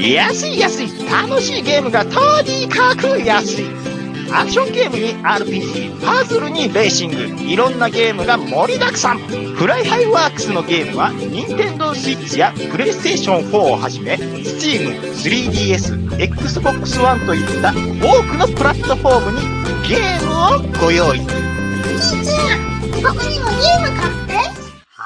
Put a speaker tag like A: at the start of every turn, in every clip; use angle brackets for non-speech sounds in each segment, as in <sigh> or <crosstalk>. A: 安い安い楽しいゲームがとにかく安いアクションゲームに RPG パズルにレーシングいろんなゲームが盛りだくさんフライハイワークスのゲームは NintendoSwitch や PlayStation4 をはじめ Steam3DSXbox One といった多くのプラットフォームにゲームをご用意
B: 兄ちゃん、僕にもゲーム買って。
C: は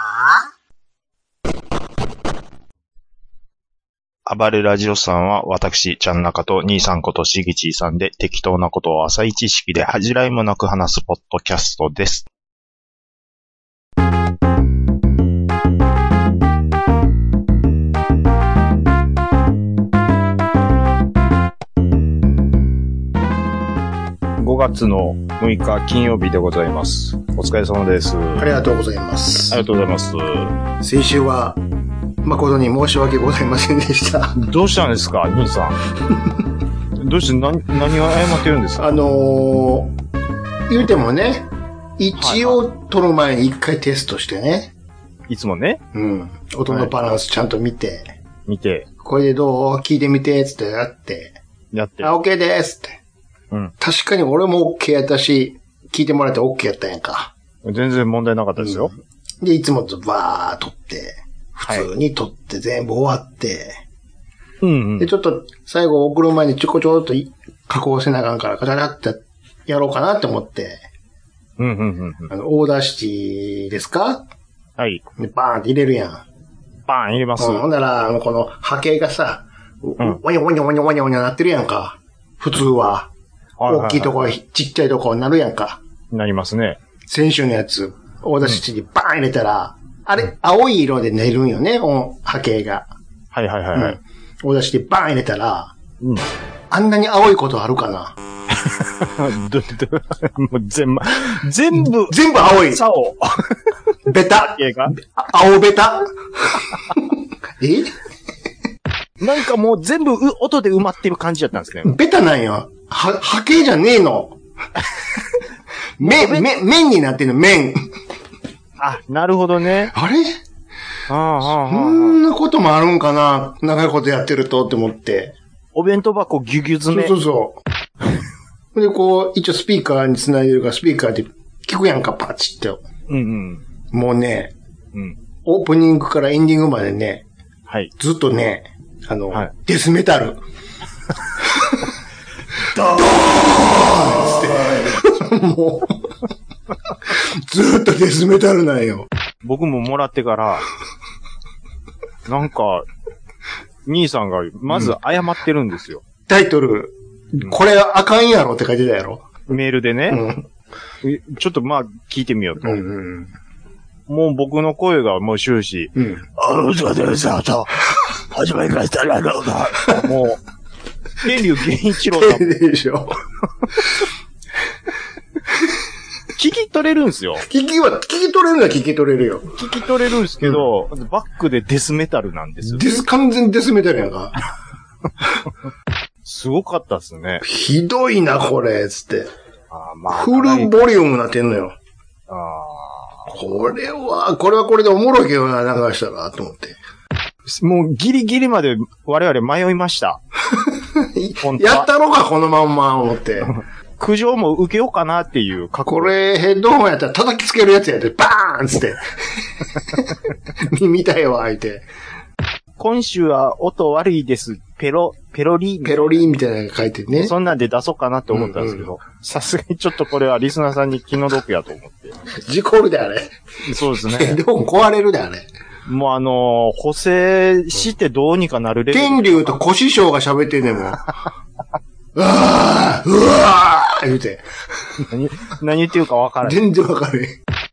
D: 暴れラジオさんは、私、ちゃんなかと、兄さんことしぎちーさんで、適当なことを浅い知識で恥じらいもなく話すポッドキャストです。5月の6日金曜日でございます。お疲れ様です。
C: あ
D: あ
C: りがとうございます
D: り。がとうございます。
C: 先週は、誠に申し訳ございませんでした。 <laughs>
D: どうしたんですか、兄さん。 <laughs> どうして、何、何を謝ってるんですか
C: あのー、言うてもね、一応撮る前に一回テストしてね、
D: いつもね、
C: うん。音のバランスちゃんと見て、
D: 見て、
C: これでどう聞いてみて、つってやって、
D: やって。
C: あ、OK ですって。
D: うん
C: 確かに俺も OK やったし、聞いてもらって OK やったんやんか。
D: 全然問題なかったですよ。
C: で、いつもとバー撮って、普通に撮って全部終わって、
D: うん、う
C: で、
D: ん。
C: ちょっと最後送る前にちょこちょこっとい加工せなあかんから、ガチャガチャってやろうかなって思って、
D: うん、うん、うん。
C: あの、オーダーシティですか
D: はい。
C: で、バーンって入れるやん。
D: バーン入れます。
C: うん、ほんなら、あの、この波形がさ、
D: ん
C: ワニャワニャワニャワニャワニャなってるやんか。普通は。
D: はいはいは
C: 大きいとこ、ちっちゃいとこになるやんか。
D: なりますね。
C: 先週のやつ、オーダーシティにバーン入れたら、あれ、青い色で寝るんよね、お波形が。
D: はいはいは
C: う
D: い
C: ん
D: はい。。
C: オーダーシティバーン入れたら、
D: うん。
C: あんなに青いことあるかな
D: <laughs> ど、ど、もう全部、全部、
C: 全部青い
D: さを、
C: ベタ
D: 映画。
C: あ青ベタえ
D: なんかもう全部う音で埋まってる感じだったんですね。
C: ベタなんよ。は、波形じゃねえの。面、面、面になってんの、面。
D: あ、なるほどね。
C: あれ
D: ああ、あ
C: こ
D: あ、ああ。
C: んなこともあるんかな長いことやってるとって思って。
D: お弁当箱ぎゅうぎゅう詰
C: そう
D: め。
C: そうそう。で、こう、一応スピーカーに繋いでるから、スピーカーで聞くやんか、パチッと。
D: うん
C: もうね、
D: うん。うん。
C: オープニングからエンディングまでね、
D: はい。
C: ずっとね、あの、
D: はい
C: デスメタル。ドーンって。もう、ずっとデスメタルなんよ。
D: 僕ももらってから、なんか、兄さんがまず謝ってるんですよ。
C: タイトル、
D: うん
C: これあかんやろって書いてたやろ。
D: メールで
C: う
D: ね、
C: ん。
D: えちょっとまあ聞いてみようと。
C: うんうん
D: もう僕の声がもう終始、
C: うん。
D: あ、うずが出るさ、と、始まりました、なるほど。もう、天竜源一郎さん、
C: でしょ。
D: 聞き取れるんですよ。
C: 聞きは、聞き取れるのは聞き取れるよ。
D: 聞き取れるんですけど、バックでデスメタルなんですよ。
C: デス、完全にデスメタルやんか。
D: すごかったですね。
C: ひどいな、これ、つって。
D: あーまあ、
C: フルボリュームなってんのよ。
D: あ
C: これは、これはこれでおもろいけどな、流したら、と思って。
D: ーもうギリギリまで我々迷いました。本当は
C: やったろか、このまんま、
D: <laughs>
C: 思って。
D: 苦情も受けようかなっていう覚悟
C: これ、ヘッドホンやったら叩きつけるやつやで、バーンつって。 <laughs> 耳たいわ、相手。
D: 今週は音悪いです。ペロ、ペロリー
C: ペロリーみたいなの書いてね。
D: そんなんで出そうかなって思ったんですけど、さすがにちょっとこれはリスナーさんに気の毒やと思
C: <laughs>
D: って。
C: 事故るで、あれ。
D: そうです
C: ヘ
D: ね。
C: ッドホン壊れるで、あれ。
D: もうあのー補正してどうにかなるレベル。
C: 天竜と小師匠が喋ってんねん
D: <laughs>
C: もん。うわーうわー言うて。
D: 何何言ってるかわからない。
C: 全然わかる。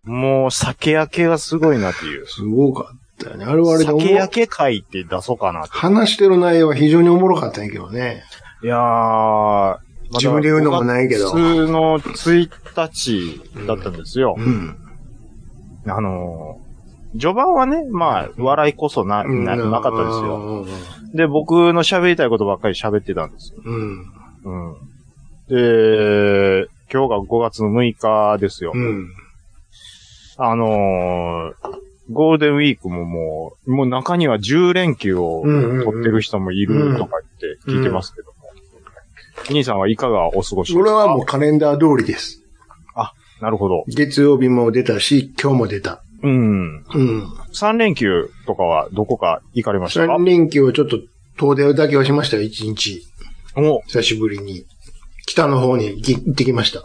D: もう酒焼けがすごいなっていう。
C: すごかったよね。あれはあれでおも
D: 酒焼け会って出そうかなって。
C: 話してる内容は非常におもろかったんやけどね。
D: いやー。まだ
C: 自分で言うのもないけど
D: 5月の1日だったんですよ。
C: うん。
D: あのー序盤はね、まあ、笑いこそな、な、なかったですよ。
C: よ。
D: で、僕の喋りたいことばっかり喋ってたんですよ。
C: うん。
D: うん。で、今日が5月の6日ですよ。
C: うん。
D: あのーゴールデンウィークももう、もう中には10連休を
C: うんうん
D: 取ってる人もいるとか言って聞いてますけども。兄さんはいかがお過ごしですか
C: 俺はもうカレンダー通りです。
D: なるほど。
C: 月曜日も出たし、今日も出た。
D: うん。
C: うん。
D: 3連休とかはどこか行かれましたか
C: 3連休をちょっと遠出だけはしましたよ、1日。
D: お
C: 久しぶりに。北の方に行ってきました。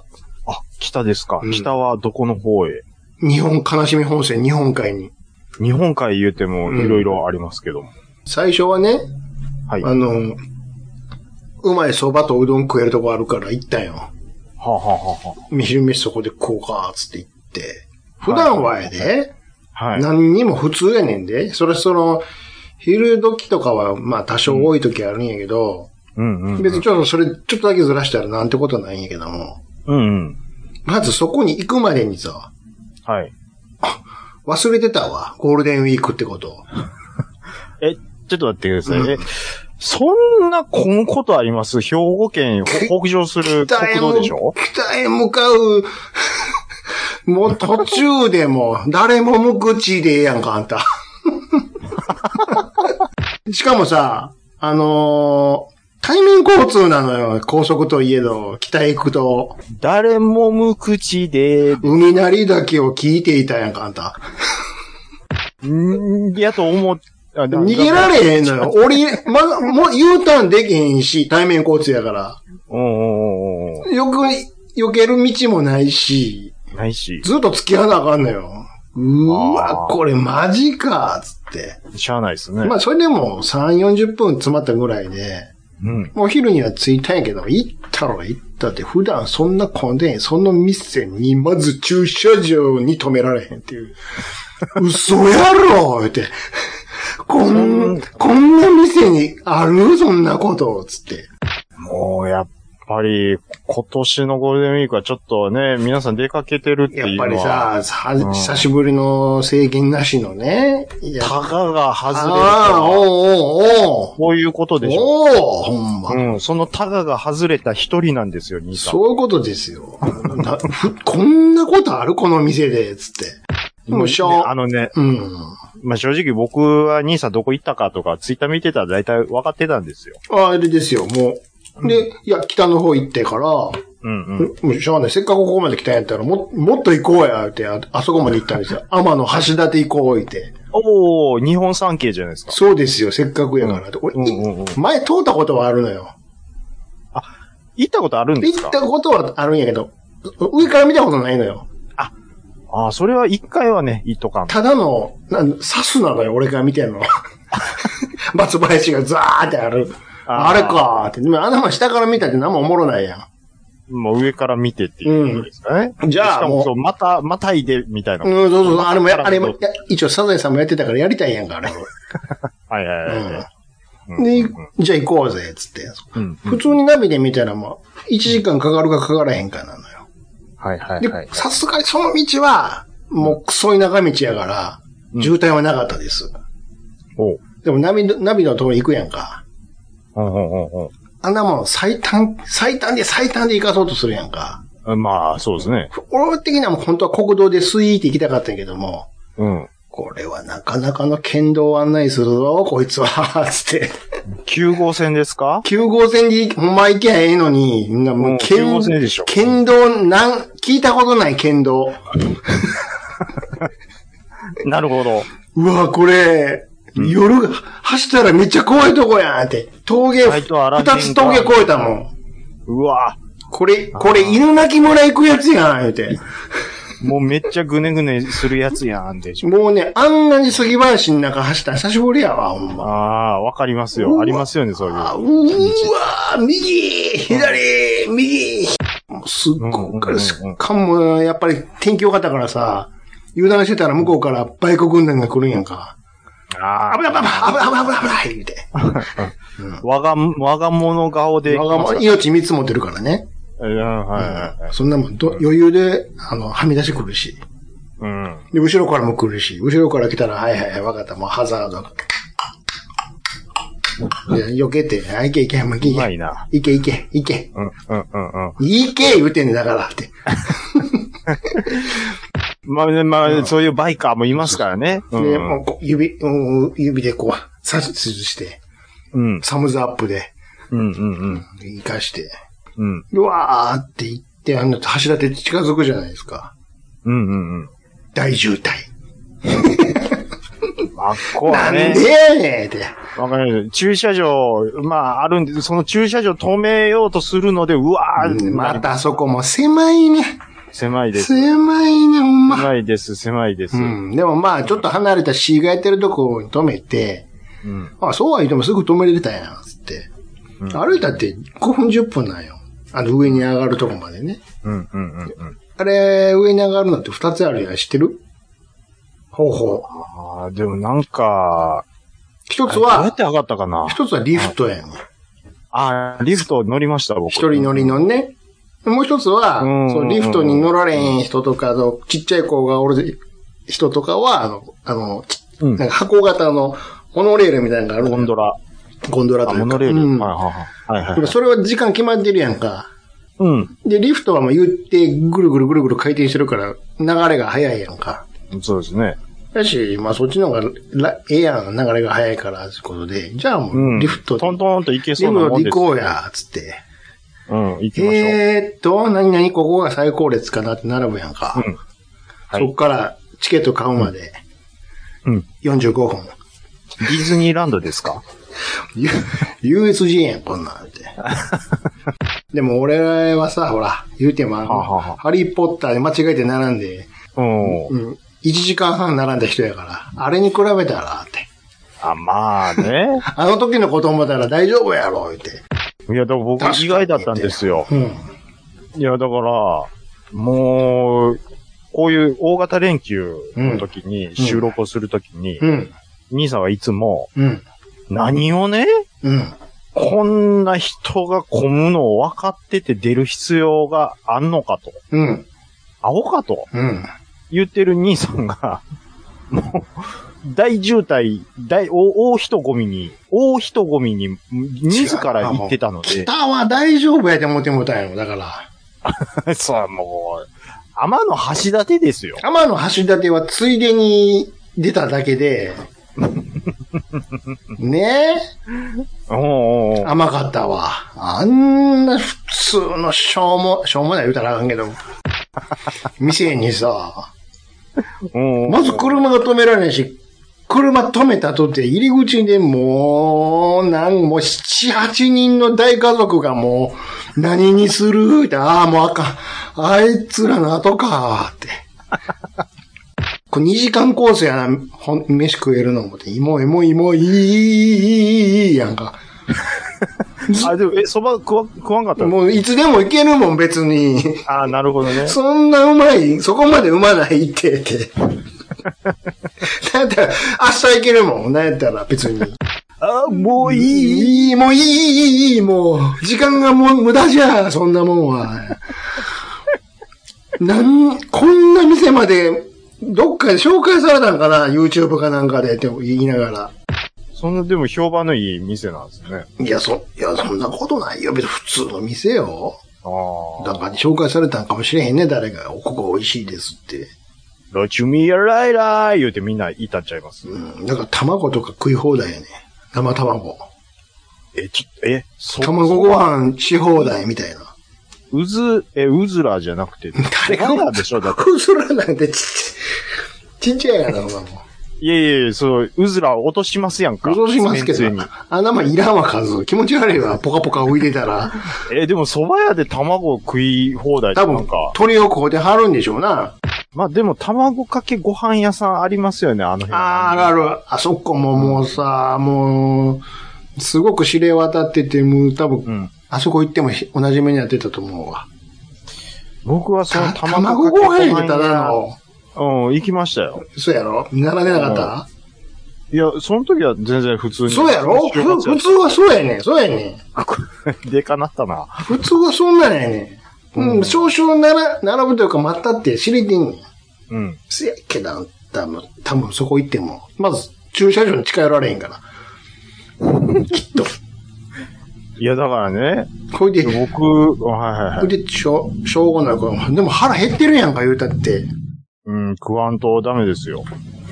D: あ、北ですか。
C: うん
D: 北はどこの方へ
C: 日本、悲しみ本線、日本海に。
D: 日本海言うても
C: うん
D: いろいろありますけども。
C: 最初はね、
D: はい。
C: あ
D: は
C: の、うまい蕎麦とうどん食えるとこあるから行ったんよ。
D: あ、はあは
C: み昼飯そこで食おうか、つって行って。普段はやで、
D: あ、はい。
C: 何にも普通やねんで。それその、昼時とかは、まあ多少多い時あるんやけど、
D: うんうん。
C: 別にちょっとそれ、ちょっとだけずらしたらなんてことないんやけども。
D: うんうん。
C: まずそこに行くまでにさ、
D: はい。
C: 忘れてたわ。ゴールデンウィークってこと。
D: え、ちょっと待ってください。え、そんな、このことあります兵庫県、ほ北上する
C: 北へ
D: 国道
C: も
D: でしょ
C: 北へ向かう。もう <laughs> 途中でも、誰も無口でええやんか、あんた。 <laughs> しかもさ、あのー、対面交通なのよ。高速といえど、北へ行くと、
D: 誰も無口で、
C: 海なりだけを聞いていたやんか、あんた。
D: んーやと思っ、あでも
C: 逃げられへんのよ。俺、まだ、もう U ターンできへんし、対面交通やから。
D: うんうんうんう
C: よく、避ける道もないし、
D: ん。ないし、
C: ずっと付き合わなあかんのよ。うーわ、
D: あー
C: これマジか、つって。
D: しゃあないですね。
C: まあ、それでも3、40分詰まったぐらいで、
D: うん。
C: もう昼には着いたんやけど、行ったろ、行ったって、普段そんな混んでへん、その店に、まず駐車場に止められへんっ
D: <laughs>
C: ていう。嘘やろ言って。こん、こんな店にあるそんなことつって。
D: もう、やっぱり、今年のゴールデンウィークはちょっとね、皆さん出かけてるって
C: やっ
D: いうの
C: ぱ
D: は。
C: りさ、さ
D: うん
C: 久しぶりの制限なしのね。いや
D: たかが外れると
C: ああ、お
D: は。
C: うおうおう
D: こういうことでしょ。
C: おおほんま。
D: うん、そのタガが外れた一人なんですよ、兄さん。
C: そういうことで
D: <laughs>
C: すよ。なふこんなことあるこの店で、つって。もうしょう、
D: あのね、
C: うん。
D: まあ、正直僕は兄さんどこ行ったかとか、ツイッター見てたら大体分かってたんですよ。
C: ああれですよ、もう。で、いや、北の方行ってから、
D: うんうん。
C: もうしょうがない。せっかくここまで来たんやったら、も、もっと行こうや、って、ああそこまで行ったんですよ。天の橋立行こう、言って。
D: おお日本三景じゃないですか。
C: そうですよ、せっかくやからって。俺、
D: うん
C: い
D: うんうん。
C: 前通ったことはあるのよ。
D: 行ったことあるんです
C: 行っ
D: か
C: たことはあるんやけど、上から見たことないのよ。
D: ああ、それは一回はね、行っとかんと。
C: ただの、なんサスなのよ、俺が見
D: <laughs>
C: てんの。松林がザーってある。あれ。かーって。でも、あんなもん下から見たって何もおもろないや
D: もう上から見てっていうことですかね。
C: ん。じ
D: し
C: ゃあ、
D: かも
C: も
D: そう、また、またいで、みたいな。
C: う、うん、そうそう、あれもや、あれも
D: か、
C: や一応、サザエさんもやってたからやりたいやんか、あれ。
D: はいはいはいはい。
C: うん。で、じゃあ行こうぜ、つって。
D: うん
C: 普通にナビで見たらもう、1時間かかるかかからへんかなのよ。
D: はいはいはい
C: で、。さすがにその道は、もう、クソい長道やから、
D: うん
C: 渋滞はなかったです。
D: おう。
C: でも、ナビの、ナビのとこ行くやんか。
D: うんうんうん
C: あんなもん最短、最短で最短で行かそうとするやんか。
D: うん。まあ、そうですね。
C: 俺的にはもう本当は国道でスイーって行きたかったんやけども、
D: うん。
C: これはなかなかの県道案内するぞ、こいつは、つって。
D: 9号線ですか
C: 9号線でほんま行きゃええのに、みんなも
D: う
C: うん県、
D: 9号線でしょ
C: 県道なん、聞いたことない県道。
D: なるほど。
C: うわ、これ、夜が、走ったらめっちゃ怖いとこやんって。峠、
D: ライトアラジンが
C: 二つ峠越えたもん。
D: うわ
C: これ、これ犬鳴村行くやつやん、言うて。
D: もうめっちゃぐねぐねするやつやんでしょ。
C: もうね、あんなに杉林の中走ったら久しぶりやわ、ほん
D: あ
C: ま。
D: あ、わかりますよ。ありますよね、そういう。
C: あうーわー、右、左、右。もうすっご
D: うんうんうんう
C: い、
D: ん
C: しかも、やっぱり天気良かったからさ、油断してたら向こうからバイク軍団が来るんやんか。
D: ああ
C: 危ない危ない危ない危ない危ない危ない言うて。
D: わが、わが物顔で。
C: わがまま
D: うん
C: 命3つ持ってるからね。
D: はいはいはい。
C: そんなもんど、余裕で、あの、はみ出してくるし。
D: うん。
C: で、後ろからも来るし、後ろから来たら、はいはいはい、わかった、もうハザード。で避けて、あ、いけいけ、もういけ
D: う
C: い
D: ま
C: け。
D: いな。
C: いけいけ、いけ。
D: うん、うん、うん、うん。
C: いけ言うてんねんだからって。
D: まあね、ま
C: う
D: あ、
C: ん
D: そういうバイカーもいますからね。う
C: で、
D: ん。
C: もうこう指、うん指でこう、指図して、
D: うん。
C: サムズアップで、
D: うん。うん。
C: 生かして、
D: うん。
C: うわーって言って、あの、柱で近づくじゃないですか。
D: うん。うん。うん。
C: 大渋滞。
D: あっこ
C: な
D: は
C: ん
D: ね
C: で。やねんって。
D: わかります。駐車場、まあ、あるんで、その駐車場止めようとするので、うわー、
C: またそこも狭いね。
D: 狭いです。
C: 狭いね、ほんま。
D: 狭いです、狭いです。
C: う
D: うん。
C: ん。でもまあ、ちょっと離れた市がやってるとこに止めて、あ、そうは言ってもすぐ止めれたやん、つって。
D: うん
C: 歩いたって5分10分なんよ。あの、上に上がるとこまでね。
D: うん、うん、うん、うん。
C: あれ、上に上がるのって2つあるやん、知ってる方法。
D: ああ、でもなんか、
C: 一つ
D: どうやっ
C: は、
D: て上がったかな
C: 一つはリフトやん。
D: ああ、リフト乗りました、僕。
C: 一人乗りのね。もう一つは、
D: うん
C: そのリフトに乗られへん人とか、のちっちゃい子がおる人とかは、あの、あの、ち
D: うん
C: なんか箱型のモノレールみたいなのがあるのよ
D: ゴンドラ。
C: ゴンドラと
D: あ、
C: いうか。
D: モノレー
C: うん
D: ル。はいはいはいはい
C: でも
D: はい。
C: それは時間決まってるやんか。
D: うん。
C: で、リフトはもう言って、ぐるぐるぐるぐる回転してるから、流れが速いやんか。
D: そうですね。
C: だし、まあそっちの方がら、ええやん、流れが速いから、ってことで。じゃあも
D: う
C: う、
D: ん。
C: リフト、
D: トントンと行け
C: リ
D: そう
C: フ
D: な
C: ト
D: もん
C: で
D: で
C: 行
D: す。
C: こうや、つって。
D: うん、行きましょう。
C: えーっと、何々ここが最高列かなって並ぶやんか。
D: うんはい
C: そっから、チケット買うまで、
D: うん。
C: 45分。 <laughs>
D: ディズニーランドですか
C: U- USJ やん、こんなん
D: <laughs>
C: って。でも俺はさ、ほら、言うてもあの、
D: はあはあ
C: ハリーポッターで間違えて並んで、
D: うん。
C: うん、1時間半並んだ人やから、あれに比べたら、って。
D: あ、まあね。
C: あの時のこと思ったら大丈夫やろ、言って。
D: いや、だから僕
C: 確かに
D: 意外だったんですよ。
C: うん。
D: いや、だから、もう、こういう大型連休の時に、収録をする時に、
C: うん。
D: 兄さんはいつも、
C: うん。
D: 何をね、
C: うん。
D: こんな人が混むのを分かってて出る必要があんのかと、
C: うん。
D: アホかと
C: うん。
D: 言ってる兄さんが、 <laughs> もう、大渋滞、大、大大人混みに、大人混みに、自ら行ってたので、
C: 北は大丈夫やって思ってもうたんやろ、だか
D: <laughs>
C: ら。
D: そうもう、天の橋立てですよ。
C: 天の橋立はついでに出ただけで、ね
D: おうんうんうん
C: え、甘かったわ。あんな普通のしょうも、しょうもない言うたらあかんけど、店にさ、
D: うんうん
C: まず車が止められないし、車止めたとって入り口でもう、なん、もう七、八人の大家族がもう、何にするって、ああ、もうあかん。あいつらの後か、って。これ2時間コースやな、ほん、飯食えるのもって、もう、もう、もう、いい、いい、いい、いい、やんか。
D: <laughs> あ、でも、え、そば食わ、食わんかったの
C: もう、いつでも行けるもん、別に。
D: あなるほどね。
C: そんなうまい、そこまでうまないって、って。だったら、明日行けるもん。なんやったら、別に。
D: あもういい。
C: いい、もういい、いい、いい、もう。時間がもう無駄じゃ、そんなもんは。なん、こんな店まで、どっかで紹介されたんかな ?YouTube かなんかでって言いながら。
D: そんな、でも評判のいい店なんですね。
C: いや、そ、いや、そんなことないよ。別に普通の店よ。
D: あ
C: なん
D: あ。
C: かに紹介されたんかもしれへんね、誰が。おここ美味しいですって。
D: ロチュミやライラー言うてみんな言いたっちゃいます。
C: うん。なんか卵とか食い放題やね。生卵。
D: え、ちょっと、え、そ
C: 卵ご飯し放題みたいな。
D: うず、え、うずらじゃなくて。
C: <laughs> 誰が
D: うずらでしょだって。
C: うずらなんてちっちゃい。ちっちゃいやな、お前も。
D: いやいやいや、そう、うずらを落としますやんか。
C: うします
D: め
C: けど
D: んつゆに。
C: あんなもんいらんわ、数。気持ち悪いわ、ポカポカ浮いてたら。
D: え、でも蕎麦屋で卵食い放題って
C: 多
D: なん
C: 分
D: か、。
C: 鳥をこうで貼るんでしょうな。
D: まあでも卵かけご飯屋さんありますよね、あの辺。
C: あーあるある。あそこももうさ、もう、すごく知れ渡ってて、もう多分、
D: うん。
C: あそこ行ってもひ同じ目にやってたと思うわ。
D: 僕はその
C: た
D: 卵
C: 卵
D: かけ
C: ご飯
D: ご飯
C: やでただ
D: 屋。
C: の、
D: うん、行きましたよ。
C: そうやろ並んでなかった、
D: いや、その時は全然普通に。
C: そうやろふ
D: 普
C: 普
D: 通
C: 通はそうやねん。そうやね
D: <laughs>
C: ん。
D: でかなったな。
C: 普通はそんなんやねん。うん、
D: うん
C: 少々なら、並ぶというか待ったって知れてんねん。
D: うん。
C: せやけど、あんたも、多分そこ行っても、まず駐車場に近寄られへんから。きっと。
D: いや、だからね、
C: これで、
D: 僕、はいはいは
C: こ
D: い。
C: れで、しょ、しょうがないから、でも腹減ってるやんか、言うたって。
D: うん、ん、食わんとダメですよ。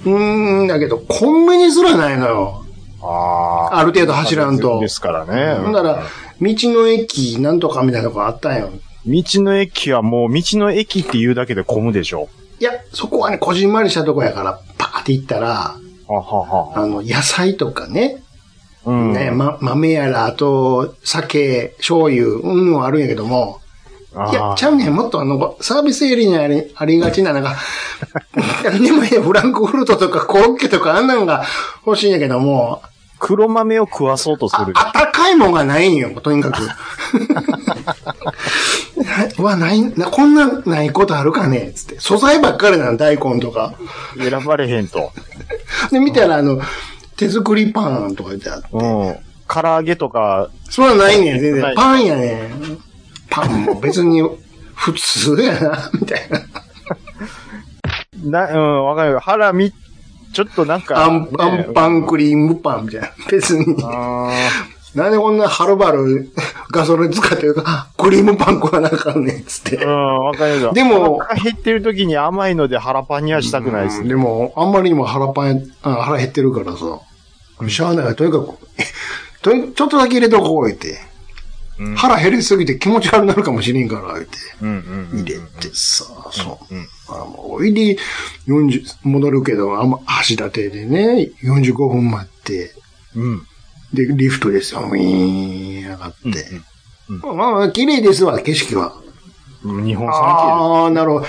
C: うーん、だけど、コンビニすらないのよ。
D: ああ。
C: ある程度走らんと
D: ですからね。
C: ほんなら、道の駅なんとかみたいなとこあったんよ。
D: 道の駅はもう、道の駅って言うだけで混むでしょ。
C: いや、そこはね、こじんまりしたとこやから、パーって行ったら、
D: ははは。
C: あの、野菜とかね、
D: うん。
C: ね、ま、豆やら、あと、酒、醤油、うん、あるんやけども、いや
D: あ、
C: ちゃうねん、もっとあの、サービスエリアにありありがちな、なんか、 <laughs> 何でもええ、フランクフルトとかコロッケとかあんなんが欲しいんやけども、
D: 黒豆を食わそうとす
C: あ
D: る。
C: あったかいもんがないんよ、とにかく。 <laughs> はない、な、こんなないことあるかねつって。素材ばっかりなの、大根とか。
D: 選ばれへんと。
C: で、見たら、あの、手作りパンとか言ってあって。
D: うん。唐揚げとか、
C: それはないねん、全
D: な
C: 然。
D: い
C: パンやねん。パンも別に普通や
D: <laughs>
C: な、みたいな。
D: な、うん、わかるよ。ハラミ、ちょっとなんか、
C: あん、あんパンクリームパンみたいな。別に。
D: あ
C: なんでこんなはるばるガソリン使ってるか、クリームパン食わなあかんねん、つって
D: ーう。ん、わかるよ。
C: でも
D: お腹減ってる時に甘いので腹パンにはしたくないです
C: うん。でも、あんまりにも腹パンや、あ腹減ってるからさ。しゃあないからとにかく、 <laughs> とにちょっとだけ入れとこう、言って。
D: うん
C: 腹減りすぎて気持ち悪くなるかもしれんから、言って。
D: うんうんうん
C: 入れてさ、そう。
D: うん
C: あもう、おいで、40、戻るけど、あんま、橋立てでね、45分待って、
D: うん。
C: で、リフトですよ、ウィーン上がって。
D: うんうん
C: まあまあ、綺麗ですわ、景色は。
D: うん。日本三
C: ああ、なるほど。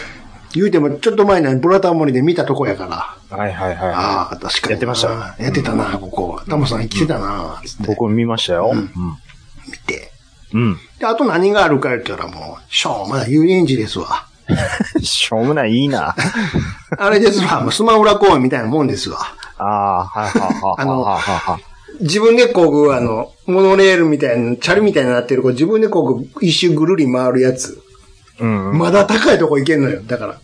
C: 言うても、ちょっと前のブラタモリで見たとこやから。
D: 景。はいはいは
C: ああ、確かに。
D: やってました
C: やってたな、ここ。タモさん来てたな、つっ
D: い。
C: て
D: 僕も見ましたよ。う
C: う
D: んん。
C: 見て。
D: うん。
C: で、あと何があるか言ったらもう、ショー、まだ遊園地ですわ。
D: しょうもない、いい
C: <laughs>
D: な。
C: あれです
D: <laughs>
C: わ、もうスマウラ公園みたいなもんですわ。
D: ああ、はいはいはい。
C: あの
D: はいはいはい
C: 自分でこう、あの、モノレールみたいな、チャリみたいになってる、こう自分でこう、一周ぐるり回るやつ。
D: うんうん。
C: まだ高いとこ行けんのよ。だから、
D: あ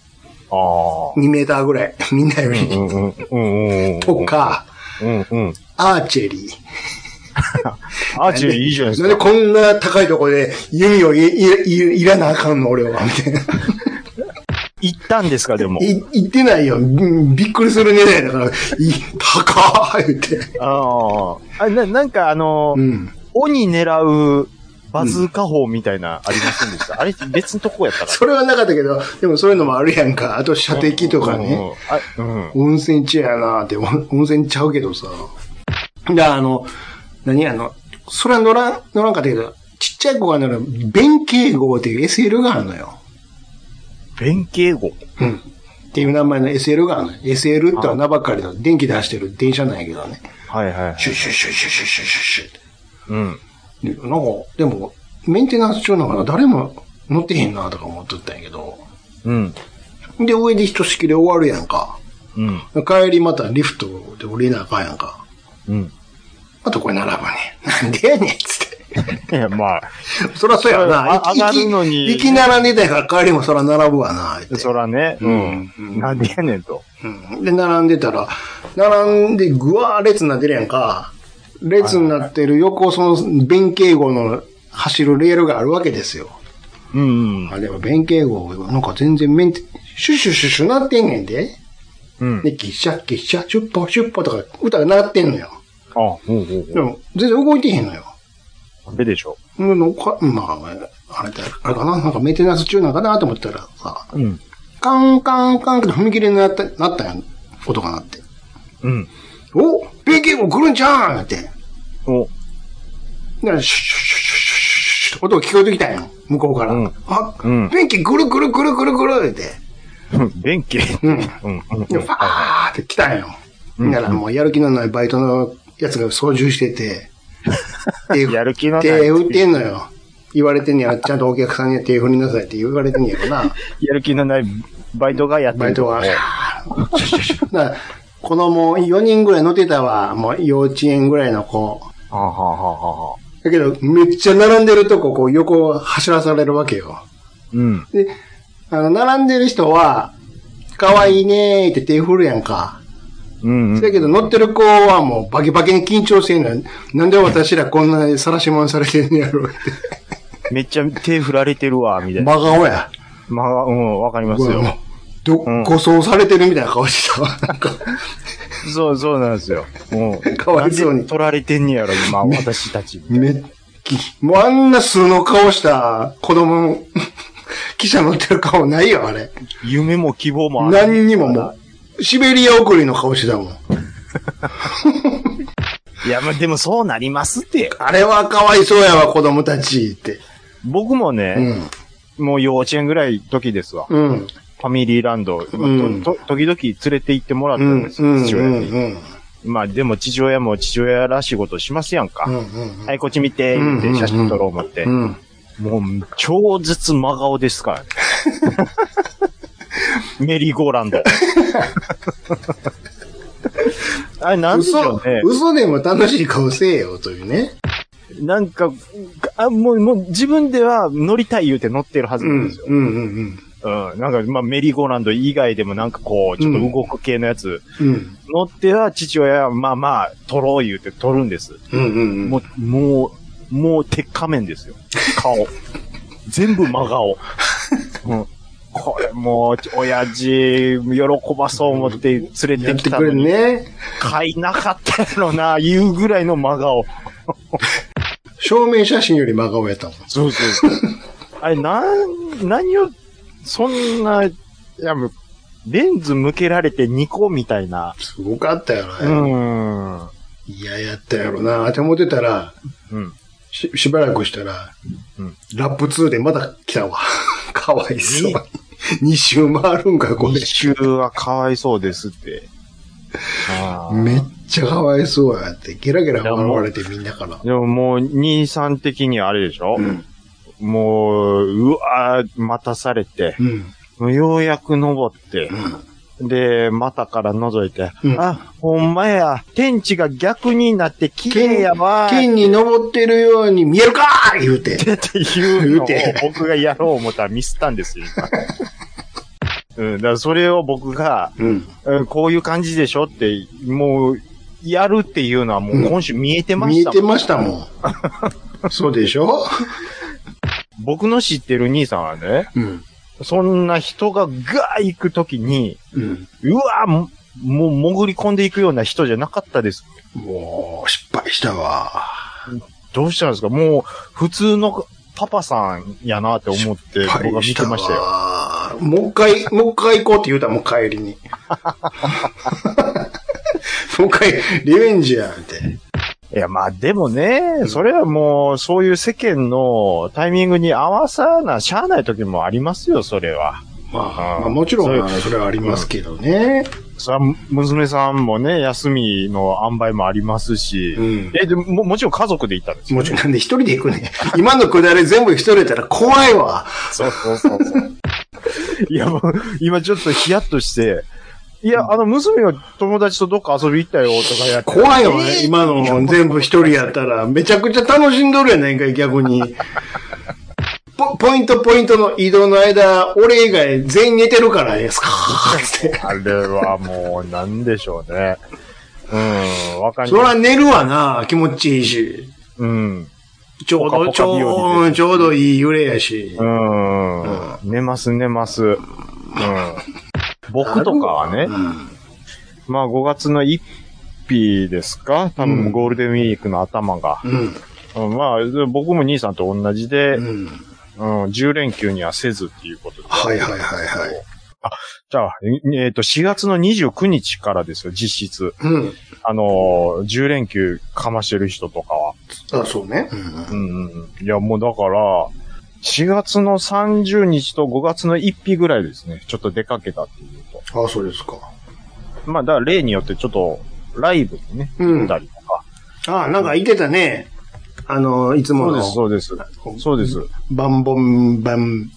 D: あ。
C: 2メーターぐらい。 <laughs> みんなよ
D: う
C: り。
D: んうんうんうんうん。
C: とか、
D: うんうん。
C: アーチェリー。
D: アーチェリーいいじゃないです
C: なん
D: か
C: で。こんな高いとこで弓をいいいいらなあかんの俺は、みたいな。
D: 行ったんですか、でも。
C: い、言ってないよ。うんびっくりするねだから、い、高ー言って。
D: ああ。あ、な、なんかあの
C: う、ん。
D: 鬼狙うバズーカ砲みたいな、ありませんでした。あれ別のとこやったか
C: それはなかったけど、でもそういうのもあるやんか。あと射的と
D: ら。
C: か
D: うん
C: ね。
D: うん。あうん。
C: 温泉地やなって、温温泉ちゃうけどさ。で、あの、何あの、それは乗らん、乗らんかったけど、ちっちゃい子が乗る、弁慶号っていう SL があるのよ。
D: 弁慶号。
C: うん。っていう名前の SL があるのよ。SL っては名ばっかりの電気で走ってる電車なんやけどね。
D: はいはいはい。
C: シュッシュッシュッシュッシュッシュッシュッシュッって。
D: うん。
C: でなんか、でも、メンテナンス中なのかな誰も乗ってへんなとか思っとったんやけど。
D: うん。
C: で、上でひとしきり終わるやんか。
D: うん。
C: 帰りまたリフトで降りなあかんやんか。
D: うん。
C: あとこれ並ばねん。なんでやねんっつっ
D: いや、 <laughs> まあ、
C: て。そらそうやわな。
D: あ
C: いき
D: 上がるのに
C: いきならねたから帰りもそら並ぶわな。言うて
D: そらね、うんん
C: うん。
D: なんでやねんと。
C: うんで、並んでたら、並んでぐわー列になってるやんか。列になってる横、その弁慶号の走るレールがあるわけですよ。
D: うん。
C: あ、でも弁慶号、なんか全然メンテ、シュッシュッシュッシュなってんねんで。
D: うん。
C: で、ギシャギシャ、シュッポシュッポとか歌が鳴ってんのよ。
D: あ、おうおう
C: でも、全然動いてへんのよ。
D: おう。ででしょ。
C: うんなんか、まあ、あれだ、あれかななんかメンテナンス中なんかなと思ったらさ、
D: うん。
C: カンカンカンって踏切になった、なったやん。音が鳴って。
D: うん。
C: お弁慶号来るんちゃうんって。
D: お、 <laughs>
C: だから、シュッシュッシュッシュッシュッシュッって音が聞こえてきたんよ。向こうから。
D: うん
C: あ、
D: うん
C: 弁慶来る来る来る来る来るって。
D: 弁慶。
C: うん。
D: うん。うん
C: で、ファーって来たんよ。
D: うん
C: だからもうやる気のないバイトのやつが操縦し
D: <laughs>
C: てて、手振
D: やる気のない
C: 手振ってんのよ。言われてんねや、ちゃんとお客さんには手振りなさいって言われてんねやろな。
D: やる気のないバイトがやって
C: バイ
D: る
C: ト <laughs> が、シャーシュッシュッシュッだから子供4人ぐらい乗ってたわ。もう幼稚園ぐらいの子。
D: はあ、はあはあはあ、
C: だけど、めっちゃ並んでるとこ、こう横を走らされるわけよ。
D: うん。
C: で、あの、並んでる人は、可愛いねーって手振るやんか。
D: うん、うん。
C: だけど乗ってる子はもうバキバキに緊張してんのよなんで私らこんなに晒しもんされてんねやろって。
D: めっちゃ手振られてるわ、みたいな。
C: 真顔や。
D: まあ、うん、わかりますよ。
C: もうど、
D: うん
C: 誤装されてるみたいな顔してたわ。なんか、
D: そう、そうなんですよ。も <laughs> う、
C: かわいそうに
D: なんで取られてんねやろ、 <laughs> 今、私たち。
C: めっき、もうあんな素の顔した子供、 <laughs> 記者乗ってる顔ないよ、あれ。
D: 夢も希望もある。
C: 何にももう、シベリア送りの顔してたもん。
D: いや、まあ、でもそうなりますって。
C: あれはかわいそうやわ、子供たちって。
D: 僕もね、もう幼稚園ぐらい時ですわ。
C: うん。うん。
D: ファミリーランド、
C: うん
D: とと時々連れて行ってもらっ
C: う
D: たん
C: ん。
D: です
C: う
D: よ、
C: ん。
D: 父
C: う
D: 親
C: ん。
D: に。まあでも父親も父親らしいことをしますやんか。
C: うん。
D: はい、こっち見て、
C: うん
D: 言って写真撮ろう思って。
C: うん。
D: もう、超絶真顔ですから
C: <laughs>
D: ね。メリーゴーラ
C: <laughs>
D: ンド。あれ、なんでしょ
C: 嘘
D: うね、。
C: 嘘でも楽しい顔せえよ、というね。
D: なんか、あもう、もう自分では乗りたい言うて乗ってるはず
C: う
D: なん
C: ん
D: です。よ。
C: うん。うん。
D: うん。なんか、まあ、メリーゴーランド以外でもなんかこう、ちょっと動く系のやつ、
C: うん。
D: 乗っては父親は、まあまあ、撮ろう言うて撮るんです。
C: うん。うん。
D: もう、もう、もう鉄仮面ですよ。顔。 <laughs> 全部真
C: <laughs>
D: 顔。うんこれもう、親父、喜ばそう思って連れ
C: や
D: て
C: っ
D: き
C: て
D: た
C: く
D: の
C: れ
D: に、
C: ね。
D: 買いなかったやろな、言うぐらいの真顔。
C: 証明写真より真顔やったもん。
D: そうそう。 <laughs> あれ、なん、何を、そんな、いや、もうレンズ向けられて2個みたいな。
C: すごかったよ
D: う
C: ね。
D: ん。うん。
C: 嫌やったやろな。てもてたら、し、しばらくしたら、
D: うん
C: ラップ2でまだ来たわ。 <laughs> かわいそうに。2周回るんか、これ
D: 二。周はかわいそうですって。あー
C: めっちゃかわいそうやって。ゲラゲラ笑われてみんなから。
D: でももう、兄さん的にはあれでしょ、
C: うん。
D: もう、うわー待たされて、
C: うん。
D: ようやく登って、で、股から覗いて、
C: うん
D: あ、ほんまや、天地が逆になって綺麗やわー
C: 天に登ってるように見えるか言うて。
D: っていうのを
C: 言うて
D: 僕がやろう思ったらミスったんですよ、今。うん、だからそれを僕が、
C: うん。
D: うんこういう感じでしょって、もう、やるっていうのはもう今週見えてま
C: 見
D: し
C: え
D: たもん
C: てましたもん。そうでしょ
D: 僕の知ってる兄さんはね、
C: うん。
D: そんな人がガー行くときに、
C: うん。
D: うわーももう潜り込んでいくような人じゃなかったです。
C: もう、失敗したわ。
D: どうしたんですかもう、普通のパパさんやなって思って、僕
C: 失
D: は
C: 敗
D: 見てましたよ。
C: わもう一回、もう一回行こうって言うたらもう帰りに。
D: <laughs>
C: もう一回、リベンジや、って。
D: いや、まあでもね、それはもう、そういう世間のタイミングに合わさな、しゃあない時もありますよ、それは。
C: まあ、
D: うん
C: まあもちろ、
D: そうん
C: あのそれはありますけどね。
D: それは娘さんもね、休みの塩梅もありますし、
C: うん。
D: え、でも、ももちろん家族で行ったんですよ。
C: もちろん、なんで一人で行くね。今のくだり全部一人やったら怖いわ。
D: そうそうそうそう。 <laughs> いや、もう、今ちょっとヒヤッとして、いや、あの、娘が友達とどっか遊び行ったよ、とかやって。
C: 怖いわ、今のも全部一人やったら、めちゃくちゃ楽しんどるやないかい、
D: <laughs>
C: 逆に。ポポイントポイントの移動の間、俺以外全員寝てるからええですかって。
D: あれはもう、なんでしょうね。うん、わかん
C: そ
D: ない。
C: ら寝るわな、気持ちいいし。
D: うん。
C: ちょう
D: ポカポ
C: ど、
D: カ
C: ちょ
D: 日和です
C: ううんちょうどいい揺れやし
D: う。ん。寝ます、寝ます。うん。僕とかはね
C: う、ん。
D: まあ5月の1日ですか多
C: う
D: 分
C: ん
D: ゴールデンウィークの頭が。
C: うん。
D: うんまあ、僕も兄さんと同じで、う、
C: うんん。
D: 10連休にはせずっていうことで。
C: はいはいはいはい。
D: じゃあ、ええっ、と、4月の29日からですよ、実質。
C: うん。
D: あのー、10連休かましてる人とかは。
C: あ、そうね。
D: うんうんうん。いや、もうだから、4月の30日と5月の1日ぐらいですね。ちょっと出かけたっていうと。
C: あ、そうですか。
D: まあ、だから例によってちょっと、ライブにね、
C: うん
D: 行ったりとか。
C: あ、なんか言ってたね。あの、いつも
D: そう
C: の
D: です、そうです。そうです。
C: バンボンバン、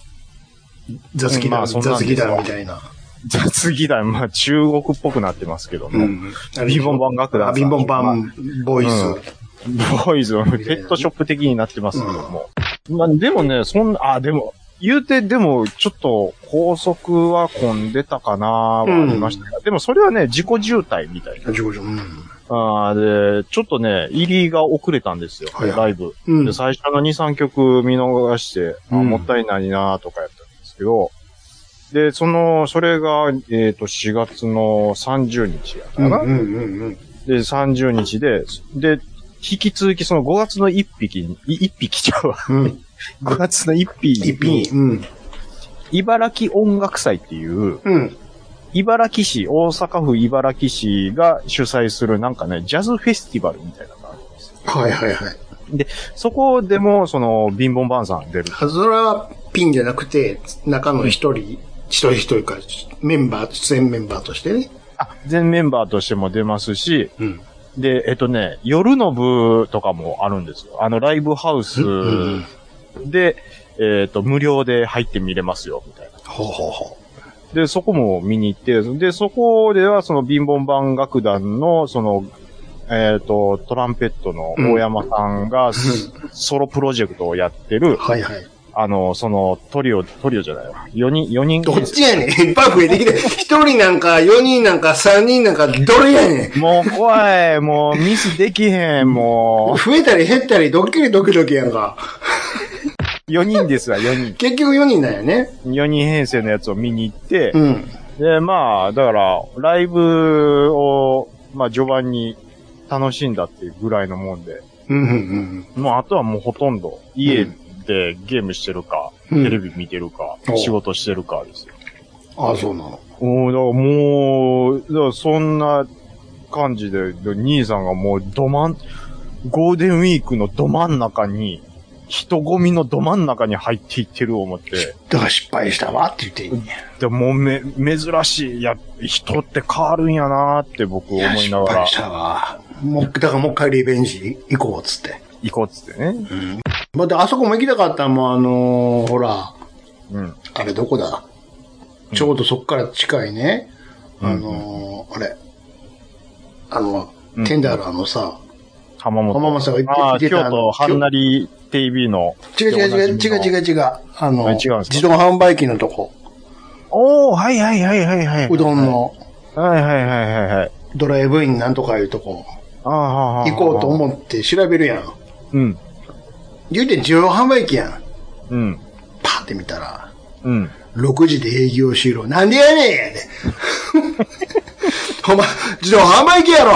C: 雑技
D: うんま
C: 団、
D: あそんなん
C: 雑
D: です
C: 技
D: よ
C: 団みたいな。
D: 雑技団、まあ、中国っぽくなってますけども。
C: あれ
D: ビンボンバン楽団さ
C: あ
D: ん
C: ビンボンバンボイス。
D: うんボーイズのペットショップ的になってますけども。まあ、でもね、そんな、あ、でも、言うて、でも、ちょっと、高速は混んでたかなはありましたが、でもそれはね、自己渋滞みたいな。
C: あ、ちょこちょこうん
D: あーで、ちょっとね、入りが遅れたんですよ、
C: はいはい
D: ライブ。
C: うん
D: で、最初の2、3曲見逃して、あ
C: うん
D: もったいないなとかやったんですけど、で、その、それが、えっ、と、4月の30日やった
C: う
D: か
C: ん
D: な、
C: うんうんうん。
D: で、30日で、で、引き続きその5月の1匹に、い1匹ちゃう
C: <laughs>
D: わ。
C: うん。
D: 5月の1匹
C: 一
D: に、
C: 品。うん。
D: 茨城音楽祭っていう、
C: うん。
D: 茨城市、大阪府茨城市が主催するなんかね、ジャズフェスティバルみたいなのがあるんですよ。
C: はいはいはい。
D: そこでも、その、ビンボンバンさん出る。
C: あそれはピンじゃなくて、中の一人、一人一人か、メンバー、出演メンバーとしてね。
D: あ、全メンバーとしても出ますし、
C: うん。
D: で、えっとね、夜の部とかもあるんですよ。あの、ライブハウス
C: うん。
D: で、えっと、無料で入って見れますよ、みたいな。
C: ほうほうほ
D: で、そこも見に行って、で、そこでは、その、ビンボンバン楽団の、その、えっ、と、トランペットの大山さんが、ソロプロジェクトをやってる
C: う。、はいはい。
D: あの、その、トリオ、トリオじゃないわ。4人、4人
C: どっちやねん。いっぱい増えて <laughs> きて。一人なんか、四人なんか、三人なんか、どれやねん。
D: もう怖い、もうミスできへん、も
C: 増えたり減ったり、ドッキリドキドキやんか。 <laughs>
D: う。4人ですわ、4
C: 結局四人なんやね。
D: 人。4人編成のやつを見に行って
C: う、ん。
D: で、まあ、だから、ライブを、まあ、序盤に楽しんだっていうぐらいのもんで、
C: うんうん
D: もうあとはもうほとんど、家でゲームしてるか、
C: うん。
D: テレ
C: ビ。
D: ビ見てるか、
C: お
D: 仕事してるかですよ。
C: あ、そうなの。
D: おーだからもう、だからそんな感じで、で兄さんがもうど真ん、ゴールデンウィークのど真ん中に、人混みのど真ん中に入っていってる思って、
C: だから失敗したわって言ってんね
D: でもうめ、珍しい、や、人って変わるんやなーって僕
C: ん
D: 思
C: いや
D: い
C: 失
D: ながら
C: 敗し、たわ。もう、だからもう一回リベンジ行こうっつって。
D: 行こうっつってね。
C: まだあそこも行きたかったもん、あのーほら、
D: うん。
C: あれどこだ、
D: うん
C: ちょうどそっから近いね、
D: うん
C: あのーあれ、あの、
D: うん
C: テンダラーのさ、
D: 浜本。
C: 浜本さんが行って
D: あ
C: 行っ
D: あ、
C: て
D: 京
C: たあ
D: 都
C: の
D: ハンナリ TV の。
C: 違う違う違う違う違
D: う。
C: う違う、あの、
D: あ違うんですか
C: 自動販売機のとこ、
D: おー、はいはいはいはいはい。
C: うどん。の
D: はいはいはいはいはい。
C: ドライブインなんとかいうとこ、
D: あーはあはあ
C: 行こうと思って調べるやん。
D: うん。
C: 言うて自動販売機やん。
D: うん。
C: パーって見たら、
D: うん。
C: 6時で営業終了。なんでやねんやで。ほんま、自動販売機やろ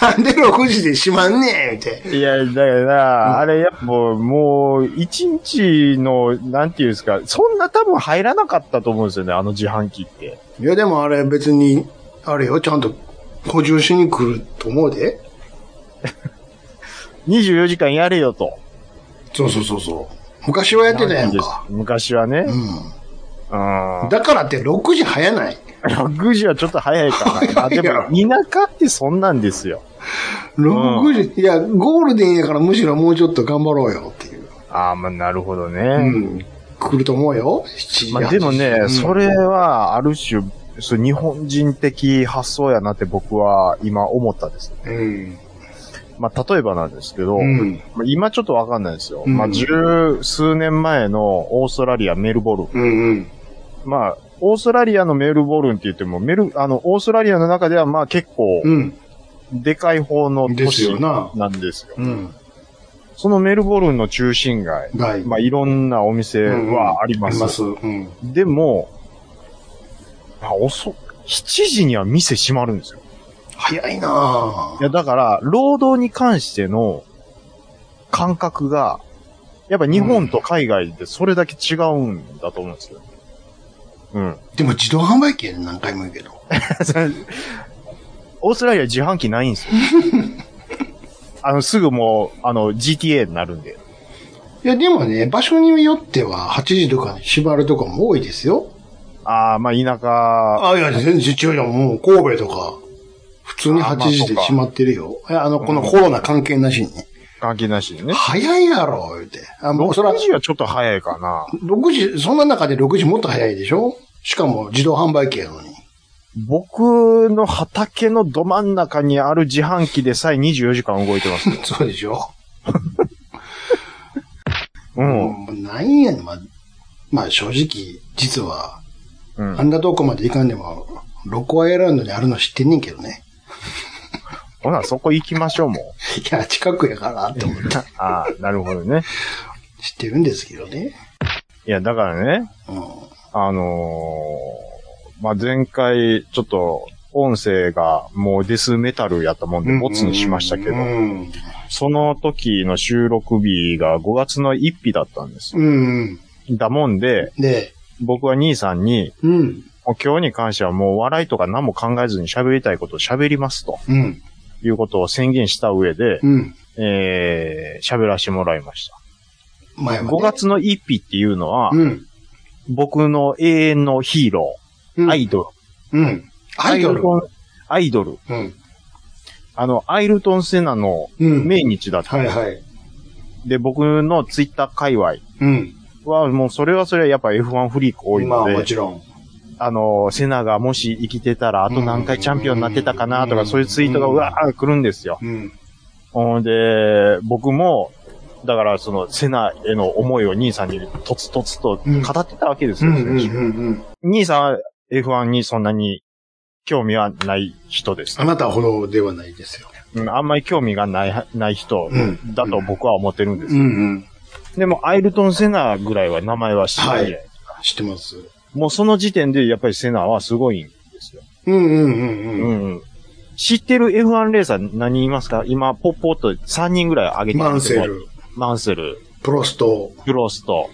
C: なんで6時で閉まんねんって。
D: いや、だからな、あれやっぱもう、一日の、なんていうんですか、そんな多分入らなかったと思うんですよね、あの自販機って。
C: いやでもあれ別に、あれよ、ちゃんと補充しに来ると思うで。
D: 24時間やれよと。
C: そうそうそうそう。昔はやってたやんか。
D: 昔はね
C: う。
D: うん
C: ん。。だからって6時早ない。
D: 6時はちょっと早いかな。あ
C: 早
D: で
C: いやろ
D: も、田舎ってそんなんですよ。
C: 6時、いや、ゴールデンやからむしろもうちょっと頑張ろうよっていう。
D: ああ、まあなるほどね。
C: うん。来ると思うよ。7時。
D: まあでもね、
C: 8時
D: それはある種、そう日本人的発想やなって僕は今思ったです。
C: うん。
D: まあ例えばなんですけど、
C: うん。
D: まあ今ちょっとわかんないですよ。
C: うん
D: まあ、十数年前のオーストラリア、メルボルン。
C: うんうん。
D: まあ、オーストラリアのメルボルンって言っても、メル、あの、オーストラリアの中ではまあ結構、
C: うん。
D: でかい方の
C: で
D: 都
C: す
D: 市
C: よな
D: なんですよ。
C: うん。
D: そのメルボルンの中心街、
C: 大。
D: まあいろんなお店はあり
C: あ
D: ま
C: り
D: す。
C: ます。うん。
D: でも、まあ遅、7時には店閉まるんですよ。
C: 早いない
D: や、だから、労働に関しての感覚が、やっぱ日本と海外でそれだけ違うんだと思うんですよ。
C: <laughs>
D: うん。
C: ぁでも自動販売機やで何回も言うけど。
D: オーストラリア自販機ないん
C: <laughs>
D: ですよ。あの、すぐもう、あの、GTA になるんで。
C: いや、でもね、場所によっては8時とかに縛るとかも多いですよ。
D: ああ、まあ、田舎、
C: あ、いや、全然違うよ。もう神戸とか、普通に
D: あ
C: 8
D: まあ
C: 時
D: そう
C: で
D: か
C: 閉まってるよ。いや、あの、この
D: うん
C: コロナ関係なしにね。
D: 関係なしでね。
C: 早いやろ、言うて。あ、もうそら
D: 6、時はちょっと早いかな。
C: 6時、そんな中で6時もっと早いでしょしかも自動販売機やのに。 <laughs>
D: 僕の畑のど真ん中にある自販機でさえ24時間動いて <laughs> ます。
C: そうでしょ
D: うん。
C: うんなんやねん、まあ、まあ正直、実は、
D: うん
C: あんなとこまで行かんでも、ロコアイランドにあるの知ってんねんけどね。 <laughs>
D: ほな、そこ行きましょう、もう。
C: いや、近くやから、って思って。
D: ああ、なるほどね。
C: 知ってるんですけどね。
D: いや、だからね、
C: うん。
D: あのーまあ、前回、ちょっと、音声がもうデスメタルやったもんで、ボツにしましたけど
C: う、ん。
D: その時の収録日が5月の1日だったんですよ。
C: うん。
D: だもんで、
C: で、
D: 僕は兄さんに、
C: うん。
D: もう今日に関してはもう笑いとか何も考えずに喋りたいことを喋りますと
C: うん。
D: いうことを宣言した上で、
C: うん。
D: えー、喋らせてもらいました。
C: 前は、ね。
D: 5。月の1日っていうのは、
C: うん。
D: 僕の永遠のヒーロ
C: う
D: ー、
C: ん
D: アイドル。
C: うん。アイドル。
D: アイドル。
C: うん。
D: あの、アイルトン・セナの
C: うん。
D: 命日だった。
C: はいはい。
D: で、僕のツイッター界隈
C: うん。
D: は、もうそれはそれはやっぱ F1 フリーク多い
C: ま
D: の
C: あも
D: で、
C: ちろん。
D: あの、セナがもし生きてたら、あと何回チャンピオンになってたかなと
C: う
D: か、
C: ん
D: そういうツイートがうわー来るんですよ。
C: うん。
D: ほんで、僕も、だからその、セナへの思いを兄さんにとつとつと語ってたわけです
C: う
D: よ、
C: んうん
D: 選手
C: うんうん。
D: 兄さんは F1 にそんなに興味はない人です
C: あ。なたほどではないですよ。
D: うんあんまり興味がない、ない人
C: うん
D: だと僕は思ってるんです。
C: うんうん。
D: でも、アイルトン・セナぐらいは名前は知ってる、
C: はい知ってます。
D: もうその時点でやっぱりセナはすごいんですよ。
C: うんうん
D: う
C: うんうん。
D: んうん。知ってる F1 レーサー何言いますか今、ポッポーと3人ぐらい挙げて
C: マ
D: ま
C: ン
D: すけ
C: セ
D: ど。
C: ル、
D: マンセル、
C: プロスト、
D: クロスト、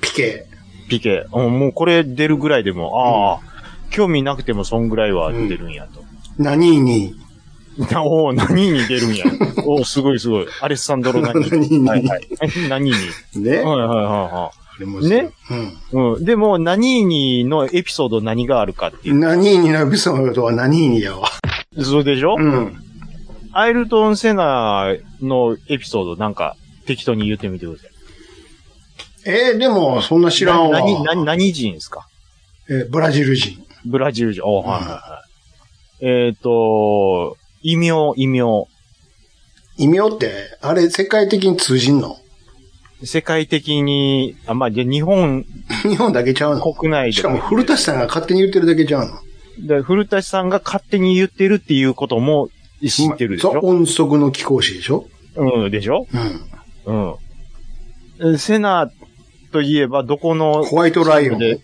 C: ピケ。
D: ピケ。うんもうこれ出るぐらいでも、ああ、興味なくてもそんぐらいは出るんやと。
C: 何に、
D: <laughs> おお何に出るんや。おおすごいすごい。アレッサンド
C: <laughs>
D: ロ何
C: 何に
D: はいはい。 <laughs> 何に。
C: ね。
D: はい
C: あ
D: はいはいは
C: れもそう
D: ね。
C: う
D: い。うん。でも、何にのエピソード何があるかっていう。
C: ん。何にのビソのことは何にやわ。
D: そうでしょ、
C: うん。
D: アイルトン・セナのエピソードなんか適当に言ってみてください。
C: えー、でも、そんな知らんわ。
D: な何、何、何人ですか
C: えーブラジル人。
D: ブラジル人。おー
C: うん
D: はいはいはい。えっ、と、異名、異名。
C: 異名って、あれ、世界的に通じんの
D: <laughs> 世界的に、あ、まあ、じゃあ日本
C: 日本だけちゃうの
D: 国内で。
C: しかも、古田さんが勝手に言ってるだけちゃうの
D: で古田さんが勝手に言ってるっていうことも知ってるでし
C: ザ
D: ょ
C: 音速の貴公子でしょ
D: うん、でしょ
C: うん。
D: うんえ。セナといえば、どこの、
C: ホワイトライオン。
D: で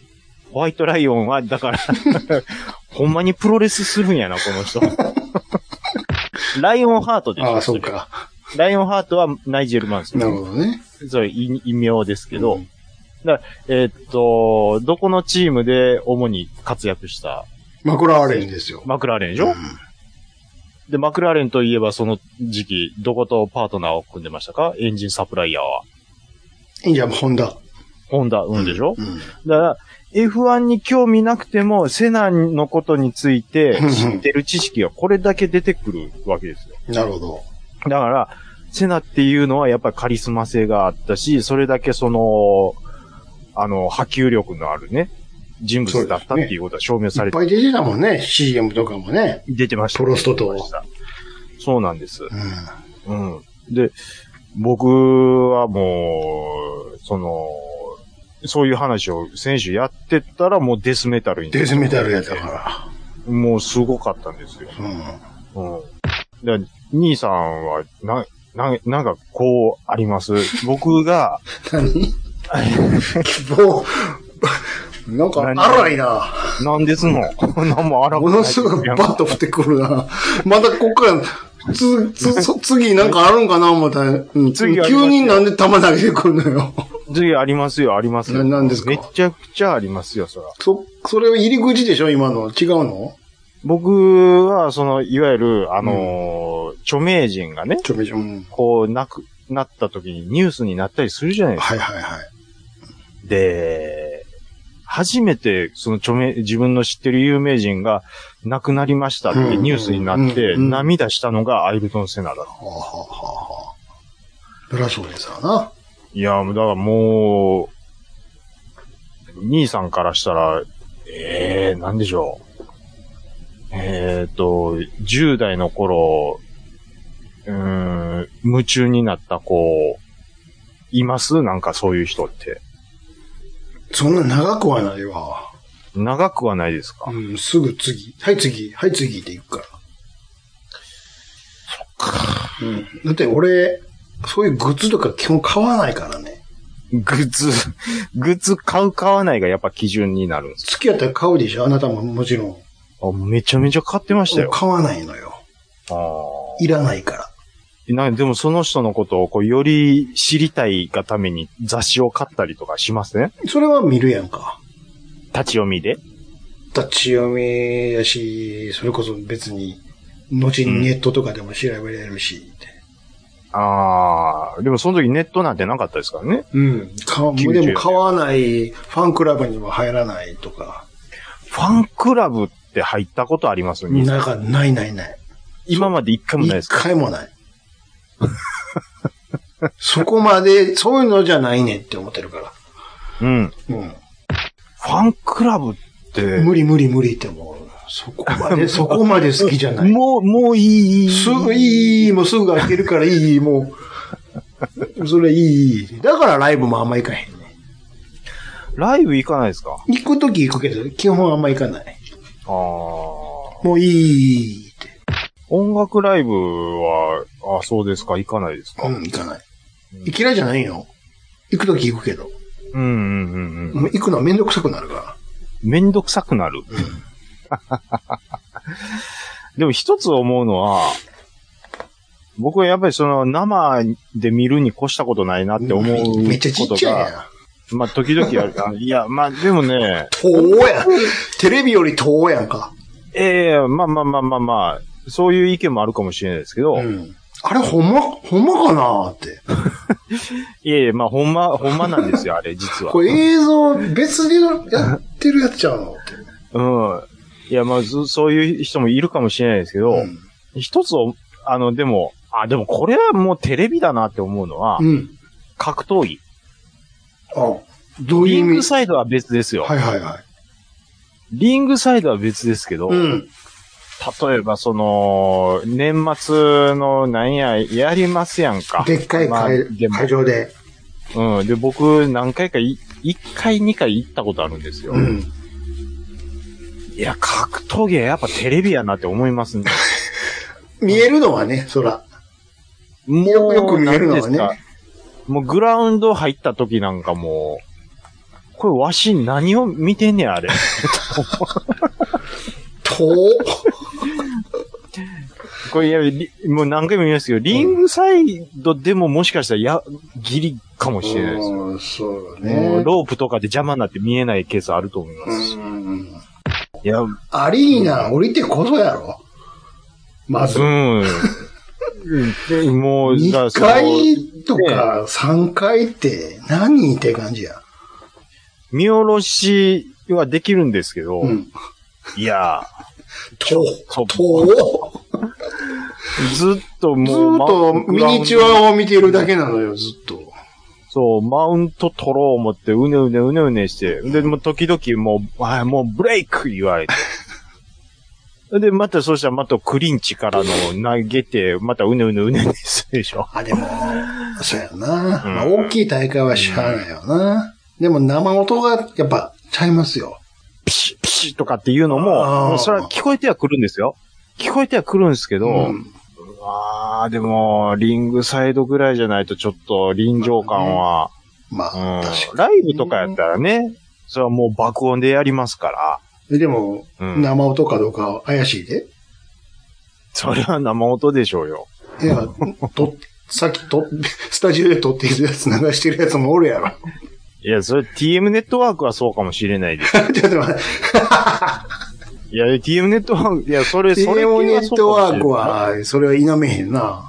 D: ホワイトライオンは、だから、 <laughs> ほんまにプロレスするんやな、この
C: <laughs>
D: 人。ライオンハートでしょ
C: ああ、そう。か。
D: れライオンハートはナイジェル・マンス。
C: なるほどね。
D: それ、い異名ですけど、
C: うん
D: えーっと、どこのチームで主に活躍した
C: マクラーレンですよ。
D: マクラーレンでしょ、で、マクラーレンといえばその時期、どことパートナーを組んでましたかエンジンサプライヤーは。
C: いいんじゃん、ホンダ。
D: ホンダ、うんでしょ、
C: うん。
D: だから、F1 に興味なくても、セナのことについて
C: うんうん
D: 知ってる知識がこれだけ出てくるわけですよ。
C: なるほど。
D: だから、セナっていうのはやっぱりカリスマ性があったし、それだけその、あの、波及力のあるね、人物だったっていうことは証明さ
C: いっ
D: れて、
C: ぱい出てたもんね、CM とかもね。
D: 出てました、
C: プロストと
D: 出てましたそうなんです。
C: う
D: うん。で、僕はもう、その、そういう話を選手やってたらもうデスメタルに。
C: ん。デスメタルやったか
D: もうすごかったんですよ。
C: ら。うん。
D: うん。で、兄さんは、な、な、なんかこうあります。僕が、 <laughs>
C: 何 <laughs> もう、なんか
D: 何
C: 荒いな。
D: なんですの <laughs> なんも荒く
C: も
D: ない
C: のすごいバッと降ってくるな。またこっから、つ、つ、そ次なんかあるんかな思ったら、うん
D: 次ありますよ
C: 急になんで玉投げてくる
D: <laughs>
C: のよ。
D: 次ありますよ、ありますよ。
C: ななんですか
D: めちゃくちゃありますよ、そら。
C: そ、それを入り口でしょ今の。違うの
D: 僕は、その、いわゆる、あのー著名人がね、
C: ちょめちょ。うん
D: こう、なく、なった時にニュースになったりするじゃないですか。
C: はいはいはい。
D: で、初めて、その著名、自分の知ってる有名人が亡くなりましたってニュースになっ
C: うんうんう
D: て、
C: んうん
D: 涙したのがアイルトン・セナだった。
C: はあはあはあはあ。そりゃそうですわな。
D: いや、だからもう、兄さんからしたら、ええー、なんでしょう。えっ、ー、と、10代の頃、うーん、夢中になった子、いますなんかそういう人って。
C: そんな長くはないわ。
D: 長くはないですか、
C: うん、すぐ次。はい次。はい次で行くから。うん。だって俺、そういうグッズとか基本買わないからね。
D: グッズ、グッズ買う買わないがやっぱ基準になるんです
C: 付き合ったら買うでしょあなたももちろん。
D: よ。あ、めちゃめちゃ買ってましたよ。
C: 買わないのよ。
D: あ
C: いらないから。
D: ーなでもその人のことをこうより知りたいがために雑誌を買ったりとかしますね。
C: それは見るやんか。
D: 立ち読みで。
C: 立ち読みやし、それこそ別に、後にネットとかでも調べれるし、って
D: ああ、でもその時ネットなんてなかったですからね。
C: うん。か
D: 90
C: でも買わない、ファンクラブにも入らないとか。
D: ファンクラブって入ったことあります兄さん
C: なんか、ないないない。
D: 今まで一回もないで
C: 一
D: すか
C: 回もない。 <laughs> そこまで、そういうのじゃないねって思ってるから。
D: うん。フ
C: う
D: ァンクラブって、
C: ん。無理無理無理って思う。そこま
D: <laughs>
C: で、そこまで好きじゃない。
D: もう、もういい。
C: すぐいい、もうすぐ開けるからいい、もう。それいい。だからライブもあんま行かへんね。
D: ライブ行かないですか
C: 行くとき行くけど、基本あんま行かない。
D: ああ。
C: もういいって。
D: 音楽ライブは、あそうですか、行かないですか。
C: うん、行かない。嫌いじゃないよ。行くとき行くけど。
D: うんうんうんうん。
C: もう行くのはめんどくさくなるか
D: めんどくさくなる。でも一つ思うのは、僕はやっぱりその生で見るに越したことないなっ
C: ら。
D: て思うことが、
C: めっちゃちっちゃいやん。
D: まあ時々ある。あいや、まあでもね、
C: 遠やん。テレビより遠やんか。
D: ええまあまあまあまあまあ、そういう意見もあるかもしれないですけど、
C: うん。あれ、ほんま、ほんまかなって。
D: いえいえ、まあほんま、ほんまなんですよ、あれ、
C: <laughs>
D: 実は。
C: これ映像別でやってるやつちゃうのって。
D: うん。いや、まあ、そそういう人もいるかもしれないですけど、
C: うん
D: 一つを、あの、でも、あ、でもこれはもうテレビだなって思うのは、
C: うん。
D: 格闘技。
C: あ、どうい
D: リン
C: う意
D: グ
C: 味
D: サイドは別ですよ。
C: はいはいはい。
D: リングサイドは別ですけど、
C: うん。
D: 例えばその、年末のなんや、やりますやんか。
C: でっかい
D: まあ
C: 会,、
D: でも
C: 会場で。
D: うん。で、僕何回かい、一回二回行ったことあるんですよ。
C: うん。
D: いや、格闘技はやっぱテレビやなって思いますね。
C: 見えるのはね、そら。
D: も
C: <laughs> よくよく見えるのはね
D: なんですかもうグラウンド入った時なんかもう、これわし何を見てんねん、あれ。
C: と
D: これいやリ、もう何回も言いますけど、リングサイドでももしかしたらや、ギリかもしれないですよ。
C: うんそう
D: もう
C: ね。
D: ロープとかで邪魔になって見えないケースあると思いま
C: う
D: すし。
C: ん
D: いや、
C: アリーナ降りてこそやろ。まず
D: う。ん。でもう、だ
C: 2
D: からその
C: 回とか3回って何って感じや。
D: 見下ろしはできるんですけど、
C: うん。
D: いや、
C: と
D: そう
C: と
D: ずっと
C: ずっ
D: もう、
C: と
D: ま
C: ミニチュアを見ているだけなのよ、ずっと。
D: そう、マウント取ろう思って、うねうねうねうねして、で、もう時々もう、あもうブレイク言われて。
C: <laughs>
D: で、また、そうしたらまたクリンチからの投げて、またうねうねうねうねするでしょ。
C: あ、でも、そうやな。
D: うん
C: まあ、大きい大会はしゃあないよな。でも生音がやっぱちゃいますよ。
D: ピシッピシッとかっていうの
C: あー
D: も、もうそれは聞こえてはくるんですよ。聞こえてはくるんですけど、
C: うん
D: ああ、でも、リングサイドぐらいじゃないとちょっと臨場感は、
C: まあ、確
D: うん。ライブとかやったらね、それはもう爆音でやりますから。
C: かに。でも、
D: うん
C: 生音かどうかは怪しいで。
D: それは生音でしょうよ。
C: いや、と、さっきと、スタジオで撮ってるやつ流してるやつもおるやろ。 <laughs>
D: いや、それ TM ネットワークはそうかもしれないです。
C: ちょっと待って。
D: いや、TM ネットワーク、いや、それ、それ系
C: TM ネ
D: は
C: ッ
D: そうかもしれない
C: トワークは、それは否めへんな。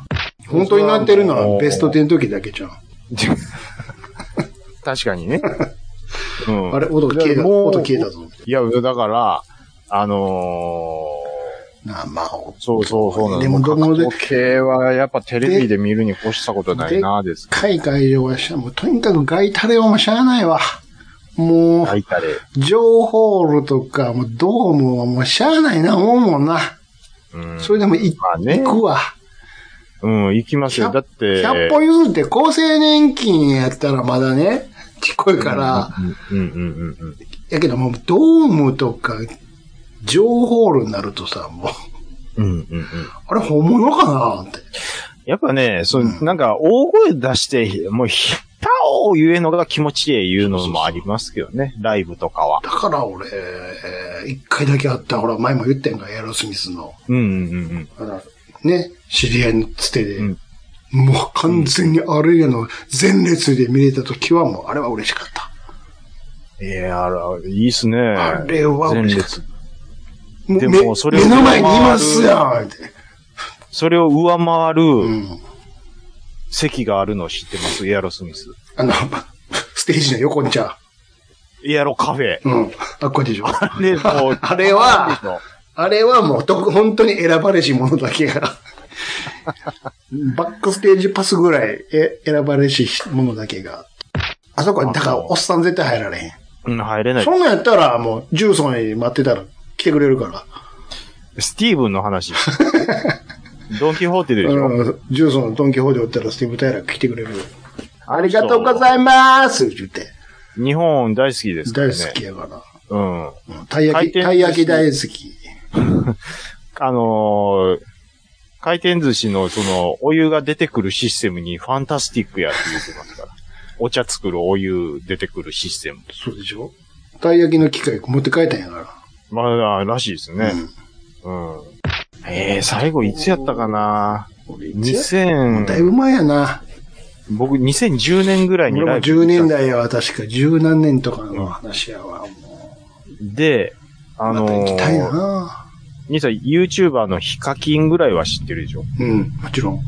C: 本当になってるのはベスト10の時だけじゃん。
D: 確かにね。うん。
C: <laughs> あれ、音消え
D: いや
C: た、
D: もう
C: 音消えたぞ。
D: いや、だから、あの
C: なあ、まあ、
D: ー、そうそうそうなの。
C: でもどこで
D: もう格闘系はやっぱテレビで見るに越したことないな、です。
C: 海会場はしゃ、もうとにかく外タレはもうしゃあないわ。もう、
D: 大体。
C: 情報ホールとか、もうドームはもうしゃあないな、思うもんな。
D: うん。
C: それでもい
D: まあね
C: 行くわ。
D: うん、行きますよ。だって。
C: 100歩譲って厚生年金やったらまだね、ちっこいから、
D: うんうんうんうん。
C: やけどもうドームとか、情報ホールになるとさ、もう、 <laughs>
D: うんうんうん。
C: あれ本物かなって。
D: やっぱね、そう、なんか、大声出して、もう、ひったういうのが気持ちいい言うのもありますけどね、ライブとかは。
C: だから俺、一回だけあった、ほら、前も言ってんか、エアロスミスの。
D: うんうんうん
C: あのね、知り合いのつてで、
D: うん
C: もう完全にアレリアの前列で見れた時はもう、あれは嬉しかった。
D: うん。いやー、いいっすね。
C: あれは
D: 前
C: 嬉しかった。
D: 列。
C: もう
D: で
C: め
D: もそれを
C: 目の前にいますやんって。
D: それを上回
C: う
D: る
C: ん。
D: 席があるの知ってます、エアロスミス。
C: あの、 <laughs> ステージの横にじゃあ、
D: エアロカフ
C: <laughs>
D: ェ。
C: うん。あっこでしょ。、
D: で、もう
C: あれは、あれはもうと、本当に選ばれし者だけ <laughs> が。バックステージパスぐらいえ選ばれし者だけが。あそこは、だから、おっさん絶対入られへん。
D: うん、入れない
C: そ。んなんやったら、もう、ジューソンに待ってたら来てくれるから。
D: スティーブンの
C: <laughs>
D: 話。ドンキホーテでしょ、
C: うんジューソンのドンキホーでおったらスティーブ・タイラー来てくれるよ。あり
D: 人
C: がとうございますって言って。
D: 日本大好きですから
C: 大
D: ね。
C: 好きやか
D: う
C: ら。
D: ん。
C: うんたい焼
D: 回転寿
C: き、
D: 司
C: たい焼き大好き。
D: あのー回転寿司のその、お湯が出てくるシステムにファンタスティックやって言ってますから。お茶作るお湯出てくるシステム。
C: そうでしょたい焼きの機械持って帰ったんやか
D: まあ、らしいです
C: ら。
D: ね。うん。ええ最後いつやったかな
C: うん。俺いつやだい
D: ?2000、
C: ぶ前やな。
D: 僕2010年ぐらいに
C: 俺も
D: ライブ
C: 10年代やわ、確か。十何年とかの話やわ。も
D: で、あ
C: うま
D: の
C: た行きたい
D: ー、
C: な。
D: 兄さん YouTuber のヒカキンぐらいは知ってるでしょ
C: うん、もちろん。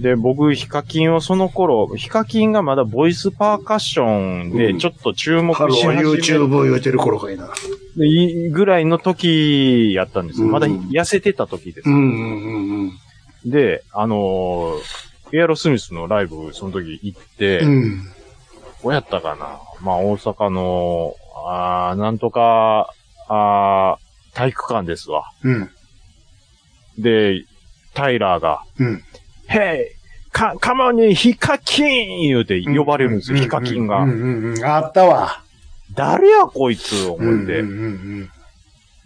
D: で、僕、ヒカキンをその頃、ヒカキンがまだボイスパーカッションで
C: うん
D: ちょっと注目し
C: ハロ
D: 始め
C: ー
D: た
C: YouTube を言うてる頃がいいな。
D: いぐらいの時やったんですよ。
C: うん
D: まだ痩せてた時です
C: う。んうんうんうん。
D: で、あのーエアロスミスのライブ、その時行って、
C: うん。
D: どうやったかなまあ、大阪の、あーなんとか、あー体育館ですわ。
C: うん。
D: で、タイラーが、
C: うん。
D: ヘイカ、カモにヒカキン言うて呼ばれるんですよ、
C: う
D: ヒカキンが。
C: うんうんうん。あったわ。
D: 誰やこいつ思って。
C: うんうん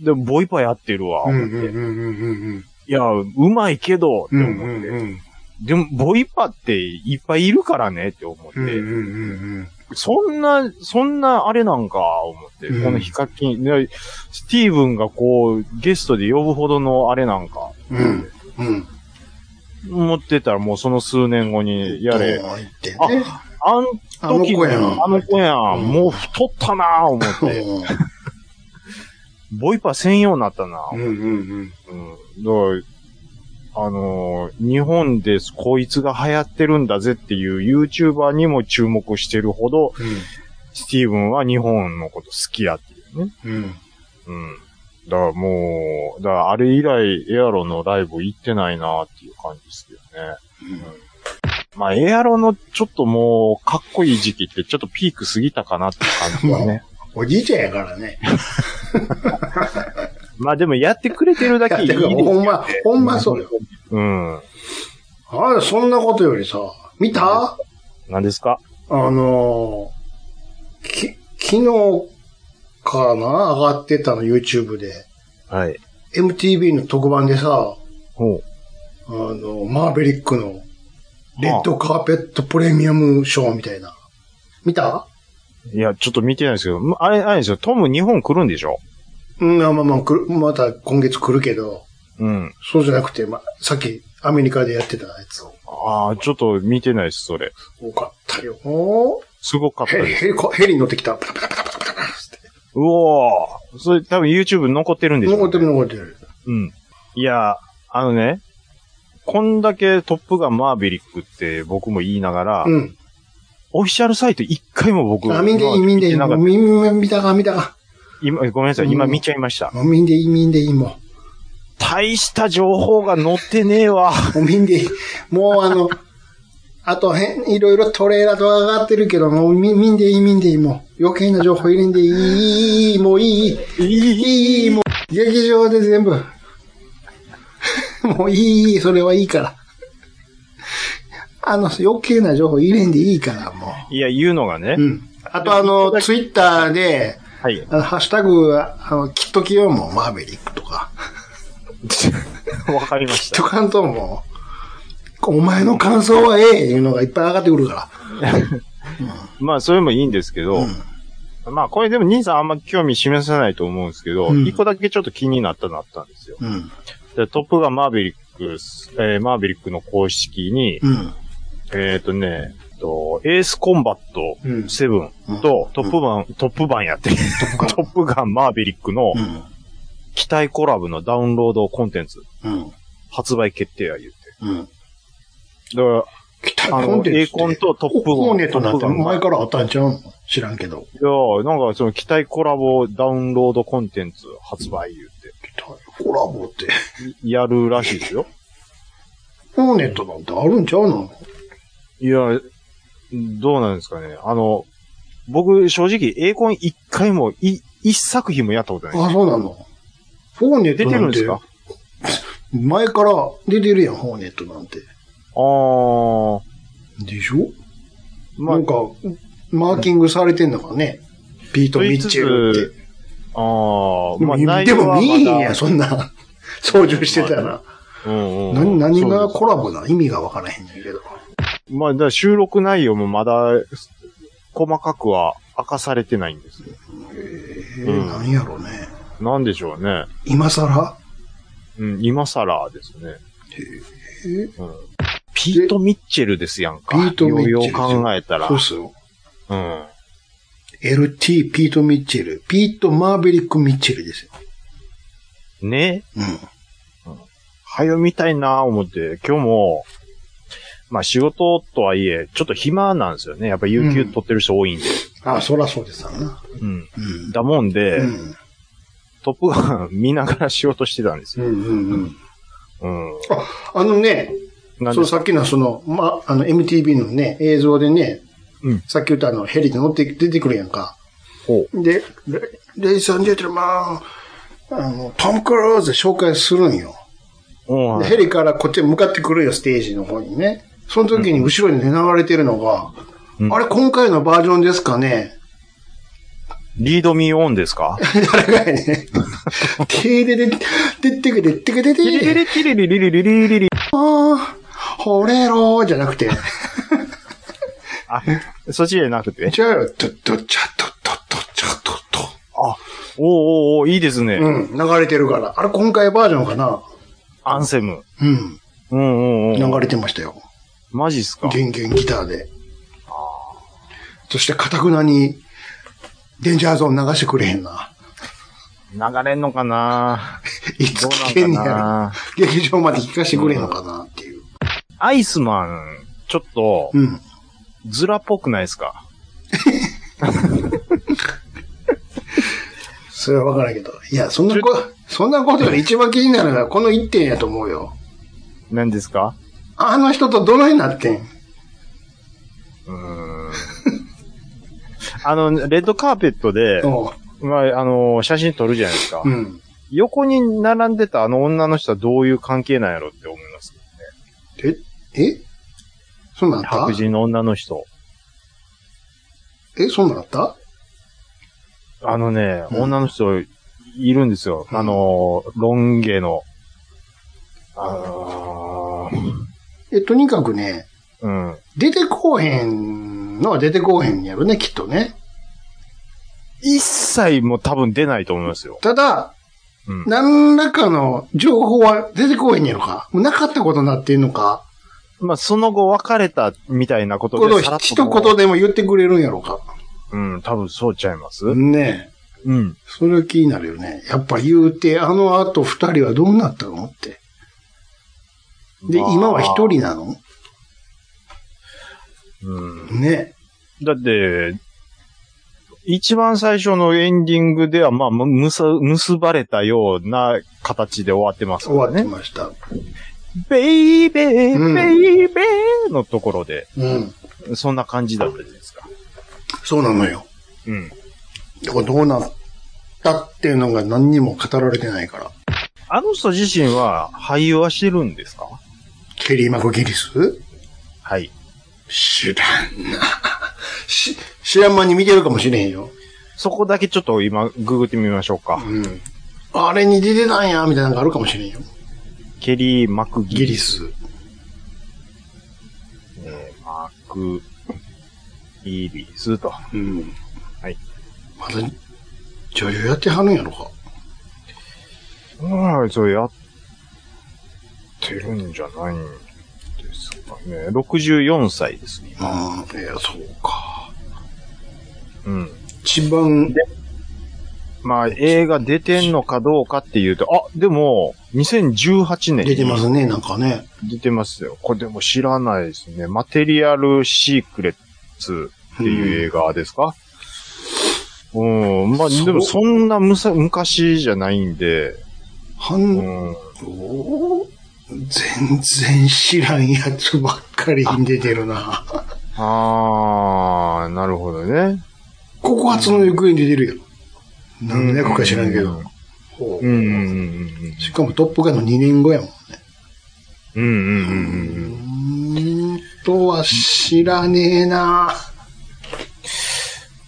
D: でも、ボイパやってるわ、
C: うん
D: 思
C: う
D: っ
C: ん
D: て。
C: うんうんうん
D: いや、うまいけど、って
C: うんうんう
D: 思
C: ん
D: って。
C: うんうん
D: でも、ボイパっていっぱいいるからね、って思って。
C: うんうん
D: そんな、そんなあれなんか、思って。
C: うん
D: このヒカキン、ねスティーブンがこう、ゲストで呼ぶほどのあれなんか、
C: うんうん。
D: 思ってたらもうその数年後に、やれ、
C: 行ってね。
D: あん
C: あの
D: 時
C: 子やん。
D: あの子やん、
C: うん
D: もう太ったなぁ、思って。ボイパ専用になったなぁ
C: うんうんうん。
D: うん。だから、あのー日本でこいつが流行ってるんだぜっていう YouTuber にも注目してるほど、スティーブンは日本のこと好きやっていうね。
C: うん。う
D: う
C: ん。
D: ん。だからもう、だからあれ以来エアロのライブ行ってないなっていう感じですけどね。まあエアロのちょっともうかっこいい時期ってちょっとピーク過ぎたかなって感じだね。
C: おじいちゃんやからね。
D: まあでもやってくれてるだけいい
C: て <laughs>
D: です
C: か
D: よね。
C: ほんま、ほんまそうよ。
D: うん。
C: あれ、そんなことよりさ、見た
D: 何ですか
C: あのー、き、昨日かな上がってたの YouTube で。
D: はい。
C: MTV の特番でさ、
D: ほう。
C: あの、マーベリックの、レッドカーペットプレミアムショーみたいな。見た
D: いや、ちょっと見てないですけど、あれ、あれですよ、トム日本来るんでしょ
C: うん、まあまあまあ、くるまた今月来るけど、
D: うん。
C: そうじゃなくて、まあ、さっきアメリカでやってたやつを。
D: ああ、ちょっと見てないです、それ。
C: 多かったよ。おー
D: すごかった
C: <laughs> ヘリ、
D: です。
C: ヘリコ、ヘリ乗ってきた。パタパタパタパタパタパタって。
D: うおーそれ多分 YouTube 残ってるんでしょ、
C: 残ってる。残ってる。
D: うん。いや、あのね、こんだけトップガンマーヴェリックって僕も言いながら、
C: うん。
D: オフィシャルサイト一回も僕、
C: あ、みんでいい、みんでいい。
D: 今ま見てなかっ
C: みん、見たか、見たか。
D: た今、ごめんなさい、今見ちゃいました。
C: もうみんでいい、みんでいい、も
D: 大した情報が載ってねえわ。
C: う。もうみんでいい。もうあの、あとへん、いろいろトレーラーと上がってるけど、もうみ、みんでいい、みんでいい、もう。余計な情報入れんでいいいい、いい、もう <laughs> いい、
D: いい
C: いい、いい、もう。劇場で全部。もういい、いい、それはいいから。あの、余計な情報入れんでいいから、も
D: いや、言うのがね、
C: う。うん。あとあの、ツイッターで、
D: はい。
C: あの、ハッシュタグ、あの、きっときよもうマーベリックとか、
D: わかりまし
C: きっと
D: た。
C: かんともう、お前の感想はええいうのがいっぱい上がってくるから。
D: まあ、それもいいんですけど、
C: うん
D: まあ、これでも兄さんあんま興味示さないと思うんですけど、
C: うん
D: 一個だけちょっと気になったなったんですよ。
C: うん。
D: でトップがマーヴェリックス、えーマーヴェリックの公式に、
C: うん。
D: えっ、とね、えっとエースコンバット
C: うん。
D: 7と、トップ版、トップ版やってる。トップガンマーヴェリックの
C: うん。
D: 機体コラボのダウンロードコンテンツ
C: うん。
D: 発売決定や言う
C: うん。
D: て。だか
C: 来た
D: ら、あ
C: コン
D: の、
C: テンツ
D: エ
C: で。
D: ーコンとトップ
C: コ
D: ガ
C: ー
D: ン。
C: ネとなって
D: トップガンが
C: 前からあったんちゃうん知らんけど。
D: いやーなんかその機体コラボダウンロードコンテンツ発売言う
C: コラボって。
D: て、やるらしいですよ。
C: コーネとなんてあるんちゃうの
D: いや、どうなんですかね。あの、僕、正直、エーコン一回も、い、一作品もやったことないです。
C: あ、そうなの。ホーネッ
D: 出
C: ト
D: て
C: な
D: る
C: ん
D: んで
C: て
D: す、か
C: 前から出てるやん、ホーネットなんて。
D: あー。
C: でしょ
D: まあ
C: なん、か、マーキングされてんのかね。ピート・ミッチェルって。
D: あー。まあ、
C: でも見えへ
D: 内
C: ん
D: 容はま
C: や
D: だ
C: ん、そんな。 <laughs> 操縦してたら。
D: うんうんうん
C: 何、何
D: そう
C: が
D: です
C: コラボだ意味がわからへんねんけど。
D: まあ、だから収録内容もまだ、細かくは明かされてないんですよ。
C: え
D: うん
C: ー、何やろうね。
D: なんでしょうね。
C: 今更
D: うん、今更ですね。
C: え
D: うんピート・ミッチェルですやんか。
C: ピートミッチェル
D: ようよう考えたら。
C: そうっすよ。
D: うん。
C: LT ピート・ミッチェル。ピート・マーベリック・ミッチェルですよ。
D: ね。
C: う
D: はよ見たいなぁ思って、今日も、まあ仕事とはいえ、ちょっと暇なんですよね。やっぱ有給取ってる人多いんで。
C: ん。あ、そらそうですわな。
D: うん。
C: うん。
D: だもんで、
C: うん。
D: トップガン見ながら仕事してたんです
C: う
D: よ。
C: んうんうん。
D: うん。
C: あのね、
D: なん
C: そ
D: で
C: う、さっきのその、ま、あの、MTV のね、映像でね、
D: うん
C: さっき言ったあの、ヘリで乗って、出てくるやんか。
D: ほ
C: で、レレイさん出てる、まあ、あの、トム・クルーズ紹介するんよ。
D: う。うん
C: でヘリからこっちに向かってくるよ、ステージの方にね。その時に後ろに流れてるのが、
D: うん
C: あれ、今回のバージョンですかね
D: リードミーオンですか
C: 誰がやね。手でで、でってくでってくで
D: リリリリリ
C: て、
D: リリリリリリ
C: あー、ほれろーじゃなくて、
D: あ、そっちじゃなくて。
C: じゃあ、とっとっちゃっとっとっとっちゃっとっと。
D: あ、おうおうおういいですね。
C: うん、流れてるから。あれ、今回バージョンかな
D: アンセム。
C: うん、
D: うんうんうん。
C: 流れてましたよ。
D: マジっすか
C: 弦弦ギターで。そして、かたくなに、デンジャーゾーン流してくれへんな。
D: 流れんのかない
C: つ
D: どう
C: 聞け
D: なん
C: んね
D: か
C: や
D: な
C: ろ。劇場まで聞かしてくれんのかなっていう。
D: アイスマン、ちょっと、
C: うん。
D: ズラっぽくないですか
C: それはわからんけど。いや、そんなこと、そんなことより一番気になるのはこの一点やと思うよ。
D: 何ですか
C: あの人とどのになってん
D: うーん。あの、レッドカーペットで、
C: おう
D: まあ、あの、写真撮るじゃないですか。
C: うん。
D: 横に並んでたあの女の人はどういう関係なんやろって思います。
C: え、えそんなんあ
D: 白
C: った
D: 人の女の人。
C: え、そんなんあった
D: あのね、
C: うん
D: 女の人いるんですよ。
C: うん
D: あの、ロン毛の。あー
C: え、とにかくね、
D: うん。
C: 出てこうへんのは出てこうへんやろね、きっとね。
D: 一切もう多分出ないと思いますよ。
C: ただ、
D: うん
C: 何らかの情報は出てこうへんやろか。もうなかったことになってんのか。
D: まあ、その後別れたみたいなこと
C: こ
D: で
C: と、
D: さらっと
C: 一言でも言ってくれるんやろか。
D: うん、多分そうちゃいます
C: ねえ。
D: うん。
C: それは気になるよね。やっぱ言うて、あの後二人はどうなったのって。で、
D: まあ
C: 今は一人なの
D: うん。
C: ね
D: だって、一番最初のエンディングでは、まあ、む結結ばれたような形で終わってますか
C: 終わ
D: ら
C: って
D: ね。
C: ました。
D: ベイベ
C: う
D: ー、
C: ん
D: ベイベーのところで、
C: うん。
D: そんな感じだったじゃないですか。
C: そうなのよ。
D: うん。
C: だからどうなったっていうのが何にも語られてないから。
D: あの人自身は俳優はしてるんですか
C: ケリー・マクギリス
D: はい。
C: 知らんな。し、知らん間に見てるかもしれへんよ。
D: そこだけちょっと今、ググってみましょうか。
C: うん。あれに出てたんや、みたいなのがあるかもしれんよ。
D: ケリー・マクギ
C: ギ
D: リ
C: リ
D: ス。
C: ス。
D: えーマクいいですと。
C: うん。
D: はい。
C: まだ、女優やってはるんやろか。
D: はい、それやってるんじゃないんですかね。64歳ですね。
C: うん。いや、そうか。
D: うん。
C: 一番、
D: まあ、映画出てんのかどうかっていうと、あ、でも、2018年。
C: 出てますね、なんかね。
D: 出てますよ。これでも知らないですね。マテリアル・シークレッツっていう映画ですかうん。まあ、
C: そう
D: でもそんなむさ昔じゃないんで、
C: は、
D: うんん。
C: おー全然知らんやつばっかりに出てるな。
D: あー、なるほどね。
C: 告発の行方に出てるよ。何の役か知らんけ
D: う
C: ど
D: ん。うんうんうんうん
C: しかもトップガンの2年後やもんね。
D: うん。うんうん
C: う
D: うんうんうん。
C: ーんとは知らねえな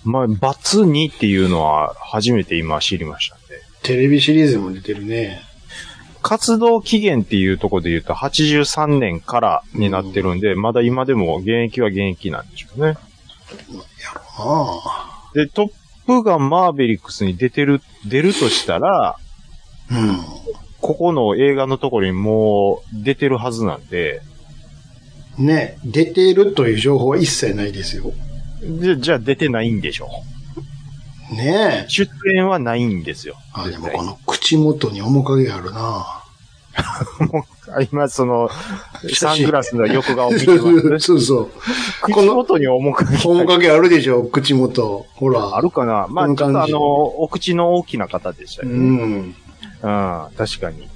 D: まあ、バツ2っていうのは初めて今知りましたね。
C: テレビシリーズも出てるね。
D: 活動期限っていうところで言うと83年からになってるんで、まだ今でも現役は現役なんでしょうね。
C: あ
D: で、トップガンマーベリックスに出てる、出るとしたら、
C: あ。うん。
D: ここの映画のところにもう出てるはずなんで、
C: ね、出てるという情報は一切ないですよ。
D: じゃ、じゃあ出てないんでしょ
C: ねえ
D: う。。出演はないんですよ。
C: あ、で
D: 絶
C: も
D: 対
C: この口元に面影ある <laughs> な
D: あ今、その、
C: 写
D: サ
C: 真
D: ングラスの横顔見て
C: そう <laughs>
D: ます。
C: そうそう。
D: 口元に面影
C: 面影あるでしょ、口元。ほら。
D: あるかなまあ、ち
C: こ
D: ょ
C: の
D: っと
C: 感
D: あ
C: じ
D: の、お口の大きな方でした
C: う
D: よね。
C: ん。
D: うん、確かに。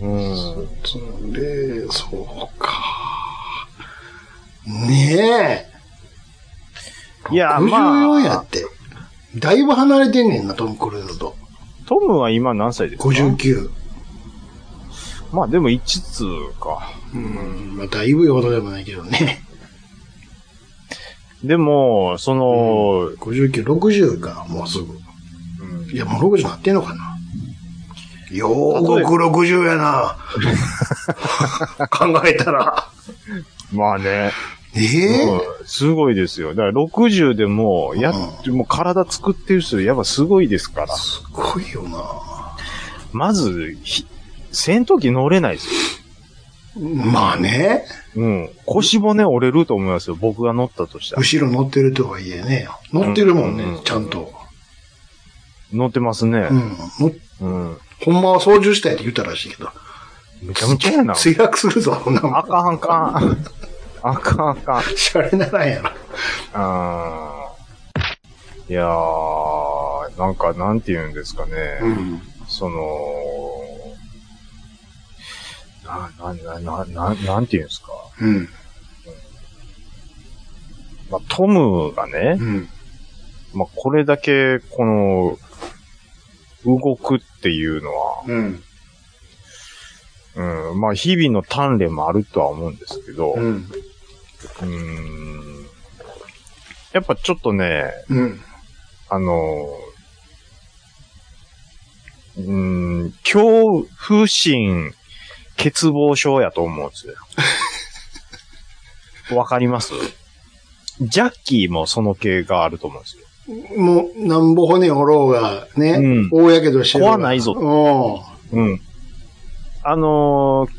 D: うん。
C: それ、そうか。ねえ。
D: いやまあ
C: 64やって。だいぶ離れてんねんな、トム・クルーズと。
D: トムは今何歳ですか
C: 59。
D: まあでも5つか。
C: うん。まあ、だいぶよほどでもないけどね。
D: でも、その、
C: 59、60か、もうすぐ。
D: うん
C: いや、もう60なってんのかな。よーく60やな。考えたら。
D: まあね、
C: ええ
D: うんすごいですよ。だから60でもう、やっ、もう体作ってる人、やっぱすごいですから。
C: すごいよな。
D: まず、ひ戦闘機乗れないですよ。
C: まあね。
D: うん。腰骨折れると思いますよ。僕が乗ったとしたら。
C: 後ろ乗ってるとはいえね。乗ってるもんね、
D: うん
C: ちゃんと。
D: 乗ってますね
C: う。ん。乗っ
D: うん。
C: ほんまは操縦したいって言ったらしいけど。
D: めちゃめちゃやな。
C: 墜落するぞ、こんなも
D: あ
C: ん。
D: かんあかん。 <laughs> あかんあかん。
C: シャレならんやろ。
D: あーいやー、なんか、なんて言うんですかね。
C: うん。
D: その、な、な、な、な、ななんて言うんですか。
C: うん。
D: まあ、トムがね
C: う、ん。
D: まあ、これだけ、この、動くっていうのは、
C: うん。
D: うん、まあ、日々の鍛錬もあるとは思うんですけど、う
C: うん。
D: ーん、やっぱちょっとね、
C: うん。
D: あの、うーん、恐怖心、欠乏症やと思うんです <laughs> よ。わかりますジャッキーもその系があると思うんですよ。
C: もう、なんぼ骨折ろうが、ね。
D: うん
C: 大やけどしてる。
D: 壊ないぞ
C: う
D: うん。あのー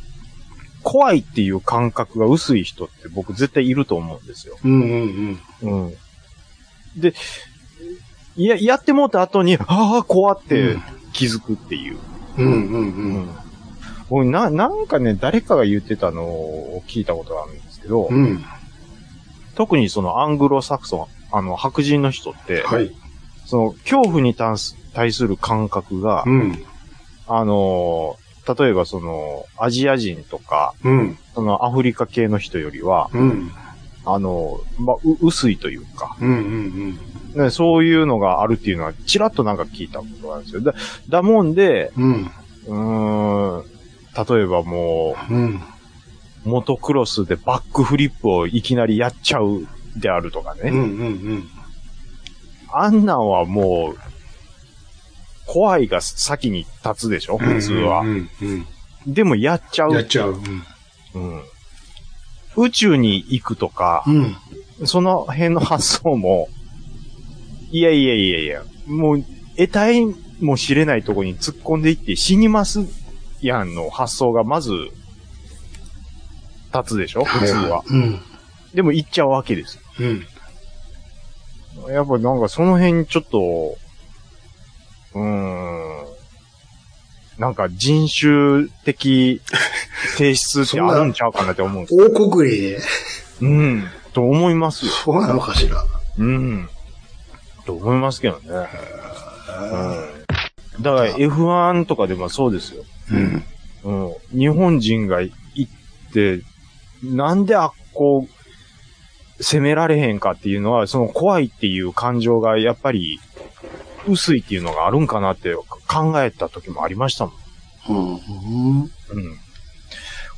D: 怖いっていう感覚が薄い人って僕絶対いると思うんですよ。
C: ん。うんうん
D: うん。で、いや、やってもうた後に、ああ、怖って気づくっていう。
C: うん。うんうんうん。
D: 僕な、なんかね、誰かが言ってたのを聞いたことがあるんですけど、
C: うん。
D: 特にそのアングロサクソン、あの、白人の人って、
C: はい。
D: その、恐怖に対す対する感覚が、
C: うん。
D: あのー、例えばその、アジア人とか、
C: うん。
D: そのアフリカ系の人よりは、
C: うん。
D: あのー、まあ、う薄いというか、
C: うんうん
D: ね、そういうのがあるっていうのは、ちらっとなんか聞いたことがあるんですよ。だ、だもんで、
C: うん。うん。
D: うーん、例えばもう、
C: うん。
D: モトクロスでバックフリップをいきなりやっちゃうであるとかね。
C: うんうん
D: あんなんはもう、怖いが先に立つでしょ
C: うん。
D: 普通は。
C: うんうん
D: でもやっちゃ
C: うん。やっ
D: う、
C: ちゃう。
D: うん宇宙に行くとか、
C: うん。
D: その辺の発想も、いやいやいやいや、もう、得体も知れないとこに突っ込んでいって死にますやんの発想がまず、立つでしょ普通は。
C: うん。
D: でも行っちゃうわけです。
C: うん。
D: やっぱなんかその辺ちょっと、うーん、なんか人種的性質ってあるんちゃうかなって思うん
C: <laughs>
D: です。
C: 王国理で、
D: うん、と思いますよ。
C: そうなのかしら。
D: うん。と思いますけどね。うん。だから F1 とかでもそうですよ。
C: うん。
D: うん。日本人が行って、なんであっこう、攻められへんかっていうのは、その怖いっていう感情がやっぱり薄いっていうのがあるんかなって考えた時もありましたもん。
C: うん。
D: うん。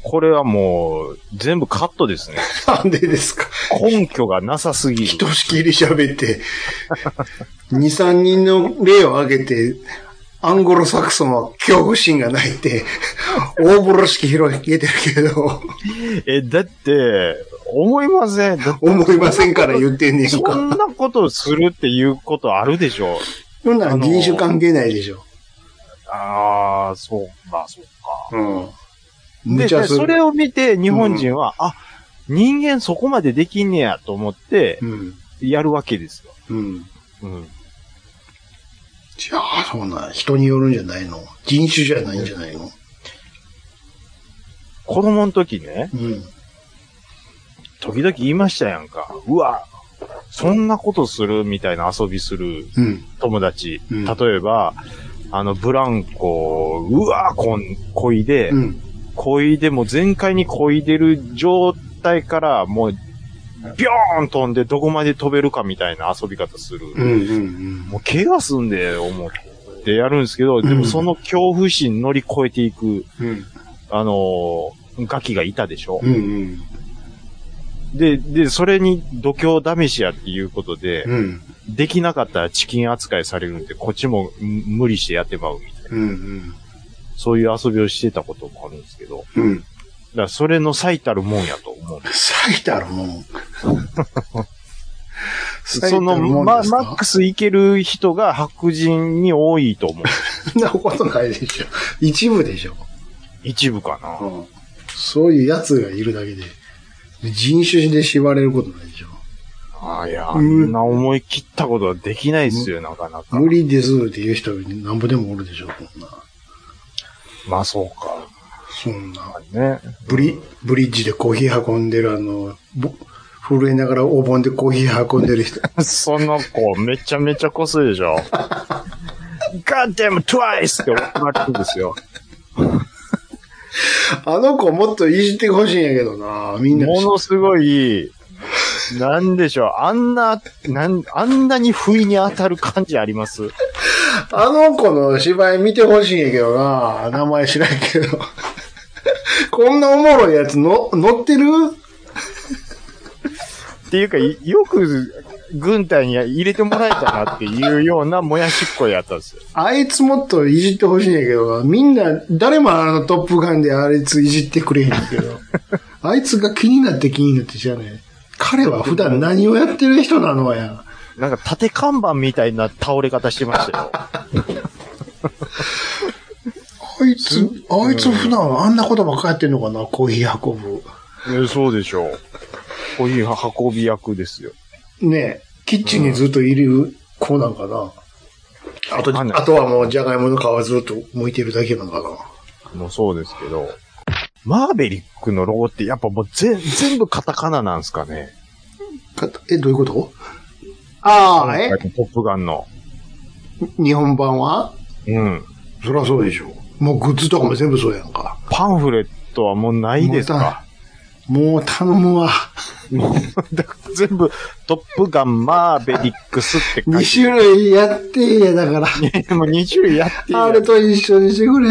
D: これはもう全部カットですね。
C: なんでですか
D: 根拠がなさすぎ
C: ひと
D: る。
C: しきり喋って、2、3人の例を挙げて、アンゴロサクソンは恐怖心がないって、大風呂敷広げてるけど、
D: え、だって、思いません。だって
C: 思いませんから言ってんねん
D: そん
C: か。
D: なことするっていうことあるでしょう。
C: そんな
D: あ
C: ん
D: の
C: 人種関係ないでしょ。
D: ああ、そうか、そうか。
C: うん。
D: で、
C: 無
D: で
C: 茶す
D: そ
C: る。
D: れを見て日本人は、あ、人間そこまでできんねやと思って、
C: うん。
D: やるわけですよ。
C: うん。
D: うん。
C: じゃあ、そうなん、人によるんじゃないの人種じゃないんじゃないの
D: 子供の時ね、
C: うん。
D: 時々言いましたやんか。うわ、そんなことするみたいな遊びする
C: うん。
D: 友達。
C: うん
D: 例えば、あの、ブランコ、うわ、こん、こいで、
C: うん。
D: こいでもう全開にこいでる状態から、もう、ビョーン飛んでどこまで飛べるかみたいな遊び方する。
C: うん。うん。
D: もう怪我すんで、思ってやるんですけど、でもその恐怖心乗り越えていく、
C: うん。
D: あのーガキがいたでしょ
C: う。ん。
D: で、で、それに度胸試しやっていうことで、
C: うん。
D: できなかったらチキン扱いされるんで、こっちもむ無理してやってまうみたいな。
C: うん。
D: そういう遊びをしてたこともあるんですけど、
C: うん。
D: だからそれの最たるもんやと思うんです。
C: 最たるも <laughs> ん。最た
D: そ
C: るも
D: の、
C: ん
D: ま、
C: ですか
D: マックスいける人が白人に多いと思う。
C: そんなことないでしょ。一部でしょ。
D: 一部かな。
C: うん、そういう奴がいるだけで、人種で縛れることないでしょ。
D: あいや、あ
C: うん
D: んな思い切ったことはできないですよ、なかなか。
C: 無理ですっていう人なんぼでもおるでしょ、こんな。
D: まあそうか。
C: そんな。
D: ね。 <laughs>
C: ブリ、ブリッジでコーヒー運んでるあの、ぼ震えながらお盆でコーヒー運んでる人。 <laughs>
D: その子、めちゃめちゃこすいでしょ。God damn twice! って怒られるんですよ。
C: あの子もっといじってほしいんやけどな。みんな
D: ものすごい、なんでしょう、あんな、なん、あんなに不意に当たる感じあります
C: あの子の芝居見てほしいんやけどな。名前知らんけど。こんなおもろいやつの、乗ってる
D: っていうか、いよく軍隊に入れてもらえたなっていうようなもやしっこいやったんですよ。
C: あいつもっといじってほしいんやけどな。みんな、誰もあのトップガンであいついじってくれへんけ <laughs> ど。あいつが気になって気になってじゃね彼は普段何をやってる人なのや。
D: なんか縦看板みたいな倒れ方してましたよ。
C: あいつ、あいつ普段あんなことばっかやってんのかなコーヒー運ぶ。
D: えそうでしょう。こういう運び役ですよ。
C: ねえ、キッチンにずっといる子なんかな。あと、
D: わかんない
C: あとはもう、じゃがいもの皮ずっと剥いてるだけなのかな。
D: もうそうですけど。マーベリックのロゴってやっぱもう全全部カタカナなんですかね。
C: かえ、どういうことああ、え
D: 今、回のトップガンの。
C: 日本版は
D: うん。
C: そりゃそうでしょ。もうグッズとかも全部そうやんか。
D: パンフレットはもうないですか。
C: もう頼む <laughs> わ。
D: だから <laughs> 全部トップガンマーベリックスって書
C: 2
D: いて
C: 種類やってや、だから。
D: る。もう2種類やって
C: あれ
D: る。
C: と一緒にしてくれ。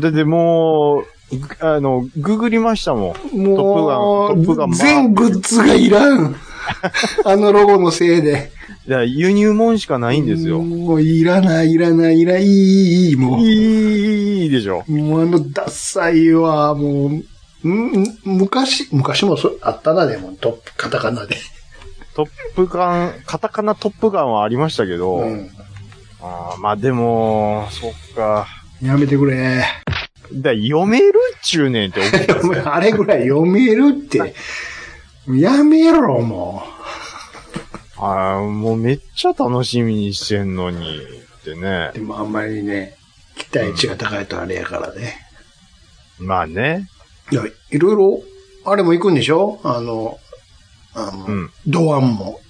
D: だってもう、ぐあの、ググりましたもん。
C: も
D: トップガントップガン
C: う、
D: マー
C: 全グッズがいらん。 <laughs> あのロゴのせいで。
D: だから輸入もんしかないんですよ。
C: もういらない、いらない、いらない、いい、いい、もう。
D: いいでしょ。
C: もうあの、ダッサいわ、もう、んん昔、昔もそあったな、でも、トップ、カタカナで。
D: トップガン、カタカナトップガンはありましたけど、
C: うん。
D: あーまあでも、そっか。
C: やめてくれ。
D: だ読めるっちゅうねんって <laughs> 思う。
C: あれぐらい読めるって。やめろ、も
D: ああ、もうめっちゃ楽しみにしてんのに、ってね
C: う。。でもあんまりね、期待値が高いとあれやからね。
D: まあね。
C: いや、いろいろ、あれも行くんでしょあの、あの、
D: うん
C: ドアンも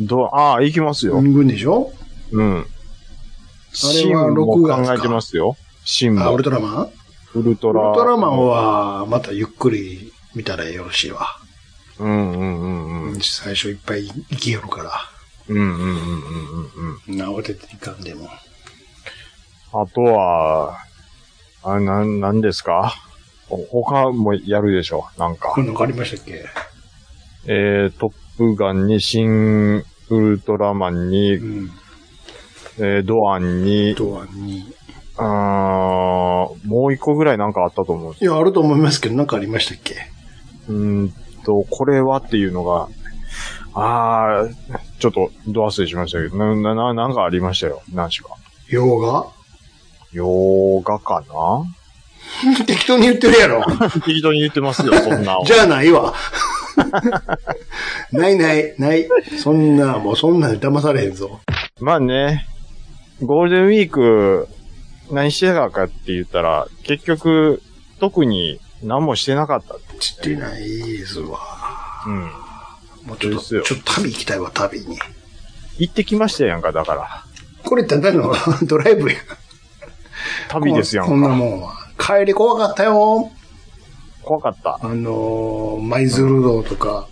D: どう、ああ、行きますよ
C: 行。くんでしょ
D: うん。シン
C: は
D: も
C: 録画か
D: 考えてますよ。シン
C: あ、
D: も
C: ウル。トラマンウ
D: ウルト
C: ル
D: ラ。
C: トラマンは、またゆっくり見たらよろしいわ。
D: うんうんうんうん。
C: 最初いっぱい行きよるから。
D: うんうんうんうんうんうん。
C: なおてていかんでも。
D: あとは、あれ、なん、なんですかほ他もやるでしょなんか
C: こ。んなんかありましたっけ
D: えー、トップガンに、シン、ウルトラマンに、
C: うん。
D: えードアンに、
C: ドアンに。
D: あーもう一個ぐらいなんかあったと思う。
C: いや、あると思いますけど、なんかありましたっけ
D: うーんと、これはっていうのが、あー、ちょっと、ド忘れしましたけど、な、な、ななんかありましたよ。何しか。
C: 洋画 <laughs>
D: 洋画かな
C: 適当に言ってるや <laughs> ろ。
D: 適当に言ってます <laughs> よ、そんな
C: じゃあないわ。 <laughs> ないない、ない。そんな、もうそんなん騙されへんぞ。
D: まあね、ゴールデンウィーク、何してたかって言ったら、結局、特に何もしてなかった。
C: ちってないですわ。
D: うん。
C: もうちょっ
D: です
C: と、
D: よ
C: ちょっと旅行きたいわ、旅に。
D: 行ってきましたやんか、だから。
C: これただの <laughs> ドライブや。
D: 旅ですや
C: こん
D: ん
C: な
D: か。
C: もんは。帰り怖かったよ。
D: 怖かった。
C: あのー、舞鶴道とか、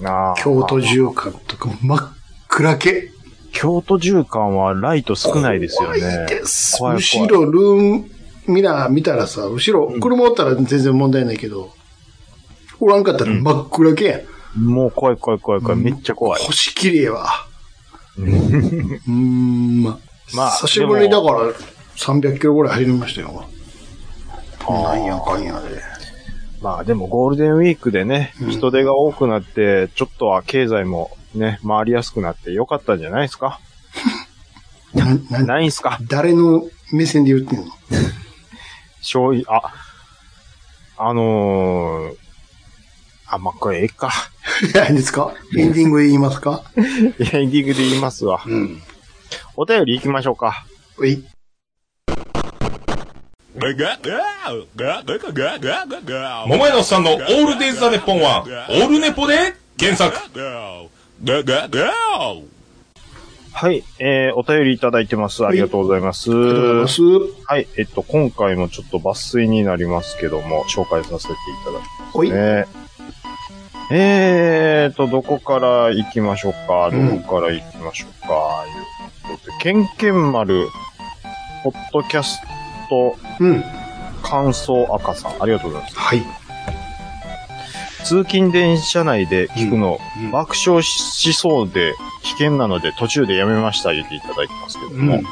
D: なあ
C: 京都縦貫とか、真っ暗け。
D: 京都縦貫はライト少ないですよね。
C: 怖いです
D: 怖い怖い
C: 後ろ、ルーン、ミラー見たらさ、後ろ、車おったら全然問題ないけど、おらんかったら真っ暗けや。
D: もう怖い怖い怖い怖い。めっちゃ怖い。
C: 星綺麗わ。うーん、まあ。
D: まあ
C: 久しぶりにだから300キロぐらい走りましたよ。なんやかんやで。
D: まあでもゴールデンウィークでね、人手が多くなって、ちょっとは経済もね、回りやすくなってよかったんじゃないですか
C: な、な、
D: ないんすか
C: 誰の目線で言ってんの <laughs>
D: 醤油、あ、あのー、あ、まあ、これええか。 <laughs>
C: いや、いいですかエンディングで言いますか
D: いやエンディングで言いますわ。
C: うん。
D: お便り行きましょうか。
C: おい。
E: 桃屋のおっさんのオールデイズ・ザ・ネッポンは、オールネポで検索。
D: はい、えー、お便りいただいてます。ありがとうございます。
C: ありがとうございます。
D: はい、えっと、今回もちょっと抜粋になりますけども、紹介させていただき
C: おい。
D: ね。えーと、どこから行きましょうか、
C: うん
D: どこから行きましょうか、いうことで、けんけん丸、ポッドキャスト、
C: うん。
D: 感想赤さん、ありがとうございま
C: はい。
D: す。通勤電車内で聞くの、
C: うん
D: 爆笑しそうで危険なので途中でやめました、言っていただいてますけど
C: うん。う
D: も、
C: ん。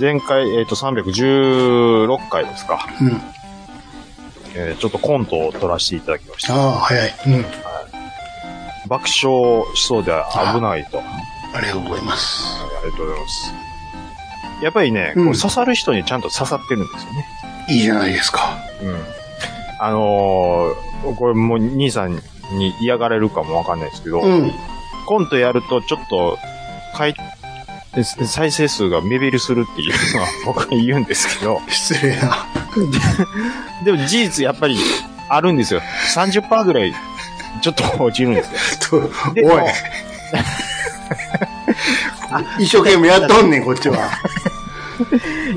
D: 前回、えっ、と、316回ですか、えーちょっとコントを撮らせていただきまし
C: あ
D: た。
C: あ、早い。うん。
D: 爆笑しそうで危ないと。
C: ありがとうございます。
D: ありがとうございます。やっぱりね、
C: うん
D: これ刺さる人にちゃんと刺さってるんですよね。
C: いいじゃないですか。
D: うん。あのーこれもう兄さんに嫌がられるかもわかんないですけど、
C: うん。
D: コントやるとちょっと、回再生数が目減りするっていうのは僕に言うんですけど、
C: 失礼な。 <laughs>
D: でも事実やっぱりあるんですよ。30%ぐらいちょっと落ちるんですよ。
C: と、お
D: で
C: い
D: も。
C: 一生懸命やっとん <laughs> ねん、こっちは。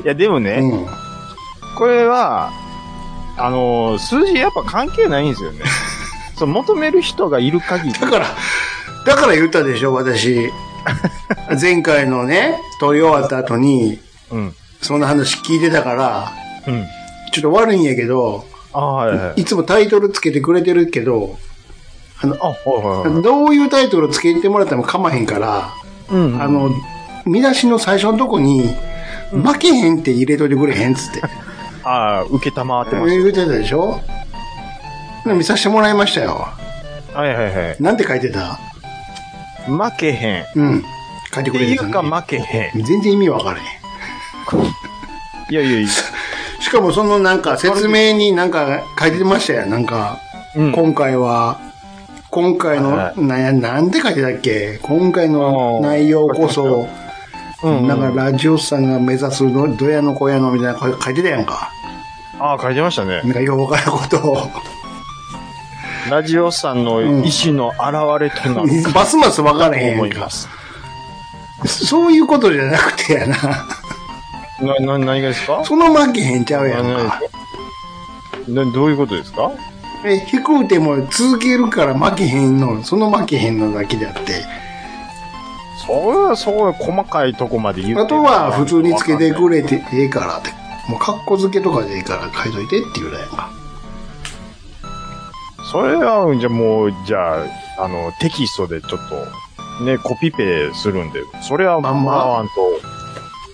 D: いやでも
C: う
D: ね、
C: ん。
D: これは、あのー数字やっぱ関係ないんですよ <laughs> ね。そう求める人がいる限り。
C: だから、だから言ったでしょ、私。 <laughs> 前回のね、撮り終わった後に、
D: うん。
C: そんな話聞いてたから、
D: うん。
C: ちょっと悪いんやけど、
D: ああ、はいはい。
C: いつもタイトルつけてくれてるけど、
D: あ、はいはいはい。
C: どういうタイトルつけてもらっても構わへんから、
D: うん
C: あ、の、見出しの最初のとこに、負けへんって入れといてくれへんっつって。
D: ああ、受けたまってまし
C: 言うてたでしょ見させてもらいましたよ。
D: た。はいはいはい。
C: なんて書いてた
D: 負けへん。っ
C: うん。書いて
D: て
C: くれて
D: い
C: た、
D: うか負けへん。
C: 全然意味わからへん。
D: いやいやいや。
C: しかもそのなんか説明になんか書いてましたよ。なんか、
D: うん。
C: 今回は、今回の、
D: はい
C: なんやなんて書いてたっけ今回の
D: あー
C: 内容こそ、
D: うん
C: なんかラジオスさんが目指すの、どやのこやのみたいなの書いてたやんか。
D: ああ、書いてましたね
C: な。んかようわからんことを。
D: ラジオさんの
C: ん
D: 意思の表れとなるか
C: ますますわから
D: と
C: へんや
D: 思
C: ん
D: い
C: か
D: ま。す。
C: そういうことじゃなくてやな。
D: な、な、何がですか
C: その負けへんちゃうやん
D: 何
C: か
D: が。ですかなどういうことですか
C: え、低くても続けるから負けへんの、その負けへんのだけであって。
D: そうはそう、細かいとこまで言って
C: あとは普通につけて
D: る。
C: くれてええからって。もう格好付けとかでいいから書いといてっていうだやんか。
D: それは、じゃあもう、じゃあ、あの、テキストでちょっと、ね、コピペするんで、それは
C: ま
D: ま
C: んま
D: あ、あんと、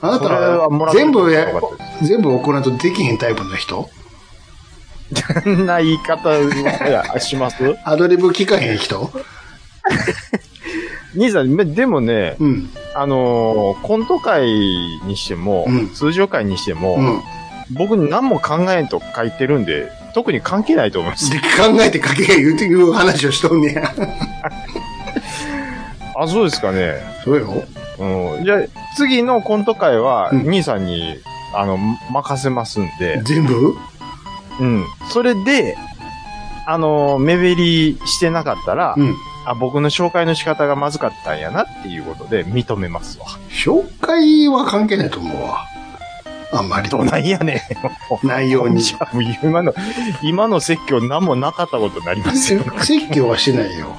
C: あなた
D: それはも
C: は
D: らって
C: 全部
D: よ
C: や
D: かったで、
C: 全部行うとできへんタイプの人
D: そんな言 <laughs> い方は、いや、します
C: アドリブ聞かへん人
D: 兄さん、めでもね、
C: うん。
D: あのーコント会にしても、
C: うん
D: 通常会にしても、
C: うん。
D: 僕何も考えんと書いてるんで、特に関係ないと思います。
C: で、考えて書けへん言うていう話をしとんねや。
D: あ、そうですかね。
C: そうよ。
D: うん。じゃあ、次のコント会は、
C: うん
D: 兄さんに、あの、任せますんで、
C: 全部
D: うん。それで、あのー目減りしてなかったら、
C: うん。
D: あ、僕の紹介の仕方がまずかったんやなっていうことで認めますわ。
C: 紹介は関係ないと思うわ。あんまり。
D: どないやね
C: 内容
D: ん。
C: に。
D: じゃあ、もう今の、今の説教何もなかったことになりますよ。
C: 説教はしてないよ。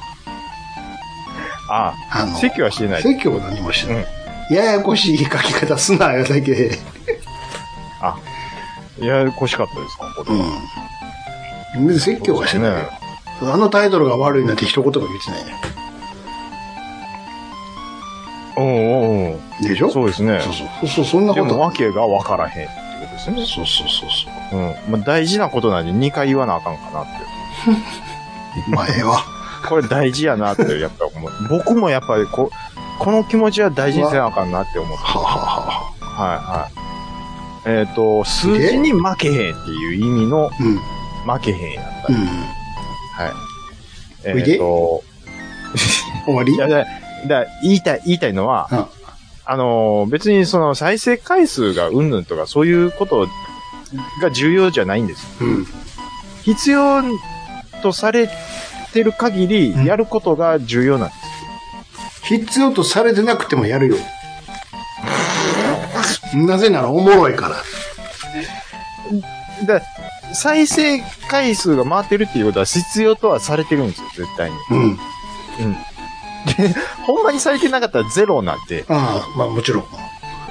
D: あ
C: あの、
D: 説教はしてない。
C: 説教は何もしてない。ややこしい書き方すなよだけで。
D: ややこしかったですか、これ。
C: うん。説教はしてないよ。あのタイトルが悪いなんて一言も言ってないね。
D: うんうん
C: でし
D: う
C: ょ
D: ん。そうですね
C: そ。うそうそう、そんな
D: で
C: こ
D: も、
C: と。
D: わけがわからへんってことですね。
C: そうそうそうそ
D: うん。まあ、大事なことなんで2回言わなあかんかなって。
C: う。まあ、ええわ。
D: これ大事やなって、やっぱ思う。 <laughs> 僕もやっぱりこ、この気持ちは大事にせなあかんなって思った。
C: はあ、はあはあ、
D: はいはい。えっ、と、数字に負けへんっていう意味の
C: うん。うん。
D: 負けへんやった。はい。え
C: おいで
D: っ、と、
C: 終わり
D: いや、だ、だ、言いたい、言いたいのは、
C: うん
D: あのー、別にその再生回数がうんぬんとかそういうことが重要じゃないんです。
C: うん。
D: 必要とされてる限
C: うん
D: り、やることが重要なんで
C: 必要とされてなくても
D: <laughs>
C: やるよ。なぜならおもろいから。
D: す。だ再生回数が回ってるっていうことは必要とはされてるんですよ、絶対に。
C: うん。
D: ほんまにされてなかったらゼロなんて。
C: ああ、まあもちろん。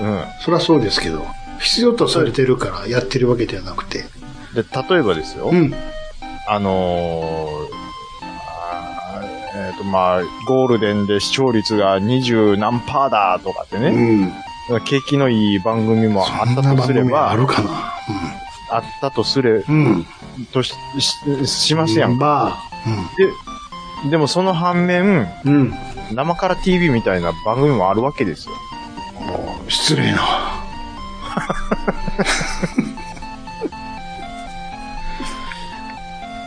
D: うん。
C: そりゃそうですけど、必要とされてるからやってるわけではなくて。
D: で、例えばですよ。
C: うん。
D: あのー、あーえっ、と、まあ、ゴールデンで視聴率が20何パーだとかって
C: う
D: ね、
C: ん。
D: 景気のいい番組もあ
C: そん
D: った
C: な
D: と
C: 番
D: すれ
C: 組あ
D: ば、
C: るかな。
D: あったとすれ、
C: うん。うん。
D: とし、ししますやん。
C: ば、
D: でもその反面、
C: うん。うん。
D: 生から TV みたいな番組もあるわけですよ。
C: もう、失礼な。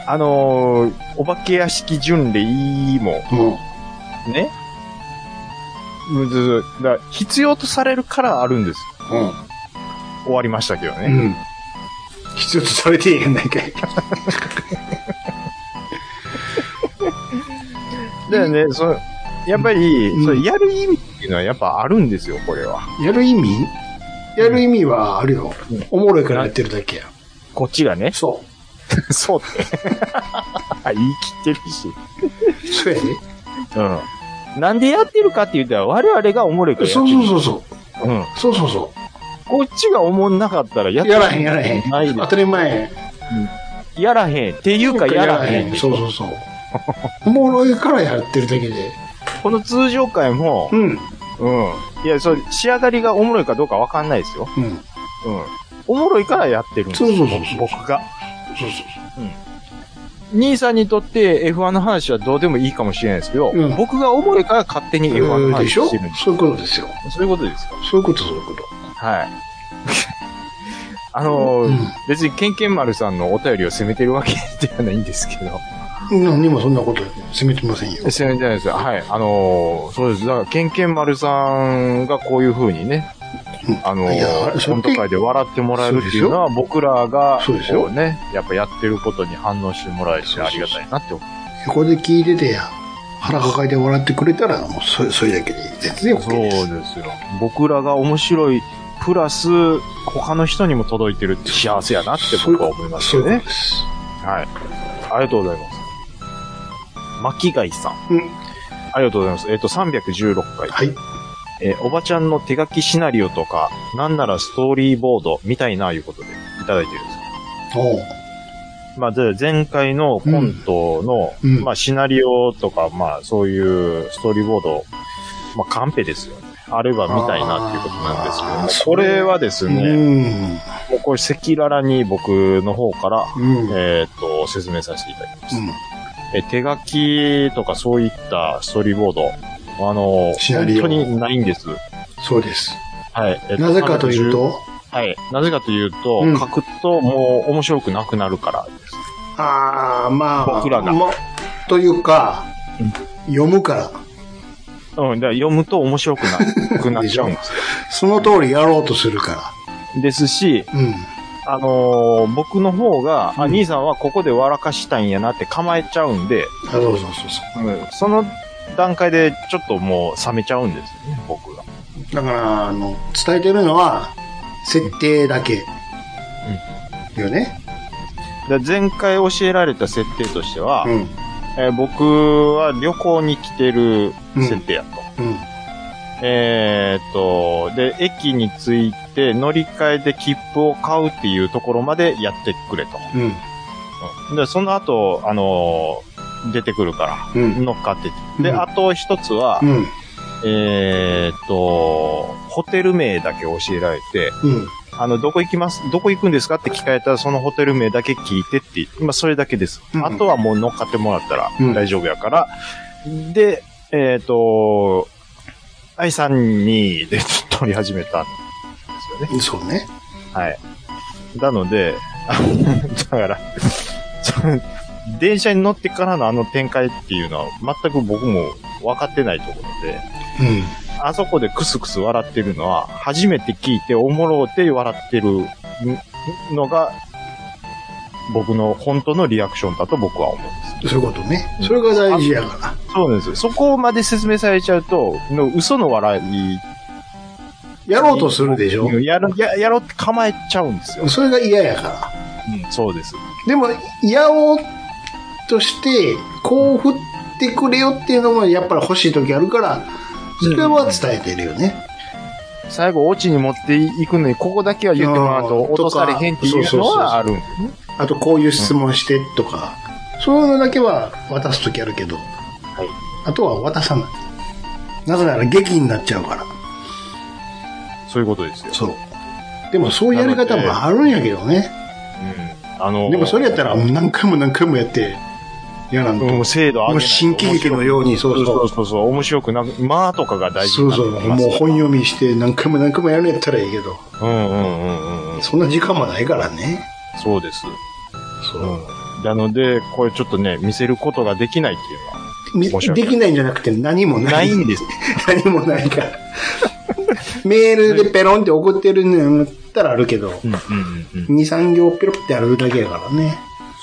D: あのー、お化け屋敷巡礼も、
C: も
D: ね、むずだから必要とされるからあるんです。
C: う、うん。
D: 終わりましたけどね。
C: うん。必要とされてへんやないかい。
D: だよね、そのやっぱり、
C: うん
D: それやる意味っていうのはやっぱあるんですよ、これは。
C: やる意味やる意味はあるよ。
D: うん
C: おもろいからやってるだけや。
D: こっちがね。
C: そ
D: <laughs> そうって。 <laughs> 言い切ってるし。
C: う。そうやで。
D: うん。なんでやってるかって言ったら我々がおもろいからやって
C: そ
D: る。
C: うそうそうそう。
D: う。うん。
C: そうそうそ
D: こっちがおもんなかったらやっ
C: う。やらへんやらへん。
D: ないです
C: 当たり前。
D: やらへん。っていうかやらへん。
C: そうそうそう。おもろいからやってるだけで。
D: この通常回も
C: う、ん。
D: うん。いや、そう、仕上がりがおもろいかどうかわかんないですよ。
C: うん。
D: うん。おもろいからやってるんです
C: そうそうそうそう
D: 僕が。
C: そう
D: 兄さんにとって F1 の話はどうでもいいかもしれないですけど、
C: うん
D: 僕がおもろいから勝手に
C: そう
D: F1
C: う
D: の
C: ん。で
D: 話
C: し
D: を
C: ょ
D: してるんです。
C: そういうことですよ。
D: そういうことですよ。
C: そういうこと、そういうこと。
D: はい。 <laughs> あのー
C: うん
D: 別にケンケン丸さんのお便りを責めてるわけではないんですけど。
C: 何もそんなこと責めてませんよ。
D: 責めてないです。はい。あのーそうです。だから、ケンケン丸さんがこういう風にね、
C: うん
D: あのー
C: いやそ
D: コ
C: れ
D: ント会で笑ってもらえるっていうのは、僕らが、
C: そうですよ
D: こね、やっぱやってることに反応してもらえてありがたいなって思う。
C: 横で聞いててや、腹抱えて笑ってくれたら、もうそれ、それだけで全然 OK
D: そう
C: です。
D: ですよ。僕らが面白い、プラス、他の人にも届いてるって幸せやなって僕は思います
C: そう
D: よ
C: いう
D: ね
C: こ。とです。
D: はい。ありがとうございます。巻貝さん。
C: うん
D: ありがとうございます。えっ、と、316回。
C: はい。
D: えーおばちゃんの手書きシナリオとか、なんならストーリーボードみたいな、いうことでいただいてるんですよ。
C: おう
D: まあ、で前回のコントの、
C: うんうん
D: まあ、シナリオとか、まあ、そういうストーリーボード、まあ、カンペですよね。あれば見たいなっていうことなんですけど
C: あー
D: も、これはです
C: う
D: ね、
C: ん。
D: もうこれ赤裸々に僕の方から、
C: うん。
D: えーっと、説明させていただきます。え手書きとかそういったストーリーボード、あの、
C: シナリ
D: 本
C: オ
D: 当にないんです。
C: そうです。
D: はい。えっと
C: なぜかという、と、
D: はい。なぜかというと、
C: うん
D: 書くともう面白くなくなるからです。
C: ああ、まあ、
D: 僕らが
C: もというか、読むから、
D: うん。だから読むと面白くなくなっちゃうん
C: <laughs>
D: です
C: その通りやろうとするか
D: よ。ですし、
C: ら。うん。
D: あのー僕の方が、あ、
C: うん
D: 兄さんはここで笑かしたいんやなって構えちゃうんで、
C: あそうそうそうそ
D: うんその段階でちょっともう冷めちゃうんですよね、僕が。
C: う。だから、あの、伝えてるのは、設定だけ。よね。
D: で前回教えられた設定としては、
C: うん。
D: えー僕は旅行に来てる設定やと。
C: うん。
D: えーっと、で、駅に着いて乗り換えで切符を買うっていうところまでやってくれと。
C: うん。
D: うんで、その後、あのー出てくるか
C: う
D: ら、
C: ん。
D: 乗っかってて。で、
C: うん
D: あと一つは
C: う、ん。
D: えーっと、ホテル名だけ教えられて、
C: うん。
D: あの、どこ行きます、どこ行くんですかって聞かれたら、そのホテル名だけ聞いてって、まあ、それだけです。
C: うん
D: あとはもう乗っかってもらったら
C: うん
D: 大丈夫やから。で、えっ、と、愛さんに、で、撮り始めたんですよね。
C: そうね。
D: はい。なので、 <laughs> あだから、その電車に乗ってからのあの展開っていうのは、全く僕も分かってないところで、
C: うん。
D: あそこでクスクス笑ってるのは、初めて聞いておもろうて笑ってるのが、僕の本当のリアクションだと僕は思うんです。
C: そういうことね。それが大事やか
D: そうなんです。そこまで説明されちゃうと、の嘘の笑い。
C: ら。やろうとするでしょ
D: やるややろうって構えちゃうんですよ。
C: それが嫌やから。
D: うん、そうです。
C: でも、嫌をとして、こう振ってくれよっていうのもやっぱり欲しい時あるから、それは伝えてるよね。
D: 最後、オチに持っていくのに、ここだけは言ってもらうと、落とされへんっていうのはあるんですね。
C: あと、こういう質問してとか、そういうのだけは渡す時あるけど、あとは渡さない。なぜなら劇になっちゃうから。
D: そういうことですよ。
C: そう。でもそういうやり方もあるんやけどね。
D: うん。あの、
C: でもそれやったら何回も何回もやって、嫌なんと。
D: もう精度上げないと
C: もう新喜劇のように、そ
D: そうそ
C: うそうう。
D: そうそう、面白くなく、まあとかが大事
C: そ
D: に
C: う
D: なっ
C: そ
D: て
C: う。
D: きます
C: もう本読みして何回も何回もやるんやったらいいけど、
D: うんうんうんうん。
C: そんな時間もないからね。
D: そうです。
C: そうう。
D: ん。なので、これちょっとね、見せることができないっていうのは。申
C: み
D: し訳ない
C: できないんじゃなくて何もない。
D: ないん
C: <laughs>
D: です。
C: 何もないから。メールでペロンって送ってるのやったらあるけど、
D: うんうんうん。
C: 2、3行ペロってあるだけやからね。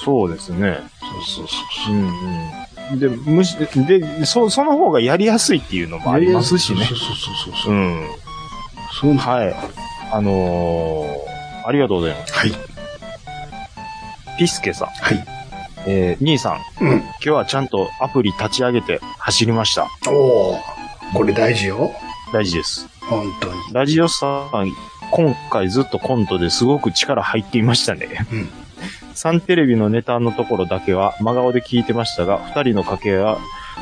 D: そうですね。
C: そうそう
D: う
C: そ
D: んうん。で、むし、で、そ、その方がやりやすいっていうのもありますしね
C: そ。うそうそうそうう。
D: ん。
C: そうなん
D: はい。あのー、ありがとうございます。
C: はい。
D: ピスケさん。
C: はい。
D: えー、兄さん、
C: うん。
D: 今日はちゃんとアプリ立ち上げて走りました。
C: おお、これ大事よ。
D: 大事です。
C: 本当に。
D: ラジオさん、今回ずっとコントですごく力入っていましたね。
C: うん
D: サンテレビのネタのところだけは真顔で聞いてましたが、二人の掛け合いは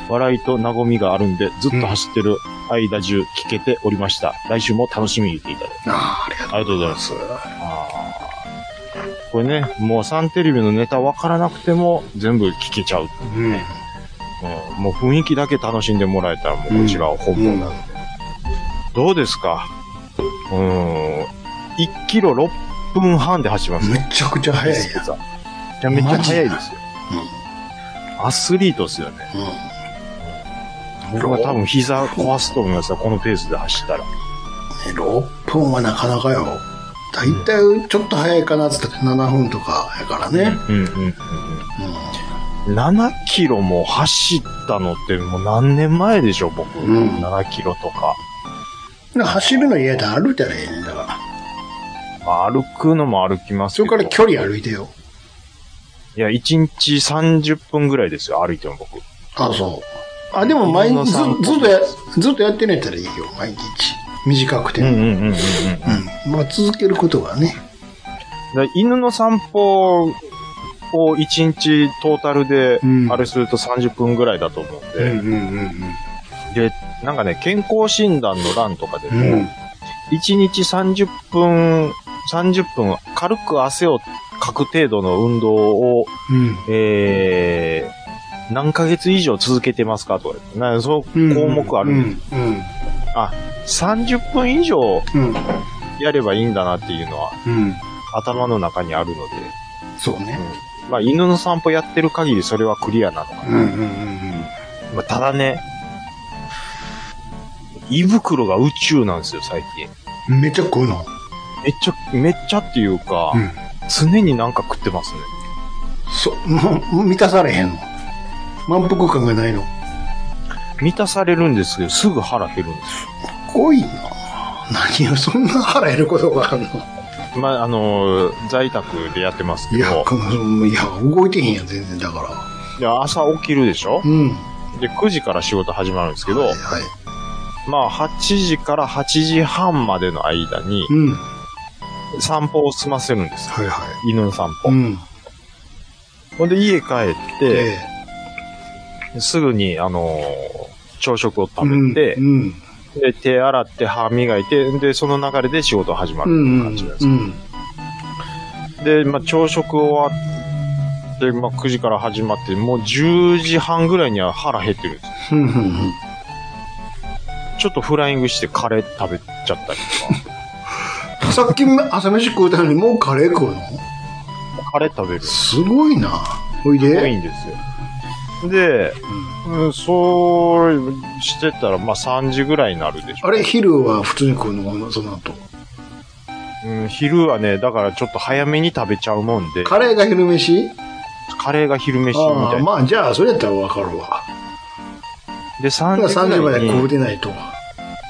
D: 笑いと和みがあるんで、ずっと走ってる間中聞けておりました。来週も楽しみに言っていただき
C: ああ、ありがとう
D: ありがとうございま
C: ございます。
D: あこれね、もうサンテレビのネタわからなくても全部聞けちゃう。
C: うん。
D: うん、もう雰囲気だけ楽しんでもらえたら、もうこちらは本
C: う
D: 物
C: ん
D: なの、どうですかうーん。1キロ6分半で走りますね。
C: めちゃくちゃ早いやん。
D: めちゃめちゃ速いですよ。アスリートですよね。
C: う
D: 僕は多分膝壊すと思いますよ。このペースで走ったら。
C: ん。6分はなかなかよ。だいたいちょっと早いかなって言ったら7分とかやからね。
D: うんうんうんうん。7キロも走ったのってもう何年前でしょ、僕。
C: うん
D: 7キロとか。
C: うん。走るの嫌だ、歩いたらええねんだから。
D: まあ、歩くのも歩きますけ
C: そ
D: ど。
C: れから距離歩いてよ。
D: いや、1日30分ぐらいですよ、歩いても僕。
C: あ、そう。あ、でも毎日、ず
D: 犬の散歩
C: ずっとや、ずっとやってねえたらいいよ、毎日。短くて
D: うん
C: も。
D: う
C: うん
D: うんうんうん。
C: ん。まあ続けることがね。
D: だ犬の散歩を1日トータルで
C: うん、
D: あれすると30分ぐらいだと思うんで、
C: うんうん
D: で、なんかね、健康診断の欄とかでも、
C: うん。うん。
D: 1日30分、30分、軽く汗をかく程度の運動を、
C: うん。
D: えー、何ヶ月以上続けてますかとか言って、なそう項目ある、
C: うん。うん。
D: 30分以上
C: うん。
D: やればいいんだなっていうのは
C: うん。
D: 頭の中にあるので、
C: そうね。
D: まあ犬の散歩やってる限りそれはクリアなのか
C: う
D: な。
C: んうんうん
D: まあ、ただね、胃袋が宇宙なんですよ、最近。
C: うん。めっちゃ食うの。
D: めっちゃ、めっちゃっていうか、
C: うん
D: 常になんか食ってますね。
C: そう、もう満たされへんの。満腹感がないの。
D: 満たされるんですけど、すぐ腹減るんです
C: 濃いな。何よ、そんな腹減ることがあるの。
D: よ。まあ、あのー在宅でやってますけ
C: いや、
D: ど、
C: このいや、動いてへんやん、全然、だから。
D: いや朝起きるでしょ
C: うん。
D: で、9時から仕事始まるんですけど
C: はい、はい。
D: まあ、8時から8時半までの間に
C: うん。は
D: 散歩を済ませるんですよ。
C: いは
D: 犬の散
C: い。
D: 歩
C: う。ん。
D: ほんで、家帰っ
C: え
D: て、
C: え
D: すぐに、あのー朝食を食べて
C: う、ん。
D: で、手洗って歯磨いて、で、その流れで仕事始ま
C: う
D: るってい
C: ん。
D: う
C: う
D: 感
C: ん
D: じなんですよ。
C: うん。
D: で、まあ、朝食終わって、まあ、9時から始まって、もう10時半ぐらいには腹減ってるんですよ
C: うん。うん。
D: ちょっとフライングしてカレー食べちゃったりと
C: さっき朝飯食うたのにもうカレー食うの
D: か、カレー食べる。す
C: すごいな。おいで。
D: ごいんですよ。で、うん、そうしてたら、まあ、3時ぐらいになるでしょ。
C: あれ、昼は普通に食うのその後。
D: うん、昼はね、だからちょっと早めに食べちゃうもんで、
C: カレーが昼飯
D: カレーが昼飯みた
C: ああ、
D: いな。
C: まあ、じゃあ、それやったらわかるわ。
D: で、
C: だから
D: 3時
C: 3時
D: ぐ
C: ま
D: らい
C: で食う
D: に、
C: てないと。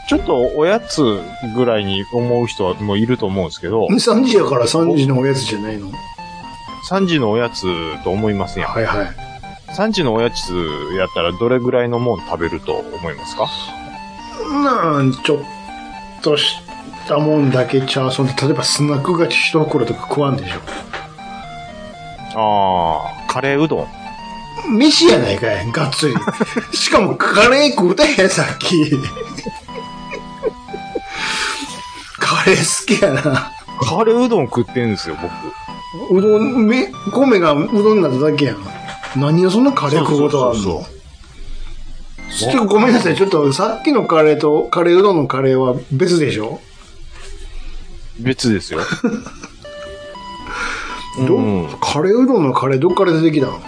D: ちょっとおやつぐらいに思う人はもういると思うんですけど、
C: 3時やから3時のおやつじゃないの
D: 3時のおやつと思いませんやん。
C: はいはい。
D: 3時のおやつやったらどれぐらいのもん食べると思いますか
C: なん、ちょっとしたもんだけちゃう。その例えばスナック菓子一袋とか食わんでしょ。
D: ああ、カレーうどん。
C: 飯やないかい、がっつり。 <laughs> しかもカレー食うたやん、さっき。カレー好きやな。
D: カレーうどん食ってんですよ、僕。
C: うどん、め、米がうどんになっただけやん。何をそんなカレー食うことある
D: そう
C: のちょっとごめんなさい。ちょっとさっきのカレーとカレーうどんのカレーは別でしょ
D: 別ですよ。
C: <laughs> ど、
D: うん
C: カレーうどんのカレーどっから出てきたの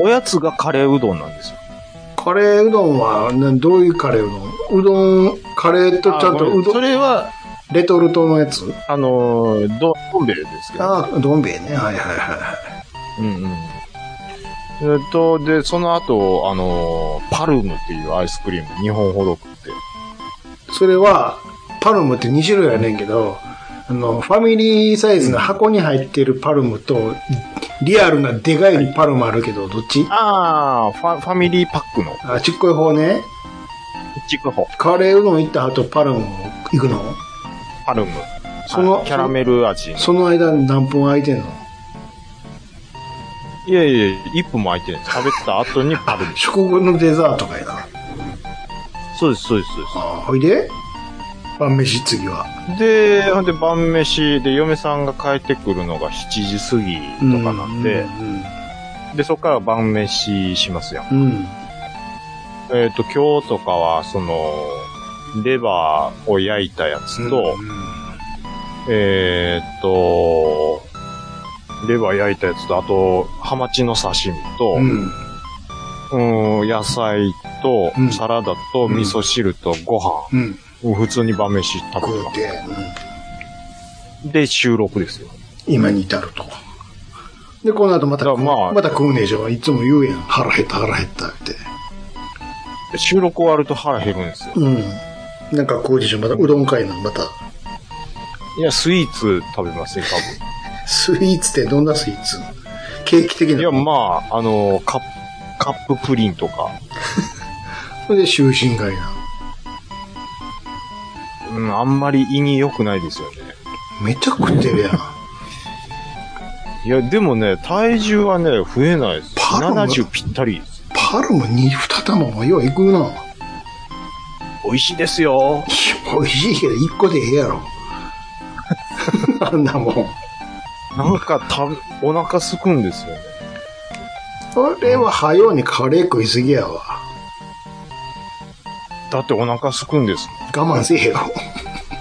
D: おやつがカレーうどんなんですよ。
C: カレーうどんは、などういうカレーうどんうどん、カレーとちゃ
D: あ
C: ん
D: ご
C: と
D: め
C: うど
D: そ
C: ん、
D: れは、
C: レトルトのやつ
D: あのー、ど、どんべルですけど。
C: ああ、どん兵衛ね。はいはいは
D: うんうん。えっと、で、その後、あのー、パルムっていうアイスクリーム、日本ほど食って。
C: い。それは、パルムって2種類やねんけど、あの、ファミリーサイズの箱に入ってるパルムと、リアルなでかいパルムあるけど、どっち
D: ああ、ファ、ファミリーパックの、
C: あ、ちっこい方ね。
D: ちくほ、
C: カレーうどん行った後パルム行くの
D: パルム。
C: その
D: はいキャラメル味の。
C: その間何分空いてんの
D: いやいや、一分も空いてない。食べた後にパ <laughs> ルム。
C: 食後のデザートかいな。
D: そうです、そうです、そうで
C: ああ、ほいで晩飯次は。
D: で、ほんで晩飯で嫁さんが帰ってくるのが7時過ぎとかなんで、で、そっから晩飯しますやん。
C: うん。うん。
D: えっ、と、今日とかは、その、レバーを焼いたやつと、えっ、と、レバー焼いたやつと、あと、ハマチの刺身と、
C: うん。うん。
D: うん、野菜と
C: う、ん
D: サラダと、
C: うん
D: 味噌汁とご飯。
C: うん。
D: 普通に晩飯食べて
C: こうや
D: ま
C: っ
D: す
C: て、うん
D: で、収録ですよ。
C: 今に至ると。で、この後また、
D: だからまあ
C: また食うねえじゃん。いつも言うやん。腹減った腹減ったって。
D: で収録終わると腹減るんですよ。
C: うん。なんかこうでしょ。またうどん会なの。また。
D: いや、スイーツ食べますね、多
C: スイーツってどんなスイーツケーキ的
D: 分。
C: ない
D: や、まあ、あの、カップ、カッププリンとか、
C: それで終身会なの。
D: うん、あんまり胃に良くないですよね。
C: めちゃ食ってるやん。
D: いや、でもね、体重はね、増えないです。
C: パロム
D: 70ぴったりです。
C: パルムに二玉もよう行くな。いや
D: 美味しいですよ。
C: 美味しいけど一個でええやろ。あんなもん。
D: なんか、た、お腹すくんですよね。
C: 俺は早うにカレー食いすぎやわ。
D: だってお腹すくんです。
C: 我慢せえよ。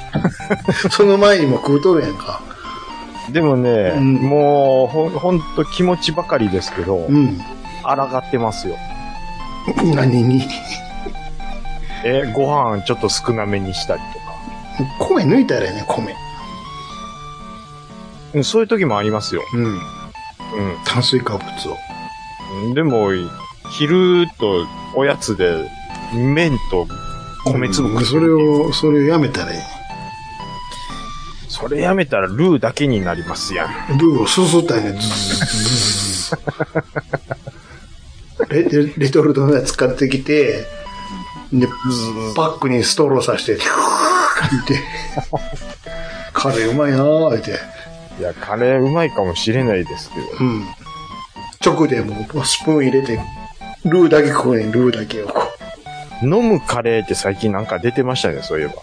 C: <laughs> その前にも食うとるやんか。
D: でもね、
C: うん
D: もう、ほん、ほんと気持ちばかりですけど、
C: うん。
D: 抗ってますよ。
C: 何に
D: え、ご飯ちょっと少なめにしたりとか
C: 米抜いたらやね、米。
D: うん。そういう時もありますよ。
C: うん。炭水化物を。
D: うん。でも、昼とおやつで、麺と米粒
C: う
D: 食
C: んそ
D: って
C: れ
D: る
C: を、それをやめたらえ
D: それやめたらルーだけになりますやん。
C: え。ルーをすすったらね、ズズズズズ <laughs> レレレトルトのやつ買ってきて、で、パックにストローさして、 <laughs> キューって、 <laughs> カレーうまいなー言って。
D: いや、カレーうまいかもしれないですけど。
C: うん。直でもうスプーン入れて、ルーだけここにルーだけをこ
D: 飲むカレーって最近なんか出てましたね、そういえば。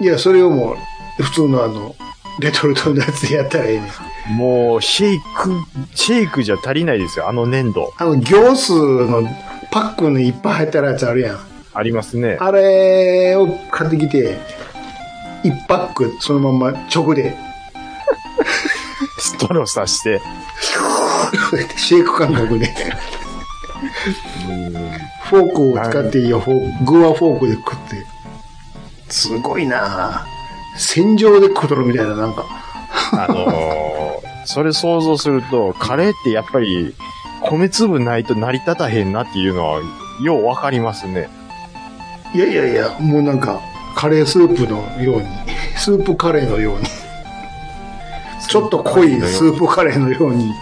C: う。いや、それをもう、普通のあの、レトルトのやつでやったらええねん。
D: もう、シェイク、シェイクじゃ足りないですよ、あの粘土。
C: あの、行数のパックにいっぱい入ってるやつあるやん。
D: ありますね。
C: あれを買ってきて、1パックそのまんま直で、 <laughs>
D: ストローさして。
C: シェイク感覚で。フォークを使っていいよ、フォーク具はフォークで食って。すごいなぁ。戦場で食うとるみたいな、なんか。
D: あのー、それ想像すると、カレーってやっぱり、米粒ないと成り立たへんなっていうのは、ようわかりますね。
C: いやいやいや、もうなんか、カレースープのように、スープカレーのように、ちょっと濃いスープカレーのように、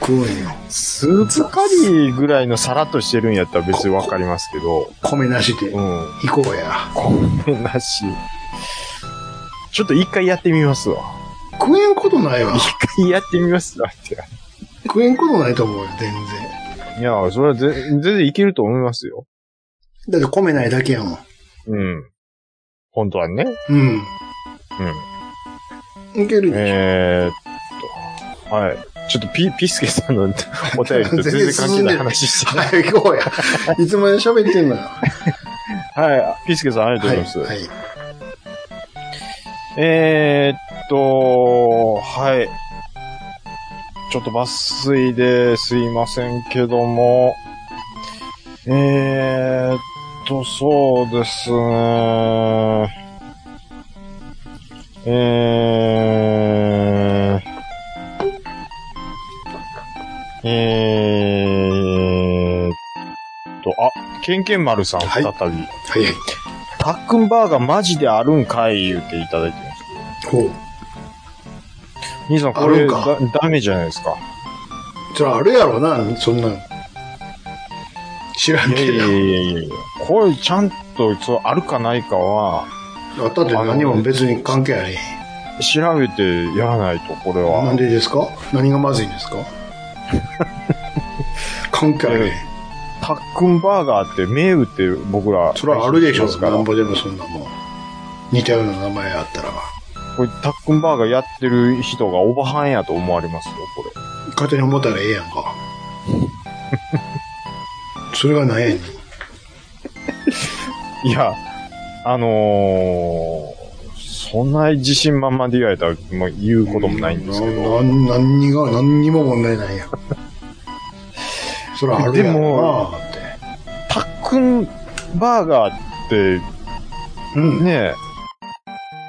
C: 食うんよ。
D: スープカリーぐらいのさらっとしてるんやったら別にわかりますけど、
C: 米なしで
D: う、ん。
C: 行こうや。
D: 米なし。ちょっと一回やってみますわ。
C: 食えんことないわ。
D: 一回やってみますわって。
C: 食えんことないと思うよ、全
D: いや、それはぜ全然いけると思いますよ。
C: 然。だって米ないだけやもん。
D: うん。本当はね。
C: うん。
D: うん。
C: いけるでしょ。
D: えー、っと、はい。ちょっとピ、ピスケさんのお便りと全然関係ない話して。
C: 早く行
D: <laughs>
C: こうや。いつまで喋ってんのよ。は
D: はい。ピスケさんありがとうございます。
C: はい。
D: えー、っと、はい。ちょっと抜粋ですいませんけども、えー、っと、そうですね。えー、えーっと、あ、ケンケン丸さん、
C: はい
D: 再び。
C: はいはい。
D: タックンバーガーマジであるんかい言うていただいてます。
C: ほう。
D: 兄さん、こ
C: ある
D: れ
C: ん
D: だ
C: か、
D: ダメじゃないですか。
C: それあるやろな、そんなん。知らん
D: いや
C: け
D: いや
C: ど。
D: いやいやいやこれ、ちゃんと、そう、あるかないかは、
C: だって何も別に関係あり。
D: 調べてやらないと、これ
C: なん
D: は。 <laughs>
C: でですか何がまずいんですか関係あり。
D: タックンバーガーって銘打って僕ら。
C: それはあるでしょ
D: です
C: うか。
D: から
C: な
D: ら。
C: ん
D: こ
C: ぼでもそんなもん。似たような名前あったら。
D: れタックンバーガーやってる人がオバハンやと思われますよ、これ。
C: 勝手に思ったらええやん
D: <laughs>
C: か。それが何やねん。
D: いや、あのー、そんな自信満々で言われたら、もう言うこともないんですけど。
C: ななん何にが、何にも問題ないやん。それはあるやん
D: で
C: な
D: も
C: って。
D: タックンバーガーって、
C: うん。
D: ねえ、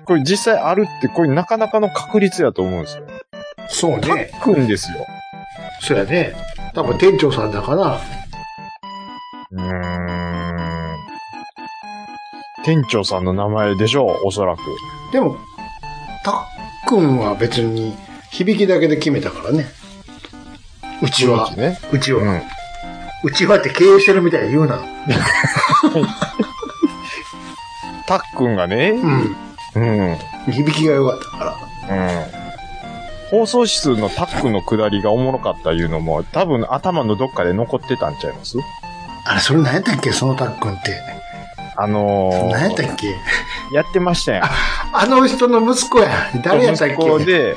D: これ実際あるって、これなかなかの確率やと思うんですよ。
C: そう
D: タ
C: ね。
D: ックンですよ。
C: そうやね。多分店長さんだから、
D: うーん。店長さんの名前でしょう、おそらく。
C: でも、たっくんは別に響きだけで決めたからね。うちは、
D: ね。
C: うち
D: う
C: は、
D: ん。
C: うちはって経営してるみたいに言うな。
D: タックンがね、
C: うん。
D: うん。うん。
C: 響きが良かったから。
D: 放送室のタックンの下りがおもろかったいうのも、多分頭のどっかで残ってたんちゃいます
C: あれ、それ何やったっけそのたっくんって。
D: あのー、
C: 何やったっけ
D: やってましたやん。
C: あの人の息子や。誰やったっけ
D: 息子で、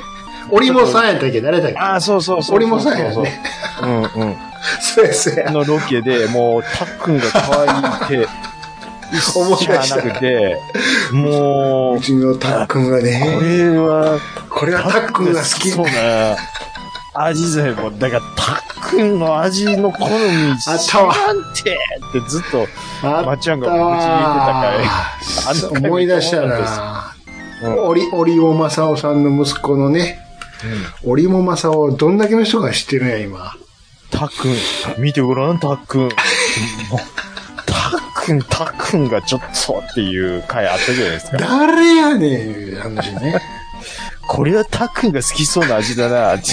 C: 折茂さんやったっけ誰やったっ
D: ああ、そうそうそう
C: け
D: そう。
C: 折茂さんや
D: そう
C: ね。
D: そう。うんうん。
C: そうやそうや。
D: のロケで、もう、たっくんが可愛いって、
C: 思い出
D: し
C: した
D: かなくて、もう
C: う、ちのたっくんが
D: こ
C: ね、
D: れは、
C: これはたっくんが好き。
D: そうね。味勢も、だから、たっくんの味の好み、
C: あったわ
D: 知らんてってずっと、
C: あ
D: まっちゃんがぶち
C: あ
D: あ
C: <laughs>
D: の回
C: 思い出したな。
D: 抜いてたかい。うん
C: オリ、オリオマサオさんの息子のね、オリモマサオ、どんだけの人が知ってるんや、今。
D: たっくん、見てごらん、たっくん。もうたっくん、たっくんがちょっとっていう回あったじゃないですか。
C: 誰やねん、話
D: <laughs>
C: ね。
D: これはたっくんが好きそうな味だな、 <laughs> って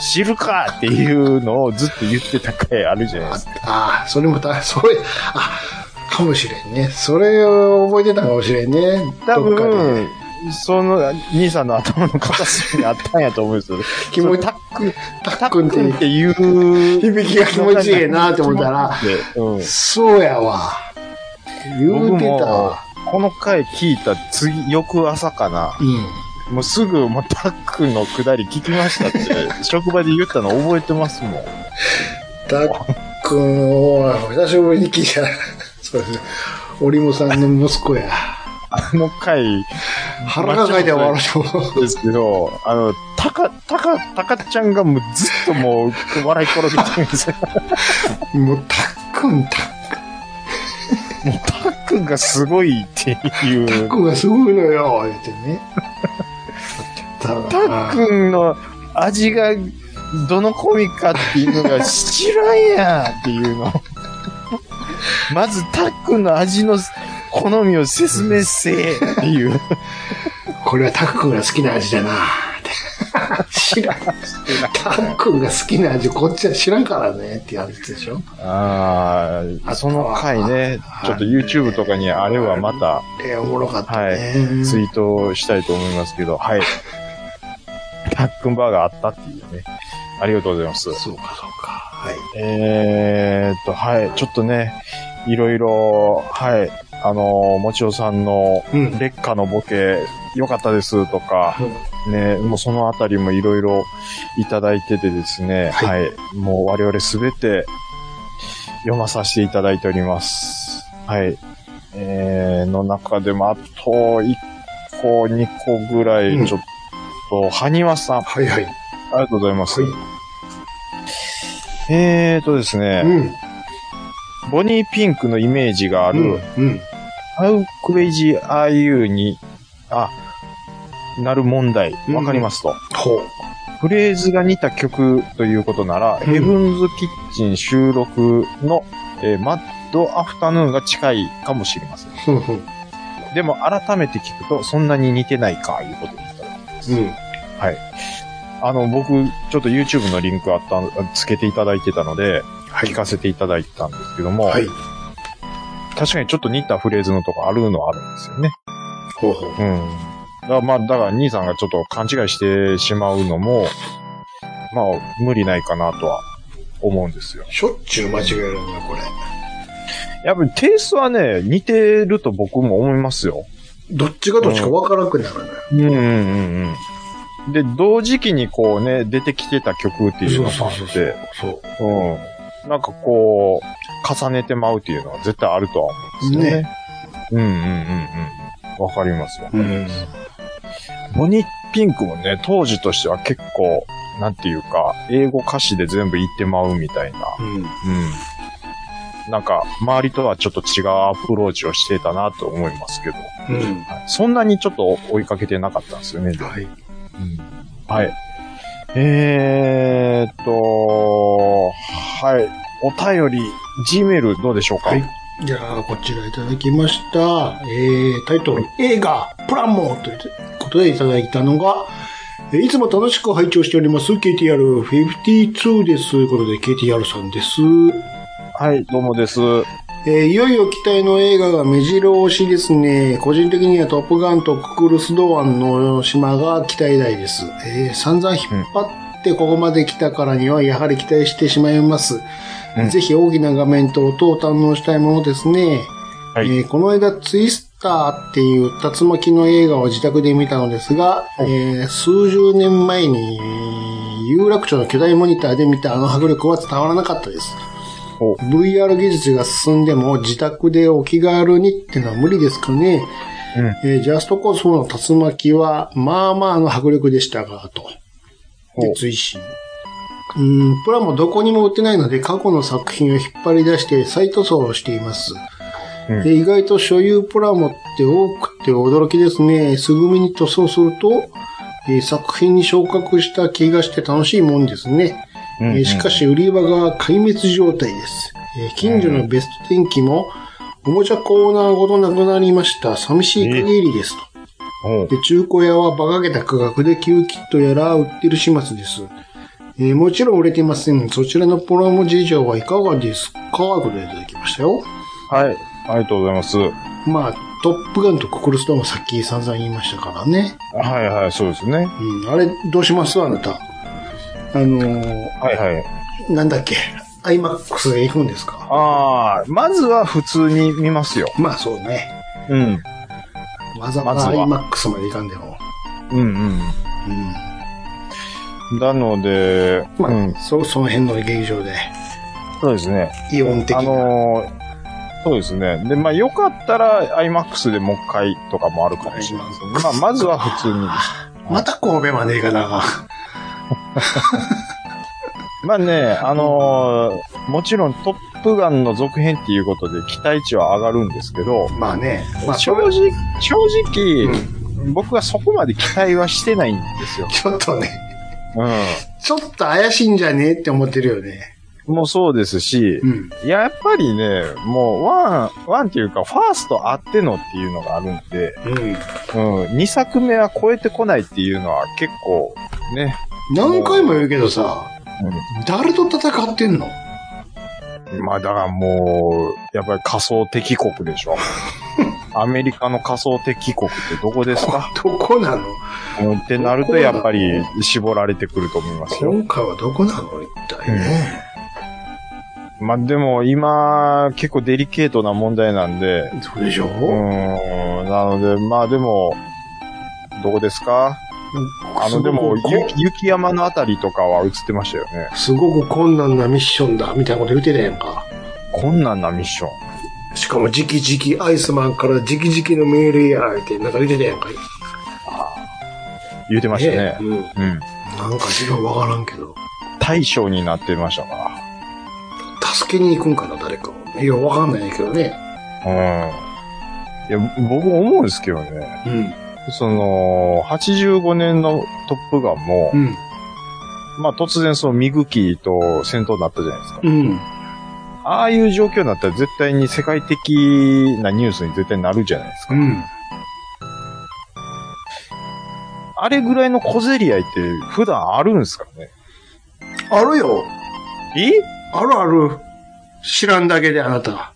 D: 知るかっていうのをずっと言ってた回あるじゃないですか。
C: ああ、それもた、それ、あ、かもしれんね。それを覚えてたかもしれんね。
D: 多
C: どっかで。
D: 分、その、兄さんの頭の片隅にあったんやと思うん
C: <laughs>
D: ですよ。
C: 気持ち
D: タックン、
C: たっくんって
D: っていう。
C: 響きが気持ちいいなって思ったら、
D: うん。
C: そうやわ。言うてたわ。
D: この回聞いた次、翌朝かな。
C: う
D: もうすぐ、もうタックンのくだり聞きましたって、職場で言ったの覚えてますもん。
C: ん。たっくんを、久しぶりに聞いたら、そうですね。オリモさんの息子や。
D: あの回
C: 腹抱えて笑うても。 <laughs>
D: ですけど、あの、たか、たか、たかちゃんがもうずっともう、笑い転げてるんですよ。
C: もう、たっくん、た
D: もうタックンがすごいっていう。
C: っくんがすごいのよ、言ってね。た
D: タッ
C: ん。
D: クンの味がどのコミかっていうのが知らんやんっていうの。まずタックンの味の好みを説明せえっていう。
C: これはたっくんが好きな味だな。って知らん。たっくんが好きな味、こっちは知らんからね、ってやつでしょ。
D: ああ、その回ね、ちょっと YouTube とかにあれはまた
C: えー、おもろかったね。
D: はいツイートしたいと思いますけど、はい。タックンバーガーあったっていうね。ありがとうございます。
C: そうか、そうか。はい。
D: えーっと、はい、ちょっとね、いろいろ、はい、あの、もちおさんの、
C: うん
D: 劣化のボケ、良かったですとか、ね、もうそのあたりもいろいろいただいててですね、
C: は
D: はい、もう我々すべて読まさせていただいております。はい。えー、の中でもあと1個、2個ぐら
C: うん
D: い、ちょっと、はにわさん、あ
C: はいはい。
D: りがとうございます。
C: は
D: えーっとですね
C: い。、うん。
D: ボニーピンクのイメージがある、
C: うん。
D: How Crazy Are You に、あ、なる問題、
C: うん
D: わかりますと。
C: ほう。
D: フレーズが似た曲ということなら、ヘブンズ・キッチン収録の、えーマッド・アフタヌーンが近いかもしれません。
C: ふんふん。うん。
D: でも改めて聞くと、そんなに似てないか、いうことになる。あの、僕、ちょっと YouTube のリンクあった、つけていただいてたので、
C: はい
D: 聞。かせていただいたんですけども、
C: はい。
D: 確かにちょっと似たフレーズのとこあるのはあるんですよね。
C: ほうほう。
D: うん。だからまあ、だから兄さんがちょっと勘違いしてしまうのも、まあ、無理ないかなとは思うんですよ。
C: しょっちゅう間違えるんだ、これ。
D: やっぱりテイストはね、似てると僕も思いますよ。
C: どっちがどっちかわからなくなるのよ。
D: うんうんうんうん。で、同時期にこうね、出てきてた曲っていうのがあって、
C: そう。そう
D: うん。なんかこう、重ねてまうっていうのは絶対あるとは思うんですよね。うんうんうんうん。わかりますわ。
C: うん。
D: ボニーピンクもね、当時としては結構、なんていうか、英語歌詞で全部言ってまうみたいな。
C: うん。
D: うん。なんか、周りとはちょっと違うアプローチをしてたなと思いますけど、
C: うん。
D: はいそんなにちょっと追いかけてなかったんですよね。
C: はい。
D: はい。えーっと、はい。お便り、G メールどうでしょうか
C: はいじゃあ、こちらいただきました。えー、タイトル、映画、プラモということでいただいたのが、えーいつも楽しく拝聴しております、KTR52 です。ということで、KTR さんです。
D: はい、どうもです。は
C: えーいよいよ期待の映画が目白押しですね。個人的にはトップガンとククルスドアンの島が期待大です。えー散々引っ張ってここまで来たからにはやはり期待してしまいます。
D: うん
C: ぜひ大きな画面と音を堪能したいものですね。
D: はい
C: えーこの間ツイスターっていう竜巻の映画を自宅で見たのですが、えー数十年前に有楽町の巨大モニターで見たあの迫力は伝わらなかったです。
D: お
C: VR 技術が進んでも自宅でお気軽にってのは無理ですかね。
D: うん
C: えージャストコース4の竜巻は、まあまあの迫力でしたが、と。で、
D: お
C: 追伸。うん、プラもどこにも売ってないので、過去の作品を引っ張り出して再塗装をしています。
D: うん
C: で意外と所有プラモって多くて驚きですね。素組みに塗装すると、えー作品に昇格した気がして楽しいもんですね。
D: うんうん
C: えーしかし売り場が壊滅状態です。えー近所のベスト天気も、おもちゃコーナーごとなくなりました。寂しい限りですと。
D: お
C: で、中古屋は馬鹿げた価格で旧キットやら売ってる始末です。えーもちろん売れてません。そちらのプラモ事情はいかがですかということでいただきましたよ。
D: はい、ありがとうございます。は
C: まあ、トップガンとククルストーンもさっき散々言いましたからね。
D: いはい、そうですね。
C: うん、あれ、どうしますあなた。あのー、
D: はいはい。
C: なんだっけ、アイマックスへ行くんですか
D: あー、まずは普通に見ますよ。
C: まあそうね。
D: うん。
C: わざわ
D: まず
C: ざ
D: は
C: アイマックスまで行かんでも。
D: うん
C: うん。
D: うん。なので、
C: まあ、
D: うん、
C: そ、その辺の劇場で、
D: そうですね。
C: イオン的な。
D: あのー、そうですね。で、まあ、よかったら IMAX でもう一回とかもあるかもしれないですけど。まあ、まずは普通にで
C: <laughs>
D: す。
C: また神戸まで行かなあかん。
D: まあね、あのーもちろんトップガンの続編っていうことで期待値は上がるんですけど、 <laughs>
C: まあね。まあ、
D: 正
C: ち
D: 直、正直、僕はそこまで期待はしてないんですよ。
C: ょっとね、
D: う
C: ちょっと怪しいんじゃねえって思ってるよね。
D: ん。もうそうですし、
C: うん。
D: やっぱりね、もうワン、ワンっていうか、ファーストあってのっていうのがあるんで、
C: うん。
D: うん、2作目は超えてこないっていうのは結構、ね、
C: 何回も言うけどさ、誰と戦ってんの
D: まあだからもう、やっぱり仮想敵国で
C: <laughs>
D: しょ。アメリカの仮想敵国ってどこですか
C: <laughs> どこなの
D: うんってなるとやっぱり絞られてくると思いますよ。
C: 今回はどこなの一体ね。
D: まあでも今結構デリケートな問題なんで、
C: そうでしょ、
D: うーん、なのでまあでも、どこですかあのでも
C: すごく
D: 雪、雪山のあたりとかは映ってましたよね。
C: すごく困難なミッションだ、みたいなこと言ってたやんか。
D: 困難なミッション。
C: しかも、じきじき、アイスマンからじきじきのメールや、って、なんか言ってたやんか。
D: 言うてましたね。
C: うん。
D: うん。
C: なんかようわからんけど。
D: 大将になってましたから。
C: 助けに行くんかな、誰かを。いや、わかんないけどね。
D: うん。いや、僕思うんですけどね。
C: うん。
D: その、85年のトップガンも、
C: うん。
D: まあ突然そのミグキーと戦闘になったじゃないですか。
C: うん。
D: ああいう状況になったら絶対に世界的なニュースに絶対なるじゃないですか。
C: うん。
D: あれぐらいの小競り合いって普段あるんですかね
C: あるよ。
D: え
C: あるある。知らんだけであなた。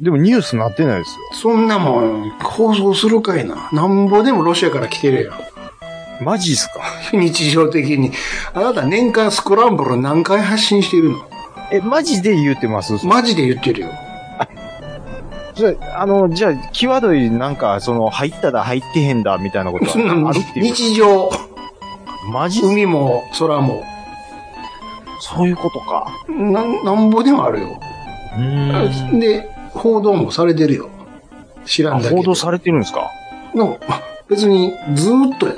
D: でもニュースなってないです
C: そんなもん、放送するかいな。なんぼでもロシアから来てるやん。
D: よ。マジっすか
C: 日常的に。あなた年間スクランブル何回発信しているの
D: え、マジで言うてます
C: マジで
D: <laughs>
C: 言ってるよ。
D: じゃあ、あの、じゃあ、際どい、なんか、その、入っただ、入ってへんだ、みたいなこと
C: そんな
D: は
C: の
D: あるっていう。
C: 日常。
D: マジ
C: 海も空も。
D: そういうことか。
C: なん、なんぼでもあるよ。
D: うーん。
C: で、報道もされてるよ。知ら
D: あ
C: んだけで
D: 報道されてるんですか
C: なんか別に、ずーっとや。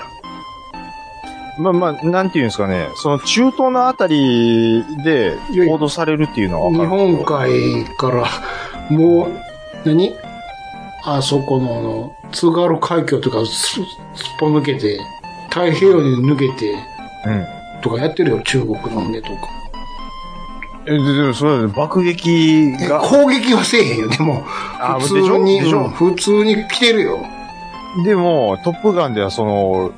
D: まあまあ、なんていうんですかね。その、中東のあたりで
C: いや、
D: 報道されるっていうのはわか
C: 日
D: る。
C: 本海から、もう、何あそこのあの、津軽海峡とかす、すっぽ抜けて、太平洋に抜けて、
D: うん。
C: とかやってるよ、中国の船とか。
D: え、で、でも、それ、爆撃
C: え
D: が、
C: 攻撃はせえへんよ、でも。
D: あ
C: 普通に、
D: でしょ
C: うん普通に来てるよ。
D: でも、トップガンでは、その、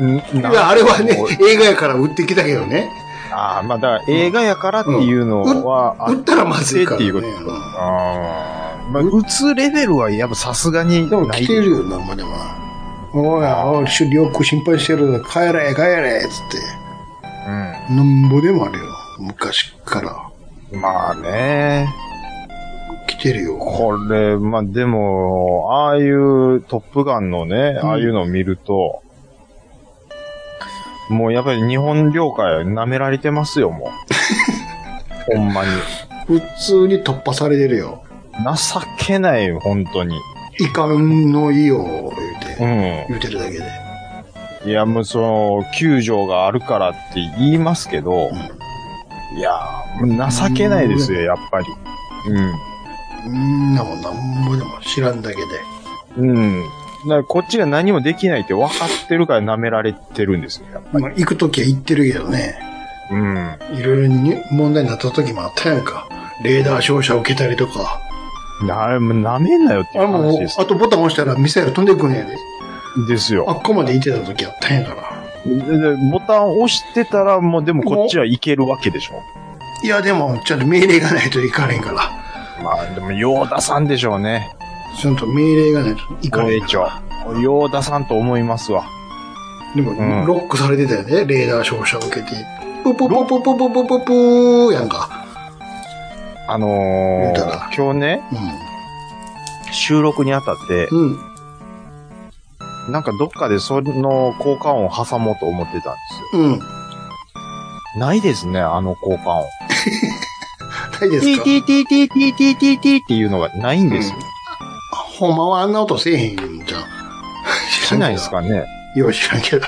D: ん
C: い
D: な
C: や、あれはね、映画やから売ってきたけどね。
D: ああ、まあ、だから映画やからっていうのは、あ
C: 売ったらまずいから、ね。
D: っていうことあーまあ、打つレベルはやっぱさすがに
C: でも
D: ない
C: 来てるよ、なんまでもな。おい、おい、ちょよく心配してる。帰れ、帰れ、つっ
D: う
C: て。なんぼでもあるよ。昔から。
D: ん。まあね。
C: 来てるよ。
D: これ、まあでも、ああいうトップガンのね、
C: ん
D: ああいうのを見ると、もうやっぱり日本領海は舐められてますよ、も <laughs> う。ほんまに。
C: 普通に突破されてるよ。
D: 情けない、本当に。
C: いかんのいいよ、言う
D: う
C: て。
D: ん。
C: 言うてるだけで。
D: いや、もうその、救助があるからって言いますけど、いや、もう情けないですよ、やっぱり。うん。
C: んなもんなんぼでも知らんだけで。
D: うん。だからこっちが何もできないって分かってるから舐められてるんですよ、やっぱ
C: まあ、行くときは行ってるけどね。
D: り。うん。
C: いろいろに問題になったときもあったやんか。レーダー照射受けたりとか。
D: あれ、もう舐めんなよって
C: あ
D: いう
C: れも
D: 話
C: う
D: です。
C: あとボタン押したらミサイル飛んでくんやで。
D: です
C: あ
D: よ。
C: っこまで行ってたときあったんやから。
D: ででボタン押してたら、もうでもこっちはいけるわけでしょ。
C: いや、でも、ちゃんと命令がないといかれんから。
D: まあ、でも、ヨーダさんでしょうね。
C: ちゃんと命令がないといか
D: 護
C: れん
D: 衛
C: か
D: 長
C: ら。。
D: ヨーダさんと思いますわ。
C: でも、
D: ん
C: ロックされてたよね、レーダー照射を受けて。プププププププププーやんか。
D: あのー
C: 言うたら、
D: 今日ね、収録にあたって、
C: うん。うん。
D: なんかどっかでその効果音を挟もうと思ってたんですよ。
C: うん。
D: ないですね、あの効果音。
C: ないで
D: ティー
C: すか
D: ティーティーティーティーティーティーティーっていうのがないんですよ。
C: ほんまはあんな音せえへんじゃん。知
D: しないです
C: <laughs>
D: か
C: か
D: ね。
C: よう知らんけど。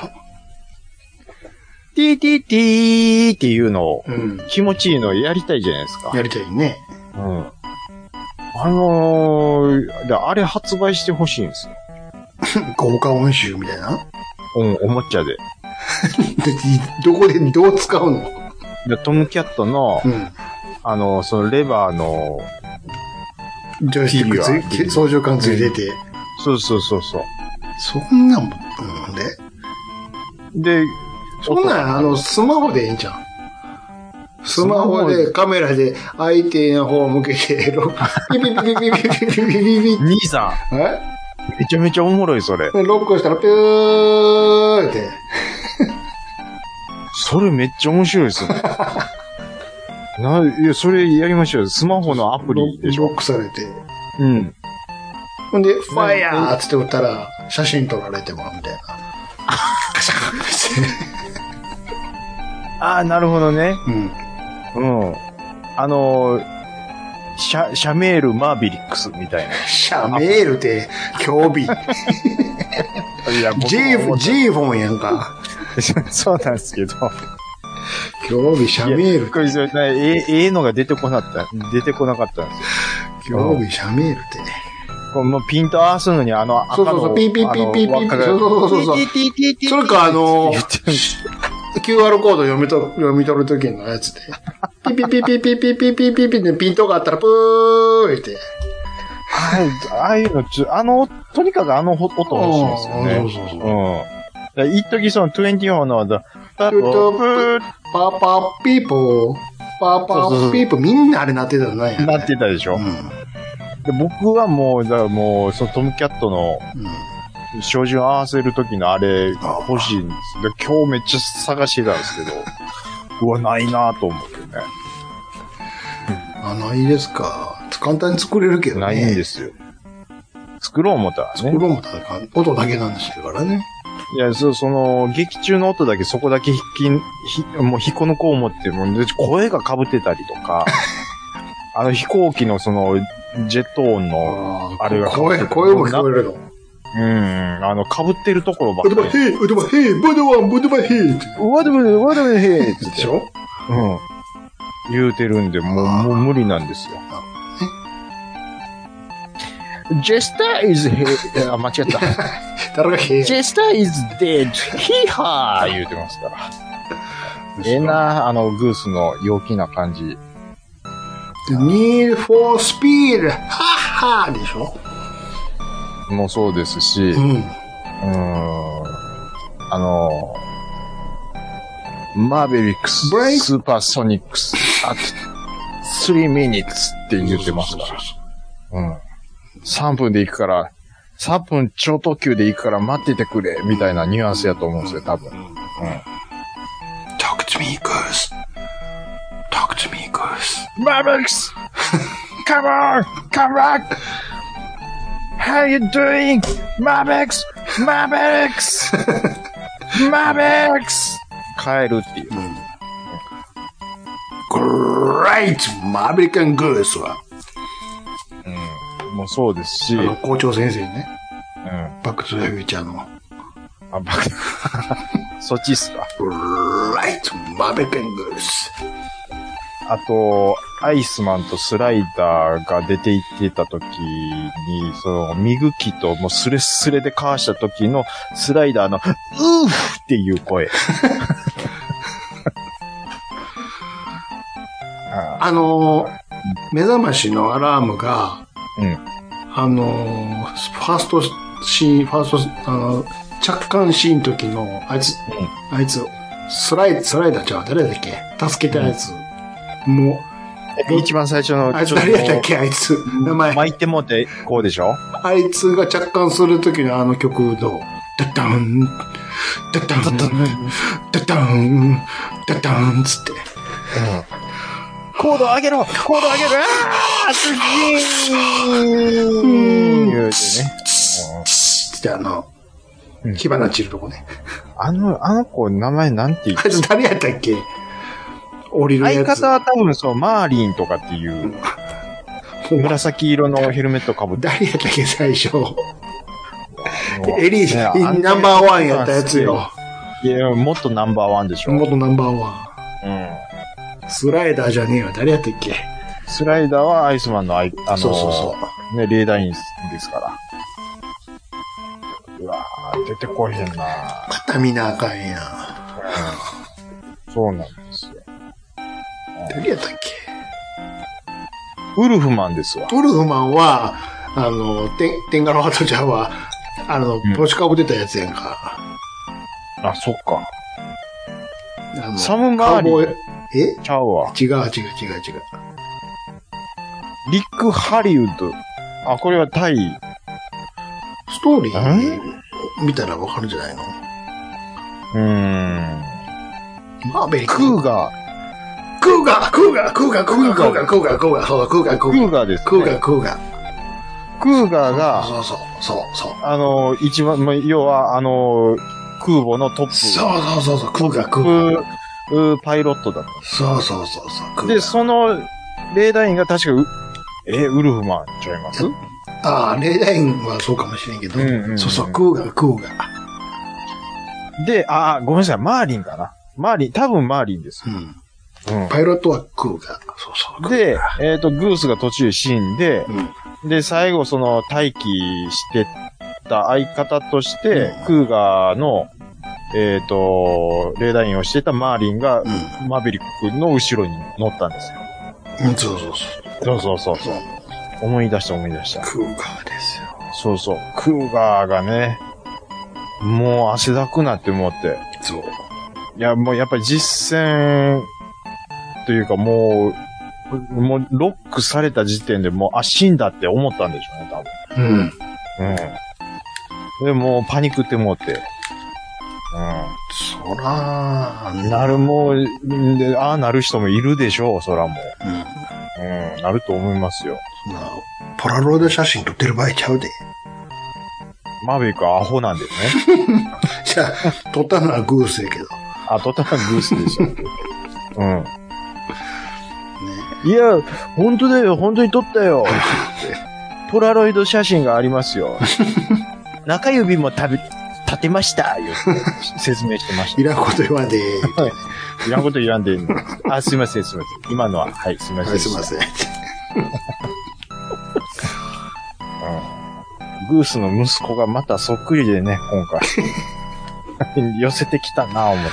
D: ティーティーティーっていうのを
C: うん。
D: 気持ちいいのをやりたいじゃないですか。
C: やりたいね。
D: うん。あのー、であれ発売してほしいんですよ。
C: 効果音集みたいな。
D: うん、おもちゃで。
C: でどこでどう使うの
D: でトムキャットの、
C: う
D: あの、そのレバーの、
C: ん。ジョイスティ
D: フィ
C: ッ
D: ギュ
C: ク
D: ア
C: つ操縦感ついてて。
D: そうそうそうそう。
C: そんなんも、うんで。
D: で、
C: そんなん、あの、スマホでいいんじゃん。スマホ
D: スマ
C: で、カメラで、相手の方を向けて、ロック、ピピピピピピピピピピピ
D: 兄さ
C: え
D: ん、めちゃめちゃおもろい、それ。
C: ロックしたら、ピューって。
D: それめっちゃ面白いです <laughs> よ。な、いや、それやりましょう。スマホのアプリでし
C: ロ
D: ょ。
C: ックされて。
D: うん。
C: ほんで、ファイヤーっつって打ったら、写真撮られてもらうみたいな。カシャカシャ
D: ああ、なるほどね。
C: うん。
D: うん。あのー、シャ、シャメール・マービリックスみたいな。
C: シャメールで、興味。
D: いや、僕
C: J
D: も思っ、た
C: J フォンやんか。
D: <laughs> そうなんですけど。
C: 興味、シャメール。
D: これそれなええ、ええのが出てこなかった、出てこなかったんですよ。
C: 興味、シャメールって。
D: これもうピント合わすのに、あの、赤
C: そう
D: の
C: そうそう、ピーピーピーピーピーピー。そうそうそうそう。それか、あの
D: 言ってる、
C: QR コード読みと読み取るときのやつで、ピピピピピピピピピピでピントがあったら、プーって。
D: ああああいうのちょ、あの、とにかくあのほ音欲しいんですよね。
C: うんそうそうそう
D: うん。だから一時その24の、だタ
C: トゥト
D: ップ
C: パーパーピーポー、パーパーピーポー、みんなあれなってたんだ
D: ー
C: ね。
D: なってたでしょ
C: う。ん。
D: で僕はもう、だからもう、そのトムキャットの、照準合わせるときのあれ
C: あ
D: 欲しいんです。で、今日めっちゃ探してたんですけど、うわ、ないなぁと思ってね。
C: あ、ないですか。簡単に作れるけどね。
D: ないんですよ。作ろう思ったらね
C: 作。ろうもたら音だけなんですからね。
D: いや、そう、その、劇中の音だけそこだけ引き、ひもう引っこ抜こう思って、もうで声が被ってたりと <laughs> か、あの飛行機のその、ジェット音の、
C: あ
D: あれが
C: 声、声も聞こえるの。
D: うん、あの、被ってるところばっ
C: ブド
D: か
C: バ
D: り。
C: ヘイ、ブドバヘイ、ブドワン、ブドバヘイって。
D: わでもね、わでもね、つっ
C: で
D: て
C: し。ょ
D: うん。言うてるんで、もう、もう無理なんですよ。ジェスター is he, あ、間違った。
C: 誰がヘイ
D: ジェスター is dead. ヒーハー言うてますから。ええな、あの、グースの陽気な感じ。
C: need for speed! はっはーでしょ
D: もそうですし、う
C: う
D: ーん、
C: ん。
D: あの、マーベリックス、
C: Break
D: スーパーソニックス、あと、3 minutes って言ってますから。うん。3分で行くから、3分超特急で行くから待っててくれ、みたいなニュアンスやと思うんですよ、多分。うん。
C: Talk to me, girls. Talk to me, girls.
D: マーベリックス !Come on! Come back! How you doing? マーベリックスマーベリック <laughs> スマーベリックス帰るっていう。
C: Great! マーベリカン girls は、
D: もうそうですし、
C: あ
D: うん
C: の、。校長先生にね、
D: あ、
C: バックトゥザフューチャーの、
D: バカ。 <laughs> そっちっすか。
C: Great! マーベリカン girls.
D: あと、アイスマンとスライダーが出て行ってた時に、その、ミグキともうスレスレでかわした時のスライダーの、うーふっていう声。 <laughs> あ
C: あのー、目覚ましのアラームが、
D: うん
C: あのー、ファーストシーン、ファースト、あの、着艦シーン時の、あいつ、あいつ、スライ、スライダーちゃう、誰だっけ助けたやつ。も
D: ー一番最初の
C: う、、あい
D: ち
C: つ
D: ょっと
C: 誰やったっけ、あいつ。名前。
D: 巻いてもって、こうでしょ
C: あいつが着艦する時のあの曲どうダダン、ダダン、ダダン、ダダンつって。
D: コード上げろコード上げろあーすげー言うてね。
C: つってあの
D: うん、
C: 火花散るとこね。
D: あの、あの子、名前なんて言う
C: あいつ誰やったっけ降りるや
D: 相
C: つ。
D: 方は多分そう、マーリンとかっていう。
C: ほんま
D: 紫色のヘルメットかぶって
C: 誰やったっけ、最初。 <laughs> エ
D: エ
C: リー、ナンバーワンやったやつよ。。
D: いや、もっとナンバーワンでしょ。うん。
C: 元ナンバーワン。スライダーじゃねえわ。誰やったっけ
D: スライダーはアイスマンのアイ、あの、
C: そうそうそう。
D: ね、レーダーインですから。うわぁ、出てこへん
C: <laughs>
D: なぁ
C: また見なあかんや。
D: そうなんですよ。
C: 誰やったっけ
D: ウルフマンですわ。
C: ウルフマンは、あの、テンテンガロハトちゃんは、あの
D: ん、
C: 帽子かぶってたやつやんか。
D: あ、そっか。
C: あの
D: サムマーリン
C: カウボーイえ
D: ちゃうわ。
C: 違う違う違う違う。
D: リック・ハリウッド。あ、これはタイ。
C: ストーリー見たらわかるんじゃないの
D: うーん。
C: マーベリッ
D: ク
C: ク。
D: ーガー。
C: クーガー、クーガー、クーガー、クーガー、クーガー、クーガー、そう、クーガー、ク
D: ク
C: ー
D: ー
C: ガー。
D: ガーです、ね。
C: クーガー、クーガー。
D: クーガーが、
C: そうそう、そう、そう。
D: あの、一番、まあ要は、あの、空母のトップ。
C: そうそうそうそう、空が
D: ト
C: 空が。
D: ップパイロットだっ
C: そうそうそうそう、
D: た。
C: 空
D: で、
C: が。
D: その、レーダーインが確かう、え、ウルフマンちゃいます
C: ああ、レーダインはそうかもしれんけど
D: うんうんう。ん
C: そうそう、空が空が。
D: で、あー、ごめんなさい、マーリンかな。マーリン、多分マーリンです
C: う。ん。
D: うん
C: パイロットは空が。そうそう。
D: で、えっ、と、グースが途中死んで、
C: うん。
D: で、最後、その、待機してた相方として、
C: うん
D: クーガーの、えっ、と、レーダーインをしてたマーリンが、
C: う
D: マーベリックの後ろに乗ったんですよ。
C: ん。うん、そうそうそう。
D: そうそうそう
C: そう。
D: 思い出した思い出した。
C: 空がですよ。
D: そうそう。クーガーがね、もう汗だくなって思って。
C: そう。
D: いや、もうやっぱり実践というかもう、もうロックされた時点でもう、あ、死んだって思ったんでしょうね、多分。
C: うん。
D: うん。で、もうパニックってもうって。
C: そら、
D: うん。なるもう、んで、ああなる人もいるでしょう、そらも
C: うん。な
D: う。うん、なると思いますよ。
C: ポラロイド写真撮ってる場合ちゃうで。
D: マーベリックはアホなん <laughs> ですね。
C: じゃあ、撮ったのはグースやけど。
D: あ、トタングースでしょ。うん。いや、本当だよ、本当に撮ったよ。 <laughs> って言ってポラロイド写真がありますよ。 <laughs> 中指も食べ、立てました。言って説明してまし
C: いらんこと言わんでええ言うて、
D: た。いらんこと言わんでいいの。あ、すいません、すいません。今のは、はい、すいません
C: は
D: で
C: い、
D: し
C: すい
D: た。
C: ません。
D: うん。グースの息子がまたそっくりでね、今回。 <laughs> 寄せてきたなぁ思って。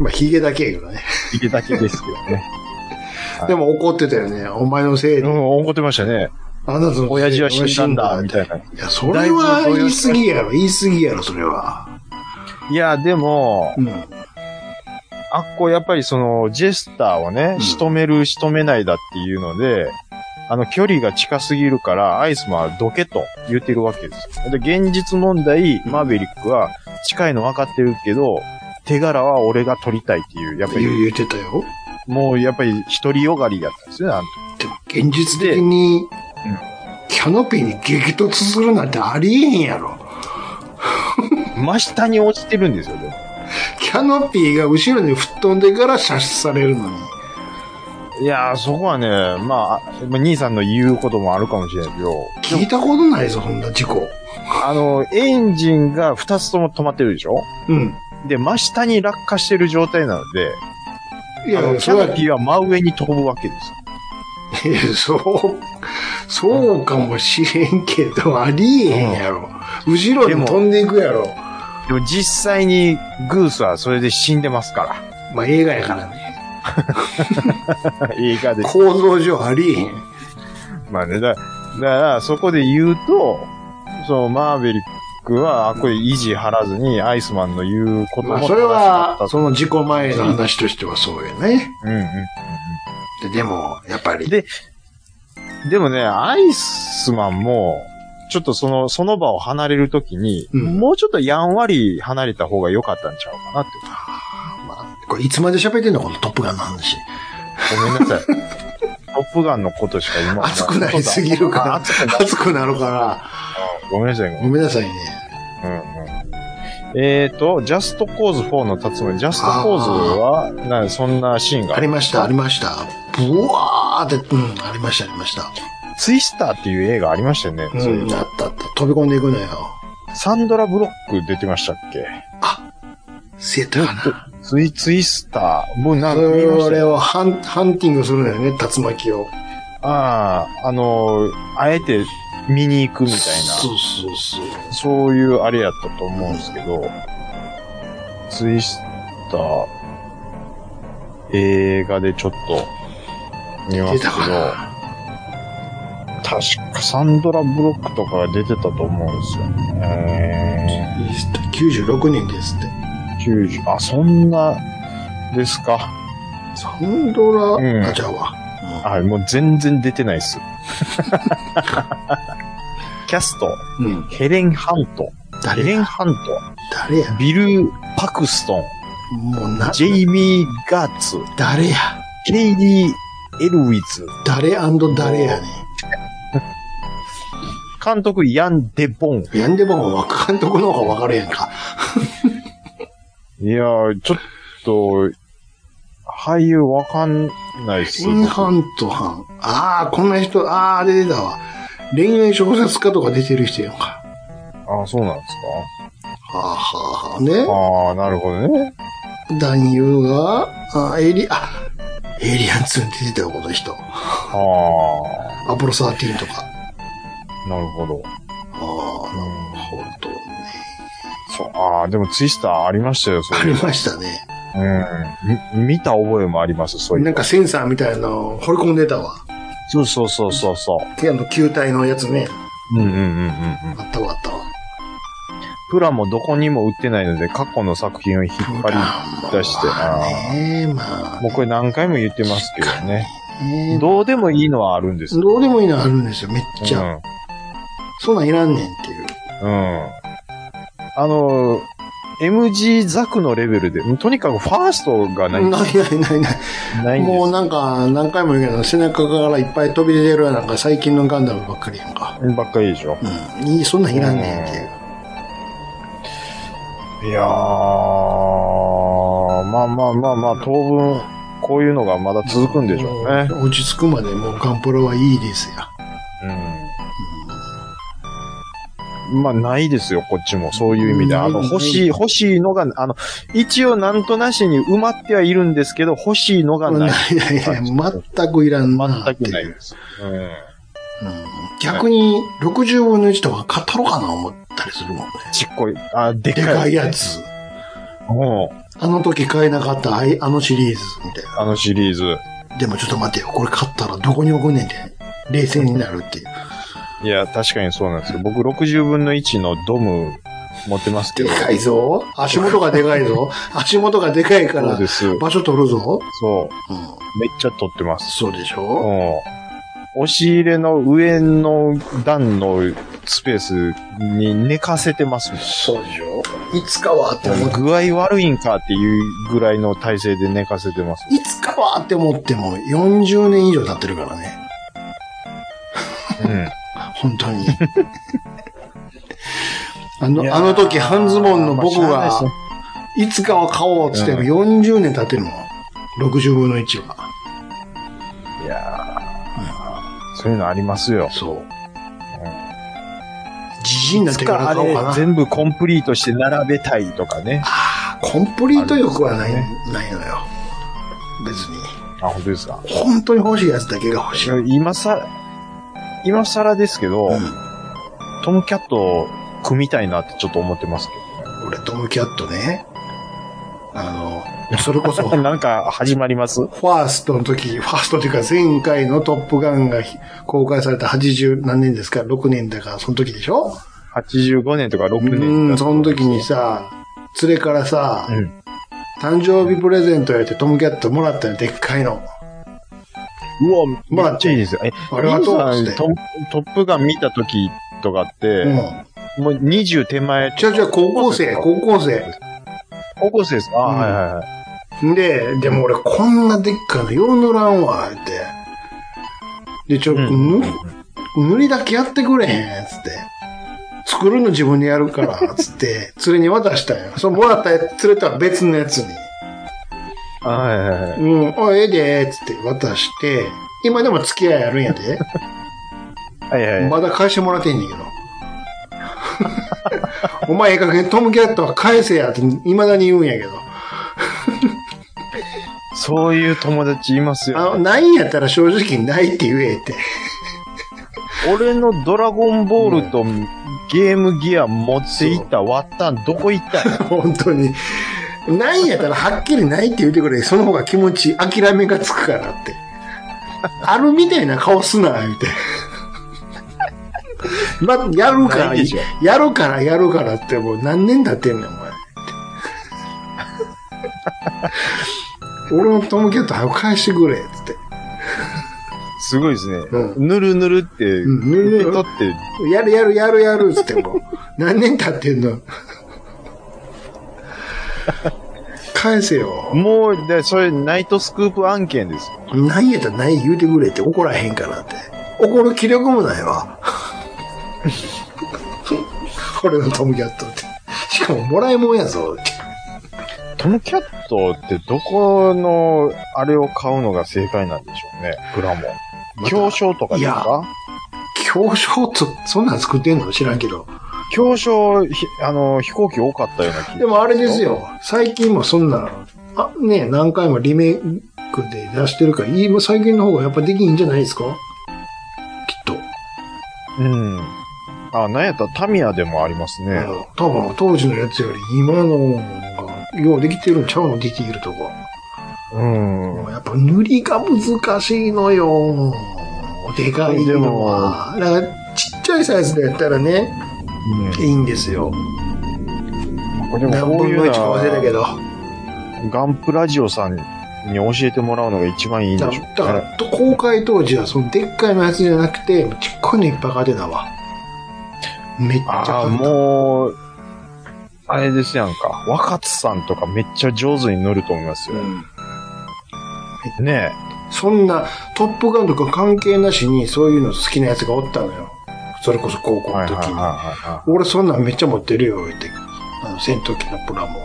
C: まあ、ヒゲだけやけどね。
D: いけだけですけどね。 <laughs> はい
C: でも怒ってたよね。お前のせいで
D: う。ん、怒ってましたね。
C: あなたの
D: 親父は死んだんだ、みたいな。
C: いや、それは言い過ぎやろ。言い過ぎやろ、それは。
D: いや、でも、
C: うん。
D: あっこ、やっぱりその、ジェスターをね
C: う、ん
D: 仕留める、仕留めないだっていうので、あの、距離が近すぎるから、アイスマンはどけと言ってるわけですよ。で、現実問題、マーベリックは近いの分かってるけど、手柄は俺が取りたいっていう、やっぱ
C: 言う
D: り、
C: 言ってたよ。
D: もうやっぱり一人よがりだったんですよねあの
C: でも現実的に、キャノピーに激突するなんてありえへんやろ。
D: 時。真下に落ちてるんですよ、でも。
C: キャノピーが後ろに吹っ飛んでから射出されるのに。
D: いやー、そこはね、まあ、まあ兄さんの言うこともあるかもしれないけど、
C: 聞いたことないぞ、そんな事故。
D: あの、エンジンが2つとも止まってるでしょ
C: うん。
D: で、真下に落下してる状態なので、
C: い
D: あの
C: や、
D: キ
C: それ
D: ャノ
C: は、
D: ピーは真上に飛ぶわけです。
C: いやそう、そうかもしれんけど、ありえへんやろ。後ろに飛んでいくやろ。
D: でも実際にグースはそれで死んでますか
C: まあ、映画やからね。
D: ら。 <laughs> 映画で。
C: 構造上ありえへん。
D: まあね、だだから、そこで言うと、そのマーベリックは、あこれ維持張らずに、アイスマンの言うことも
C: まあ、
D: 正し
C: それ
D: かった
C: は、その事故前の話としてはそうよね。
D: うんうん
C: ででも、やっぱり。
D: でうん。でもね、アイスマンも、ちょっとその、その場を離れるときに、
C: うん
D: もうちょっとやんわり離れた方が良かったんちゃうかなって。
C: まあ、これいつまで喋ってんのこのトップガンの話。
D: ごめんなさい。
C: <laughs>
D: トップガンのことしか今
C: 熱くなりすぎるから
D: あ熱くな
C: 熱くなるから、
D: ごめんなさい。ごめ
C: ご
D: ん
C: めんなさいね。
D: うん、えっ、ー、と、ジャストコーズ4のつまりジャストコーズは、なんそんなシーンが
C: ありました、ありました。ブワーって、うん、ありました、ありました。
D: ツイスターっていう映画ありましたよね。そういえ
C: うん、
D: ば
C: あったあった。飛び込んでいくのよ。
D: サンドラ・ブロック出てましたっけ
C: せやったかな。
D: ツイ、ツイスター。もうなんか見まし
C: そ
D: た
C: れ
D: よ
C: をハンハンティングするのよね、竜巻を。
D: ああ、あのー、あえて見に行くみたい
C: そうそうそう。
D: な、そういうあれやったと思うんですけど、ツイスター、映画でちょっと見ま
C: 出
D: すけ
C: た
D: ど、
C: かな。
D: 確かサンドラ・ブロックとかが出てたと思うんですよね。
C: 96人ですって。
D: 90、あ、そんな、ですか。
C: サンドラ、
D: うん
C: あ、ちゃうわ。
D: はい、もう全然出てないっ
C: <laughs>
D: す。キャスト、
C: うん。うん、
D: ヘレン・ハント、ヘ
C: 誰
D: レン・
C: や
D: ハント、
C: 誰や
D: ビル・パクストン、
C: もうな、
D: ジェイミー・ガーツ、
C: 誰や
D: ケイリー・エルウィズ、
C: 誰誰やね
D: 監督ヤン・デ・ボン。
C: ん。やんでもわかんとこの方がわかるやんか。
D: いやー、ちょっと、俳優わかんないっす。
C: 真犯と犯。ああ、こんな人、ああ、出てたわ。恋愛小説家とか出てる人やんか。
D: あ、そうなんです
C: はあはあはあね
D: か。。ああ、なるほどね。
C: 男優が、あーエイリ、あ、エイリアン2に出てたよ、この人。
D: ああ、
C: アポロ13とか。
D: なるほど。
C: ああ、なるほどね。
D: そう、ああ、でもツイスターありましたよ、そ
C: あ
D: れ
C: り。ましたね。
D: うん。み見た覚えもあります、そうい
C: な。
D: うん
C: かセンサーみたいなの掘り込んでたわ。
D: そうそうそうそうそ
C: 手の球体のやつね。
D: う。うんうんうんうんうん。
C: あったわあったわ。
D: プラもどこにも売ってないので、過去の作品を引っ張り出して
C: まあねまあ
D: もうこれ何回も言ってますけどね。
C: ね。
D: どうでもいいのはあるんです。
C: どうでもいいのあるんですよ、めっちゃ。
D: うん。
C: そんなんいらんねんっていう。
D: うん。あの、MG ザクのレベルで、とにかくファーストがない、
C: ないないないない。
D: ないんで
C: も
D: す
C: うなんか、何回も言うけど、背中からいっぱい飛び出てるなんか最近のガンダムばっかりやんか。
D: ばっかりでしょ。
C: うん。いい、そんなんいらんねんっていう。
D: いやー、まあまあまあまあ、当分、こういうのがまだ続くんでしょうね。
C: 落ち着くまでもうガンプラはいいですよ。
D: うん。まあ、ないですよ、こっちも。そういう意味で。
C: うん
D: あの、
C: ない
D: 欲しい、欲しいのが、あの、一応なんとなしに埋まってはいるんですけど、欲しいのがない。
C: いやいや
D: <laughs>
C: いや、全くいらんな。
D: 全くないで。す。うん。
C: うん、逆に、60分の1とか買ったろかな思ったりするもんね。
D: ちっこい。あ、で
C: で
D: か
C: か
D: い。
C: いやつ。
D: うん。
C: あの時買えなかったあいあのシリーズみたい
D: あのシリーズ。
C: な。でもちょっと待てよ、これ買ったらどこに置くねんって、冷静になるっていう。
D: いや、確かにそうなんですよ。僕、60分の1のドム持ってますけ
C: で
D: ど。
C: かいぞ。足元がでかいぞ。足元がでかいか
D: そう
C: ら
D: で、す。
C: 場所取るぞ。
D: そう。
C: うん。
D: めっちゃ撮ってます。
C: そうでし
D: う
C: ょ
D: ん。押し入れの上の段のスペースに寝かせてますもん。
C: そうでしょいつかはって思っ
D: 具合悪いんかっていうぐらいの体勢で寝かせてます。
C: いつかはって思っても40年以上経ってるからね。
D: うん。
C: 本当
D: <laughs>
C: に。あ
D: いや
C: の、
D: ー
C: あの時半ズボンの僕
D: まあ
C: が
D: しゃあない、
C: いつかは買おうってっても40年経ってるもん。60分の1は。
D: いやーそういうのありますよ。
C: そう。じじいになってから
D: あ
C: 買おう
D: れ
C: かな。
D: 全部コンプリートして並べたいとかね。
C: あーコンプリート欲はない、
D: あるん
C: ないのよ。別に。
D: あ、本当ですか。
C: 本当に欲しいやつだけが欲しい。
D: 今さ、今更ですけど、
C: うん
D: トムキャットを組みたいなってちょっと思ってます
C: 俺、トムキャットね。あの、それこそ <laughs>
D: け、ど。なんか始まります
C: ファーストの時、ファーストというか前回のトップガンが公開された80何年ですか ?6 年だから、その時でしょ
D: ?85 年とか6
C: う
D: 年
C: ん、その時にさ、連れからさ、
D: うん
C: 誕生日プレゼントやってトムキャットもらったの、でっかいの。
D: うわ、めっちゃいいですよ。え、
C: ありがとう
D: イ
C: っ
D: ン
C: つ
D: さん
C: って。
D: トトップガン見た時とかって、
C: うん。
D: もう20手前
C: 違う違う、高校生、高校生。
D: 高校生ですか、あ
C: うん
D: はいはいはい。
C: で、でも俺こんなでっかいのよう塗らんわ、って。で、ちょ、
D: うん
C: 塗塗りだけやってくれへん、つって。作るの自分でやるから、つって、連れに渡したんや。そのもらったやつ、連れとは別のやつに。
D: あはいはいはい。
C: うん、あ、ええで、つって渡して、今でも付き合いあるんやで。
D: はいはいはい。
C: まだ返してもらってんねんけど。 <laughs> お前ええ加減トムキャットは返せやって未だに言うんやけど。
D: そういう友達います
C: あの、
D: よ、ね。
C: ないんやったら正直ないって言えって。
D: 俺のドラゴンボールとゲームギア持っていった割ったんどこ行ったん <laughs> や
C: 本当に。ないんやったらはっきりないって言ってくれ。その方が気持ち、諦めがつくからって。あるみたいな顔すな、みたいな。ま、やるから
D: ないでしょ、
C: やるから、やるからって、もう何年経ってんねん、お前。俺のトムキャット早く返してくれ、つって。
D: すごいですね。
C: う
D: ぬるぬるって、
C: んぬるぬる
D: 受け取って、
C: やるやるやるやる、つってもう。何年経ってんの。返せよ。
D: もう、で、それ、ナイトスクープ案件ですよ。
C: ないやったらない言うてくれって怒らへんからって。怒る気力もないわ。 <laughs> 俺のトムキャットって。しかももらいもんやぞって。
D: トムキャットってどこの、あれを買うのが正解なんでしょうね。プラモ。表彰とかですか
C: 表彰つ、そんなん作ってんの知らんけど。
D: 表彰、ひあの、飛行機多かったような気が
C: でもあれですよ。最近もそんなん、あ、ね何回もリメイクで出してるから、いい最近の方がやっぱできんじゃないですかきっと。
D: うん。あ、なんやったらタミヤでもありますね。
C: うん多分当時のやつより今のが、ようできてるんちゃうのできているとこ。
D: うん。
C: やっぱ塗りが難しいのよ。でかいのは。だからちっちゃいサイズでやったらね、いいんですよ。
D: これで
C: 何
D: もこう
C: 分
D: い
C: の
D: う
C: 1か忘れたけ
D: の
C: ど。
D: はガンプラジオさんに教えてもらうのが一番いいんで
C: だ
D: しょうね。
C: だから、公開当時はそのでっかいのやつじゃなくて、ちっこいのいっぱい買ってたわ。めっちゃ
D: ああ、
C: 買った。
D: もう、あれですやんか。若津さんとかめっちゃ上手に乗ると思いますよ。ね
C: そんな、トップガンとか関係なしに、そういうの好きなやつがおったのよ。それこそ高
D: え。
C: 校
D: はいは
C: の
D: いはい
C: 時に。
D: は
C: 俺そんなんめっちゃ持ってるよ、言って。あの、戦闘機のプラモ、言って。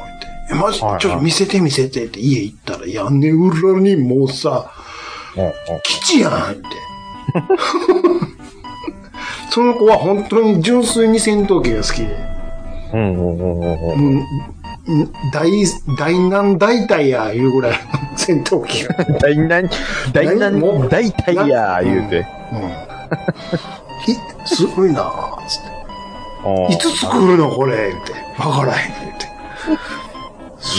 C: え、マジち
D: はい
C: ょ
D: はい
C: っと見せて見せてって家行ったら、屋根裏にもうさ、
D: いはい。うんうん
C: 基地やんって。 <laughs> その子は本当に純粋に戦闘機が好きで。
D: うんうんうんうんうん。
C: もう、ん大、大難大体や、いうぐらいの戦闘機が。 <laughs>
D: 大難、大
C: もう
D: 難、大体や、言うて。
C: うん。ひすごいなぁ、つって。
D: うん
C: いつ作るのこれ言って。わからへん。言って。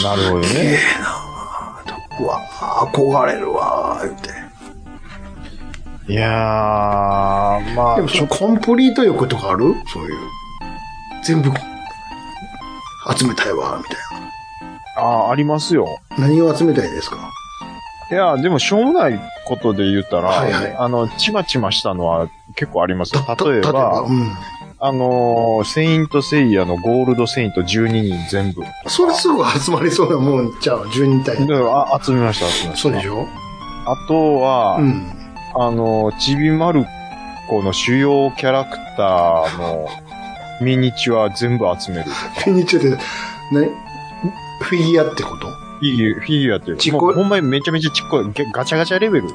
D: なるほど
C: え
D: ね。
C: えなぁ。うわぁ、憧れるわぁ、言って。
D: いやー、まあ
C: でも、、そのコンプリート欲とかあるそういう。全部、集めたいわ、みたい
D: あーありますよ。
C: な。何を集めたいですか
D: いやー、でも、しょうもないことで言ったら、
C: はいはい
D: あの、ちまちましたのは結構ありますよ。
C: た
D: 例えば、
C: うん。
D: あのー、セイントセイヤのゴールドセイント12人全部。
C: それすぐ集まりそうなもんちゃう、12体。
D: であ集めました、集めました。
C: そうでしょ
D: あとは、
C: うん。 <laughs>
D: あのー、ちびまる子の主要キャラクターのミニチュア全部集める。
C: フィニッシュで、ね、フィギュアってこと
D: フィギュア、フィギュアっていう
C: ちっ
D: か、
C: こい
D: もうほんまにめちゃめちゃちっこい、ガガチャガチャレベル。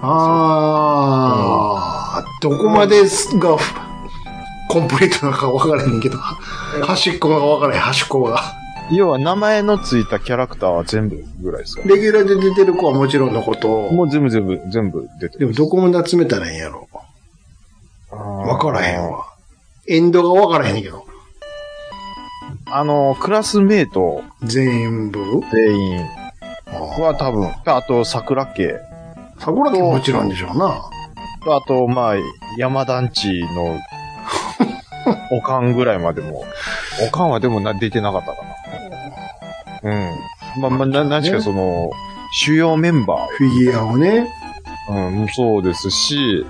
C: あー、どこまでが、コンプリートなのか分からへんねんけど、端っこが分からへん、端っこが。
D: 要は名前のついたキャラクターは全部ぐらいですかね。
C: レギュラーで出てる子はもちろんのこと、
D: もう全部全部、全部出て
C: でもどこまで集めたらいいんやろ分
D: わ
C: からへん。わ。エンドが分からへんねんけど。
D: あの、クラスメイト
C: 全部
D: 全員
C: あ
D: は多分、あと桜家、
C: ー桜木ももちろんでしょうな。
D: とあと、まあ、山団地
C: <laughs>
D: の、おかんぐらいまでも、おかんはでもな出てなかったかな。うん。まあまあ、な、何しかその、主要メンバー、
C: フィギュアをね。
D: うん、もそうですし、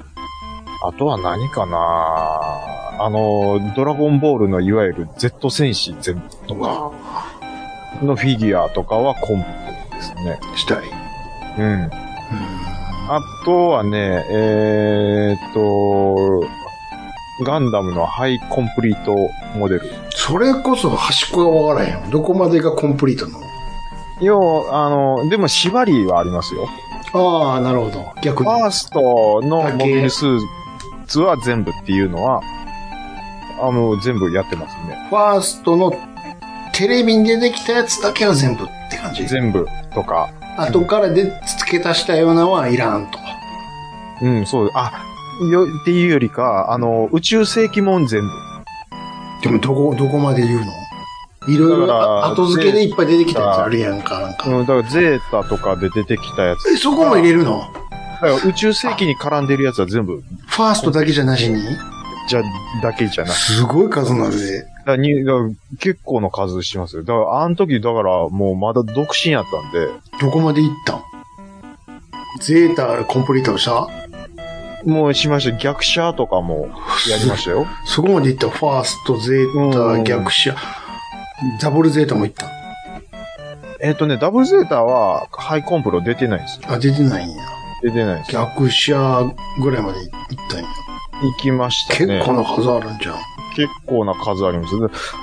D: あとは何かなあの、ドラゴンボールのいわゆる Z 戦士全部とか、のフィギュアとかはコンプですね。
C: したい。
D: うん。
C: うん
D: あとはね、えーっと、ガンダムのハイコンプリートモデル。
C: それこそ端っこが分からへんわ。どこまでがコンプリートなの
D: 要は、あの、でも縛りはありますよ。
C: ああ、なるほど。
D: フ
C: 逆に。
D: ァーストの
C: だけ
D: モビルスーツは全部っていうのは、あの、全部やってますね。
C: ファーストのテレビに出てきたやつだけは全部って感じ。
D: 全部とか。
C: 後からで付け足したようなのはいらんと。
D: うん、そう。あ、よ、っていうよりか、あの、宇宙世紀もん全部。
C: でもどこ、どこまで言うのいろい
D: だから
C: ろあ後付けでいっぱい出てきたやつあるやんか、なんか。
D: うん、だからゼータとかで出てきたやつ。
C: えそこも入れるの
D: だから宇宙世紀に絡んでるやつは全部、
C: ファーストだけじゃなしに
D: じゃ、だけじゃない。
C: すごい数なる
D: だ
C: で。
D: からにだから結構の数してますよ。だから、あの時、だから、もうまだ独身やったんで、
C: どこまで行ったんゼータコンプリートした
D: もうしました。逆車とかもやりました <laughs> よ。
C: そこまで行ったファースト、ゼー
D: う
C: タ、
D: ん
C: 逆者、ダブルゼータも行った。
D: えっとね、ダブルゼータは、ハイコンプロ出てないです。
C: あ、出てないんや。
D: 出てないです。行
C: 逆者ぐらいまで行ったんや。
D: きました
C: 結
D: ね。
C: 構な数あるんじゃん。
D: 結構な数あります。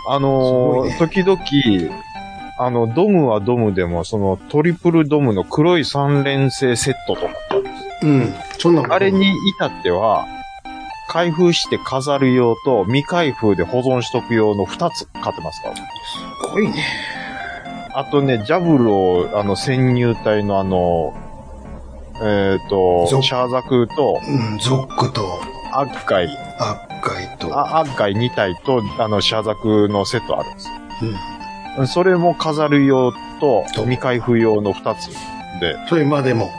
D: あ
C: す
D: の
C: ごい
D: ー
C: ね
D: 時々、あの、ドムはドムでも、そのトリプルドムの黒い三連星セットとか、
C: うん。そんなもん
D: あれ。に至っては、開封して飾る用と未開封で保存しとく用の二つ買ってますから。
C: すごいね。
D: あとね、ジャブロー、あの、潜入隊のあの、えっ、
C: ゾ
D: と、シャーザクと、
C: うん、ゾックと、
D: アッカイ、
C: アッカイと。
D: あアッカイ2体と、あの、シャーザクのセットあるんですよ
C: うん。
D: それも飾る用と
C: と
D: 未開封用の二つで、
C: それ今でも。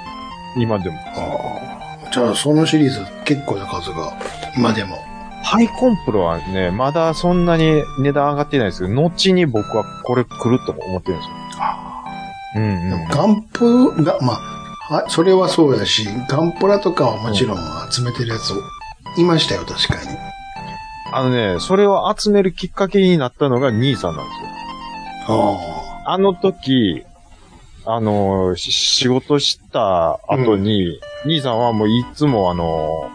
D: 今でも。
C: ああ。じゃあ、そのシリーズ結構な数が、今でも。
D: ハイコンプロはね、まだそんなに値段上がってないですけど、後に僕はこれ来ると思ってるんですよ。うん、
C: で
D: う
C: も
D: ん。
C: ガンプが、まあ、はいそれはそうだし、ガンプラとかはもちろん集めてるやつ、いましたよ、確かに。
D: あのね、それを集めるきっかけになったのが兄さんなんですよ。
C: あ
D: あの時、あの、し仕事した後に、兄さんはもういつもあの、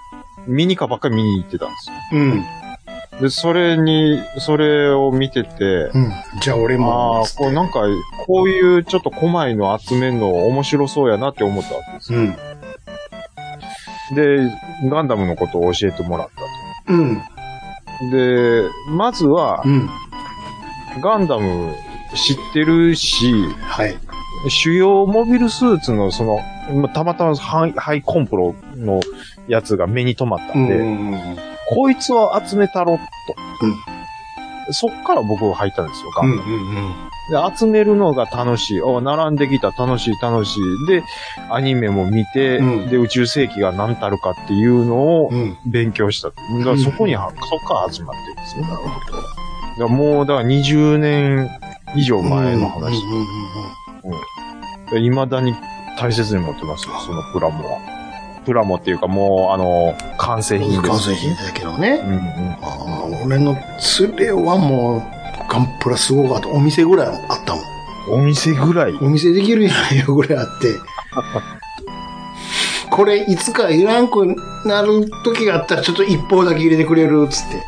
D: ミニカーばっかり見に行ってたんですよ。
C: あ。うん。
D: で、それに、それを見てて、
C: うん。じゃあ俺
D: あ
C: も
D: あ、。こうなんか、こういうちょっとコマイの集めるの面白そうやなって思ったわけですよ。
C: うん。
D: で、ガンダムのことを教えてもらっ
C: うん。
D: た。で、まずは
C: う、ん。
D: ガンダム知ってるし、
C: はい。
D: 主要モビルスーツのその、またまたまハイハイコンプロのやつが目に留まった
C: うん
D: で、
C: ん。
D: こいつを集めたろっと。
C: うん
D: そっから僕入ったんですよ、ガ
C: う
D: ン
C: ん。うん。
D: で、集めるのが楽しい。お並んできた、楽しい、楽しい。で、アニメも見て、
C: うん
D: で、宇宙世紀が何たるかっていうのを
C: うん。
D: 勉強した。だからそこに、そっから始まってるんですね。なるほど。だからもう、だから20年以上前の話。
C: うんうんうん
D: で未だに大切に持ってますよ、そのプラモは。プラモっていうか、もう、あの、完成
C: う
D: 品
C: ん。
D: です。
C: 完成品だけどね。
D: うんうん。
C: ああ、俺の連れはもう、ガンプラすごかった。お店ぐらいあったもん。
D: お店ぐらい。
C: お店できるんやないよ、これあって。 <laughs> これ、いつかいらんくなる時があったら、ちょっと一方だけ入れてくれる、つって。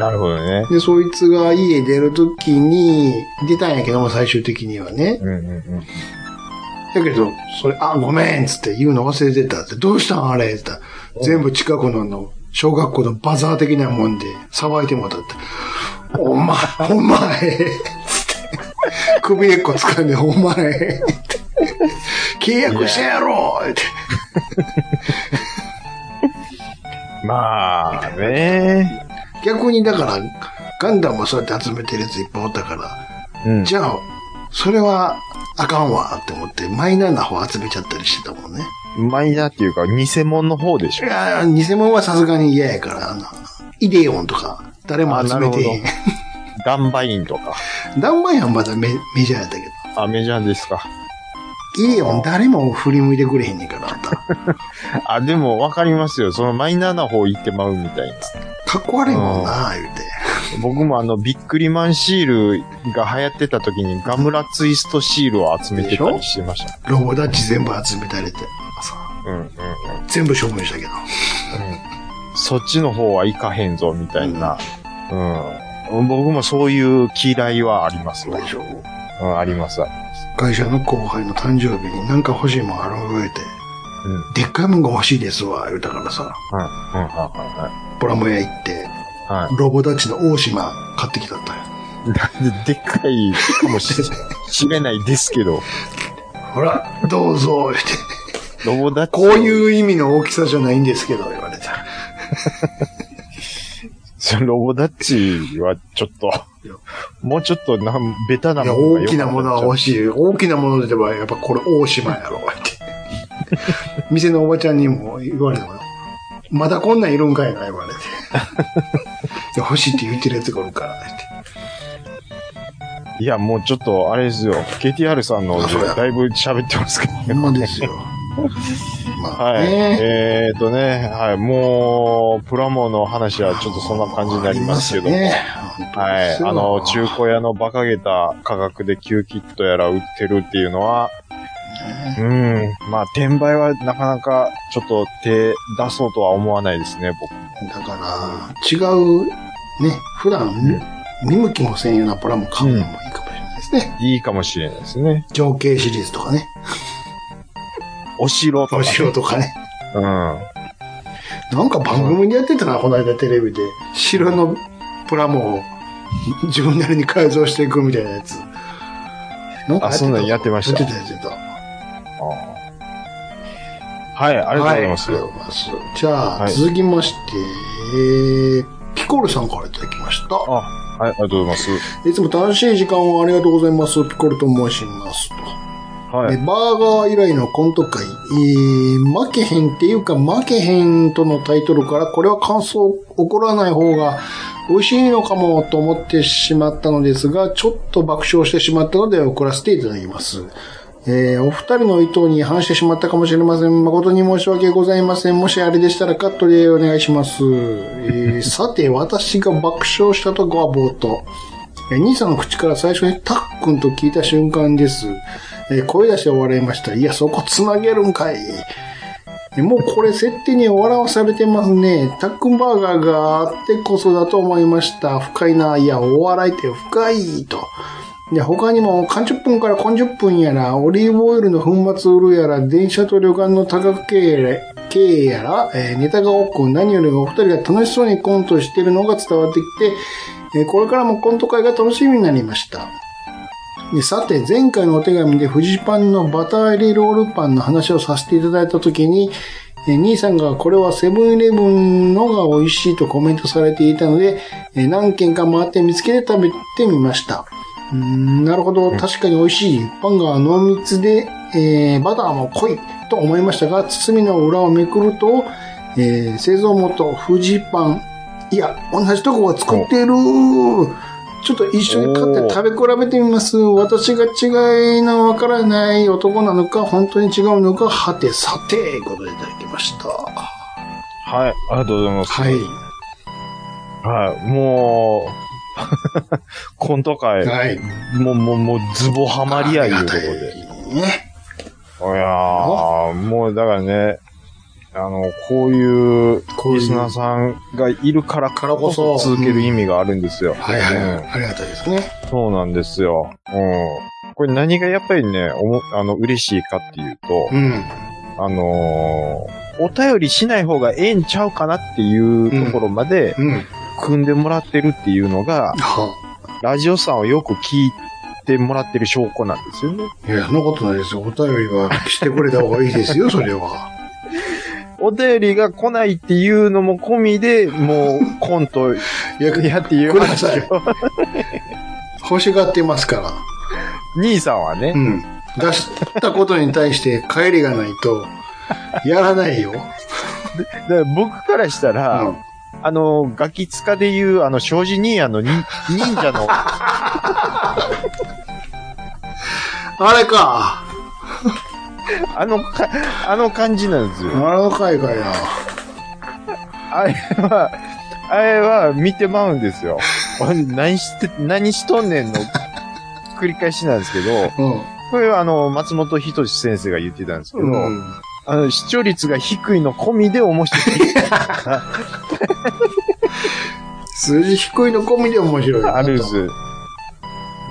D: なるほどね。
C: で、そいつが家出るときに、出たんやけども、最終的にはね。
D: うんうんうん。
C: だけど、それ、あ、ごめんっつって言うの忘れてたって、どうしたんあれって言ったら全部近くのあの、小学校のバザー的なもんで、騒いでもらったって。お前、お前つって。首根っこ掴んで、お前って契約したやろって。
D: まあ、ね
C: 逆にだから、ガンダムをそうやって集めてるやついっぱいおったから、
D: うん。
C: じゃあ、それは、あかんわって思って、マイナーな方集めちゃったりしてたもんね。
D: マイナーっていうか、偽物の方でし
C: い
D: ょ。
C: やー、偽物はさすがに嫌やから、あの、イデオンとか、誰も集めてへ
D: あなるガンバインとか。
C: ん。 <laughs> ダンマイはまだメメジャーやったけ
D: あ、メジャーですか。
C: ど、イデオン誰も振り向いてくれへんねんから、あんた。
D: あ、でもわかりますよ。そのマイナーな方行ってまうみたいな。
C: かっこ悪いもんな、言うて。
D: 僕もあの、ビックリマンシールが流行ってた時にガムラツイストシールを集めてたりしてました。
C: ロボダッチ全部集めたれて、
D: うんうんうん。
C: 全部処分したけど。
D: そっちの方は行かへんぞ、みたいな。うん。僕もそういう嫌いはありますわ
C: でしょ
D: うん、あります。うん。
C: 会社の後輩の誕生日になんか欲しいもんある言うて、でっかいもんが欲しいですわ、言うたからさ、
D: うん、うん、は
C: プラモ屋行って、
D: い、はい。は
C: ロボダッチの大島買ってきたったよ。
D: い。なんで、でっかいかもししれないですけど。
C: ほら、 <laughs> どうぞ、言うて。
D: ロボダッチ。
C: こういう意味の大きさじゃないんですけど、言われた。
D: そのロボダッチはちょっと
C: いや、
D: もうちょっとなん、ベタない
C: や
D: ものが
C: 大きなものは欲しい。大きなもので言えば、やっぱこれ大島やろ、って。店のおばちゃんにも言われたから、まだこんなんいるんかいな、言われて。いや欲しいって言ってるやつがおるから、って。
D: いや、もうちょっと、あれですよ。KTR さんの
C: あそうや、
D: だいぶ喋ってますけど。
C: ほんまですよ。まあ
D: はい。
C: ね。
D: えーっとね、はい。もう、プラモの話はちょっとそんな感じになりますけど。
C: ありますね
D: はい。あの、中。古屋の馬鹿げた価格で旧キットやら売ってるっていうのは、うん。まあ、転売はなかなかちょっと手出そうとは思わないですね、僕。
C: だから、違う、ね、普段、見向きもせんようなプラも買うのもいいかもしれないですね。
D: いいかもしれないですね。
C: 情景シリーズとかね。
D: お城とか。
C: お城とかね。
D: うん。
C: なんか番組でやってたな、この間テレビで。城のプラモを自分なりに改造していくみたいなやつ。なか
D: あそんなんやってました
C: やってた、やってた。あ
D: はい、ありがとうございます。
C: ありがとうございます。じゃあ、
D: はい
C: 続きまして、えーピコールさんからいただきました。
D: あ、はい、ありがとうございます。
C: いつも楽しい時間をありがとうございます。ピコールと申しますと。
D: は
C: え
D: い。
C: バーガー以来のコント会、えー負けへんっていうか負けへんとのタイトルからこれは感想起こらない方が美味しいのかもと思ってしまったのですが、ちょっと爆笑してしまったので送らせていただきます。えーお二人の意図に反してしまったかもしれません。誠に申し訳ございません。もしあれでしたらカットでお願いします。えーさて、私が爆笑したとこは冒頭。えー兄さんの口から最初にたっくんと聞いた瞬間です。えー声出して笑いました。いや、そこつなげるんかい。えーもうこれ設定に笑わされてますね。タックンバーガーがあってこそだと思いました。深いな。いや、お笑いって深い。と。で、他にも、30分から40分やら、オリーブオイルの粉末売るやら、電車と旅館の多角経営経営やら、えーネタが多く、何よりもお二人が楽しそうにコントしてるのが伝わってきて、えーこれからもコント会が楽しみになりました。でさて、前回のお手紙でフジパンのバター入りロールパンの話をさせていただいたときに、えー兄さんがこれはセブンイレブンのが美味しいとコメントされていたので、えー何軒か回って見つけて食べてみました。うーんなるほど。確かに美味しい。パンが濃密で、えーバターも濃いと思いましたが、包みの裏をめくると、えー製造元、富士パン。いや、同じとこが作っている。ちょっと一緒に買って食べ比べてみます。私が違いのわからない男なのか、本当に違うのか、はてさて、ということでいただきました。は
D: はい、ありがとうございます。
C: い。
D: はい、もう、 <laughs> コント会、
C: はい。
D: もう、もう、もう、ズボハマり合いいうこと
C: あり
D: で。
C: がたいね。
D: いやー、もうだからね、あの、こういう
C: こういう
D: リスナーさんがいるから
C: からこそ
D: 続ける意味があるんですよ。
C: はいはいは
D: う
C: い。ありがたいですね。
D: んそうなんですよ。うん。これ何がやっぱりね、おも、あの、嬉しいかっていうと、
C: うん。
D: あのーお便りしない方がええんちゃうかなっていうところまで
C: うん。
D: 組んでもらってるっていうのが、
C: は
D: ラジオさんをよく聞いてもらってる証拠なんですよね。
C: いや、そんなことないですよ。お便りはしてくれた方がい
D: <laughs>
C: いですよ、それは。
D: お便りが来ないっていうのも込みで、もうコント
C: いや、
D: やっていう
C: くださ
D: 話
C: い
D: を。
C: 欲しがってますか
D: 兄さんは
C: ら。う
D: ね、
C: ん。出したことに対して帰りがないと、やらないよ。
D: だから僕からした
C: う
D: ら、
C: ん。
D: あの、ガキ使でいう、あの、正直に、あの、に忍者
C: <laughs>
D: の、
C: あれか。
D: あのか、あの感じなんです
C: あ
D: よ。
C: の海外な。
D: あれは、あれは見てまうんですよ。俺何して、何しとんねんの繰り返しなんですけど、
C: う
D: これはあの、松本人志先生が言ってたんですけど、
C: ん。うん。
D: あの、視聴率が低いの込みで面白い。
C: 数字低いの込みで面白い。
D: あるんです。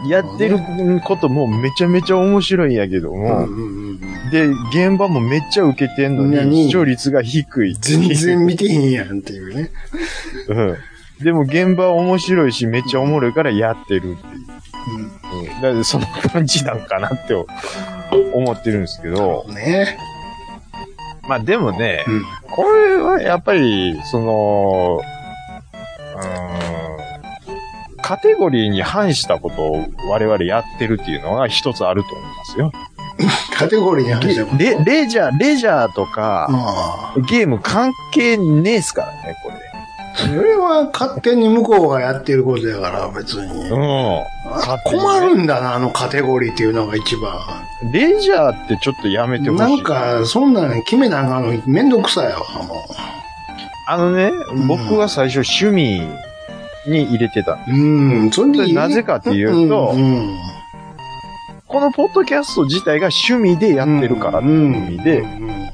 D: やってることもめちゃめちゃ面白いんやけど
C: うんう
D: も、
C: んうん。
D: で、現場もめっちゃ受けてんの
C: 何
D: に、視聴率が低い。
C: 全然見てへんやんっていうね。
D: うん。でも現場は面白いし、めっちゃおもろいからやってるっていう。うん。だからその感じなんかなって思ってるんですけど。
C: うん。ね。
D: まあでもね、
C: うん。
D: これはやっぱり、その、うーん、カテゴリーに反したことを我々やってるっていうのが一つあると思いますよ。
C: カテゴリーに話したこと。
D: レレジャー、レジャーとか、
C: ああ。
D: ゲーム関係ねえっすからね、これ。
C: それは勝手に向こうがやってることやから、別に。
D: うん。
C: 困るんだな、あのカテゴリーっていうのが一番。
D: レジャーってちょっとやめてほしい。
C: なんか、そんなん決めなあかんのめんどくさいわ、も
D: あのね
C: ん、
D: 僕は最初趣味に入れてた。
C: う。うん、それ
D: それなぜかっていうと
C: うんうん
D: このポッドキャスト自体が趣味でやってるからっていう意味
C: う
D: で、
C: ん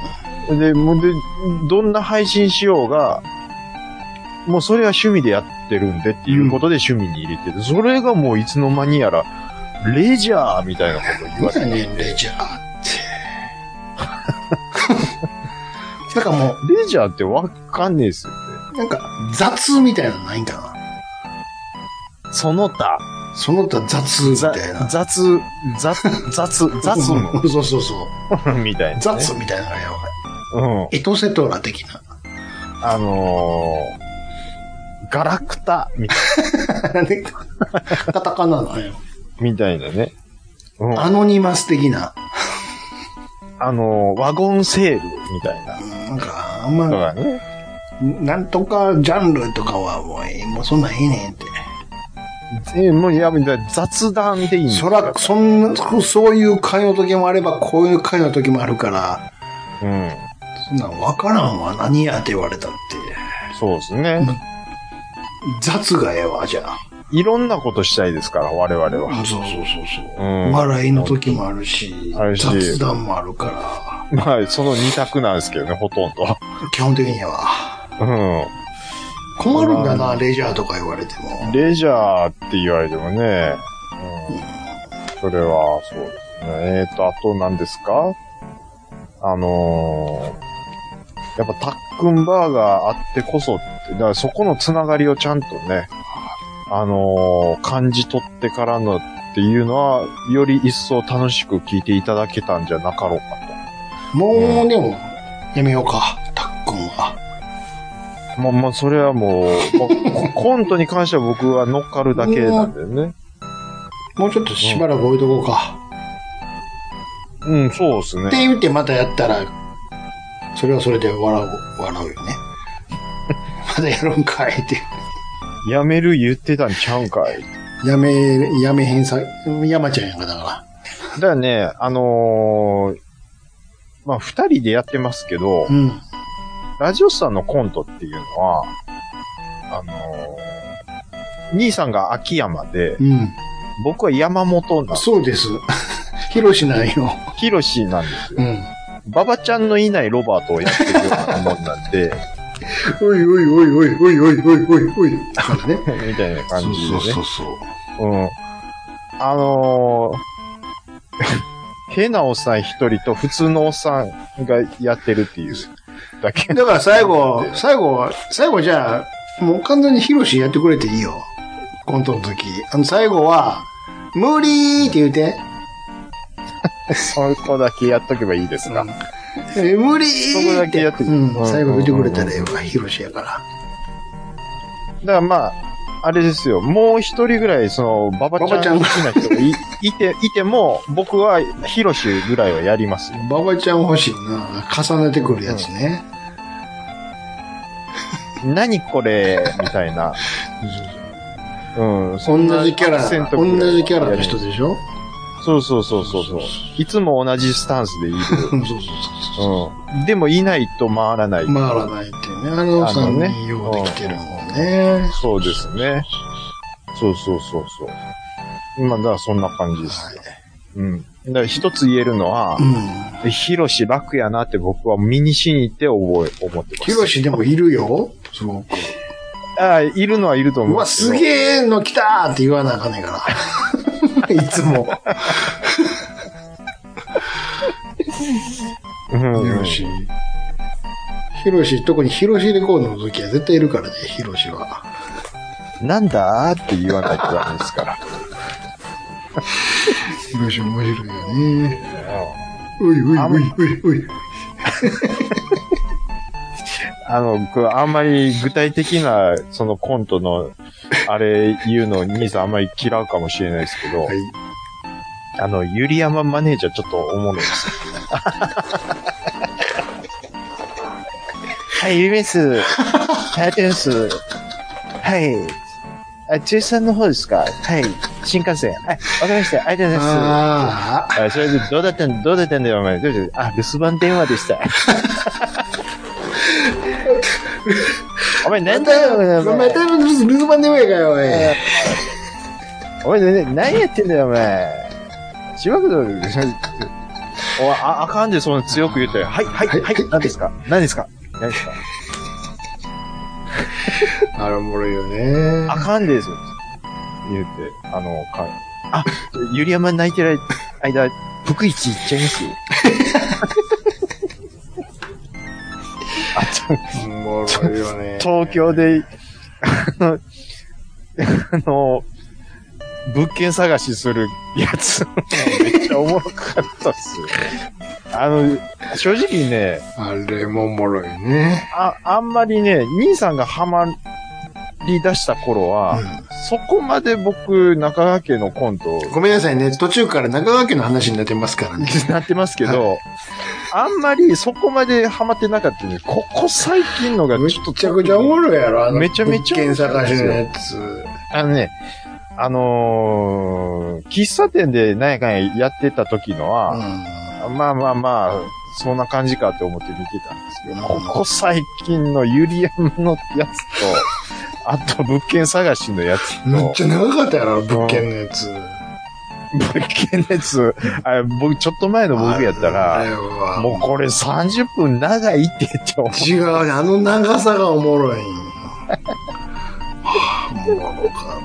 C: うん
D: で、もうで、どんな配信しようが、もうそれは趣味でやってるんでっていうことで趣味に入れてる。それがもういつの間にやら、レジャーみたいなこと言われ
C: 何
D: て。
C: やねん、レジャーって。 <laughs> なんかも
D: レジャーってわかんねえっすよね。
C: う、なんか雑みたいなのないんかな。
D: その他、
C: その他雑み
D: ざ
C: たいな。
D: 雑、雑、雑、雑
C: う <laughs>
D: 務
C: んそうそうそう。
D: みたいな、ね。
C: 雑みたいなのがやばい。
D: うん。
C: エトセトラ的な。
D: あのー、ガラクタみたい
C: <laughs> カタカナのよ。
D: みたいなね。うん、
C: ア
D: あ
C: ノニマス的な。
D: のー、ワゴンセールみたいな。
C: うんなんか、あんま
D: だからね、
C: なんとかジャンルとかはもうええ、もうそんなんええねんって。
D: えもうやめた雑談でいいんです
C: そ
D: よ
C: ら、そんな、そそういう会の時もあれば、こういう会の時もあるから、
D: うん。
C: そんなん分からんわ、何やって言われたって。
D: そうですね。
C: 雑がええわ、じゃあ。
D: いろんなことしたいですから、我々は。 <laughs>
C: そうそうそうそう。
D: うん
C: 笑いの時もあるし
D: ある、し
C: 雑談もあるか
D: まあ、その二択なんですけどね、ほとんど。
C: ら、基本的には。
D: う
C: 困るんだな、レジャーとか言われても。
D: ん。レジャーって言われてもね、うん。それは、そうですね。えっ、と、あと何ですかあのー、やっぱタックンバーがあってこそって、だからそこのつながりをちゃんとね、あのー感じ取ってからのっていうのは、より一層楽しく聞いていただけたんじゃなかろうか
C: もう、でも、やめようか、たっくんは。
D: と。まあまあ、それはもう、まあ <laughs> コントに関しては僕は乗っかるだけなんでね。
C: もうちょっとしばらく置いとこうか。
D: うん、そうです
C: って
D: ね。
C: 言ってまたやったら、それはそれで笑う、笑うよね。 <laughs> まだやるんかいって。
D: やめる言ってたんちゃうんかい。
C: やめ、やめへんさ、山ちゃんやんか、だか
D: だからね、あのーまあ、二人でやってますけど
C: ら。う、ん。
D: ラジオスさんのコントっていうのは、あのー兄さんが秋山で、
C: うん。
D: 僕は山本なん
C: そうです。 <laughs> ヒロシなんよ。
D: ヒロシなんですよ。
C: うん。
D: ババちゃんのいないロバートをやってるようなもんなん
C: <laughs>
D: で、
C: おいおいおいおいおいおいおいおいおい。だからね。
D: みたいな感じでね。
C: うそう。
D: うん。あのー、 <laughs> 変なおっさん一人と普通のおっさんがやってるっていうだ
C: <laughs>
D: け。
C: だから最後、最後、最後じゃあ、もう完全にヒロシやってくれていいよ。コントの時。あの最後は、無理ーって言うて。
D: そこだけやっとけばいいですか。
C: えー無理
D: そこ
C: ー
D: だ
C: っ
D: け
C: て。
D: やって
C: うん。最後言ってくれたらええ
D: だか
C: わ、ヒロシやから。
D: らまあ、あれですよ。もう一人ぐらい、その、ババちゃん好きな人がいいて、いても、僕は、ヒロシぐらいはやりますよ。
C: ババちゃん欲しいな。重ねてくるやつね。
D: 何これ、みたいな。うん、そんな
C: 同じキャラ、
D: アクセントぐらいは
C: 同じキャラの人でしょ
D: そうそうそうそうそう。いつも同じスタンス
C: <laughs>
D: でいる。
C: うんそうそうそうそう。
D: うん。でもいないと回らない。
C: 回らないってね。あのさん
D: あの
C: に
D: ね
C: ようできてるもんね。
D: そうですね。そうそうそうそう。まあ、だからそんな感じです。うん。だから一つ言えるのは
C: う、ん。
D: ヒロシ楽やなって僕は身にしに行って覚え、思ってます。
C: ヒロシでもいるよ。すごく。
D: ああ、いるのはいると思
C: う
D: う。
C: わ、す
D: え
C: げえの来たーって言わなあかんね
D: <laughs>
C: えから。いつも。
D: うん
C: ヒロシ。ヒロシ、特にヒロシレコードの時は絶対いるからね、ヒロシは。
D: なんだーって言わないとダメですから。
C: ヒロシ面白いよね。おいおいおいおいおい。
D: あの、僕はあんまり具体的な、そのコントの、あれ言うの、兄さんあんまり嫌うかもしれないですけど、
C: はい。
D: あの、ゆりやまマネージャーちょっとおもろいです。 <laughs> はい、ゆめす。タイトす。はい。あ、中3の方ですかはい。新幹線。はい、わかりました。ありがとうございま
C: ああ、
D: す。あ、それで、どうだったん、どうだったんだよ、お前。どうだったあ、留守番電話で <laughs> した。お前、なんだよ、お
C: お前、
D: 前。
C: だいぶ留守番電話やからよ、
D: お前、ね、何やってんだよ、お前。しばくだろ。おいあ、あかんで、そんな強く言ったよ。はい、はい、
C: はい
D: はい、何ですか何ですか何ですか <laughs>
C: おい。あれおもろいよね
D: あ。かんです。言うて、あの、かあ、ゆりやま泣いてる間、福一行っちゃい <laughs> ますあ、ちょ
C: おもろいよね。
D: 東京で、あの、あの、物件探しするやつ、めっちゃおもろかったっすよ。あの、正直ね、
C: あれもおもろいね。
D: あ、あんまりね、兄さんがハマり出した頃は、そこまで僕、中川家のコント、
C: ごめんなさいね。途中から中川家の話になってますから <laughs> ね。
D: なってますけど、あんまりそこまでハマってなかったんで、ここ最近のが
C: め
D: ちょっと。
C: ちゃくちゃおもろいやろ、あの。
D: めちゃめちゃ
C: 物件探しのやつ。
D: あのね、あのー喫茶店で何やかんややってた時のは、まあまあまあ、そんな感じかって思って見てたんですけど、ここ最近のゆりやんのやつと、あと物件探しのやつ
C: めっ
D: と、
C: ちゃ長かったやろ、物件のやつ。
D: 物件のやつ、 <laughs> あ僕、ちょっと前の僕やった
C: あれ
D: ら、
C: は
D: もうこれ30分長いってって思う
C: 違うね、あの長さがおもろいんよ。はあおもろかったわ。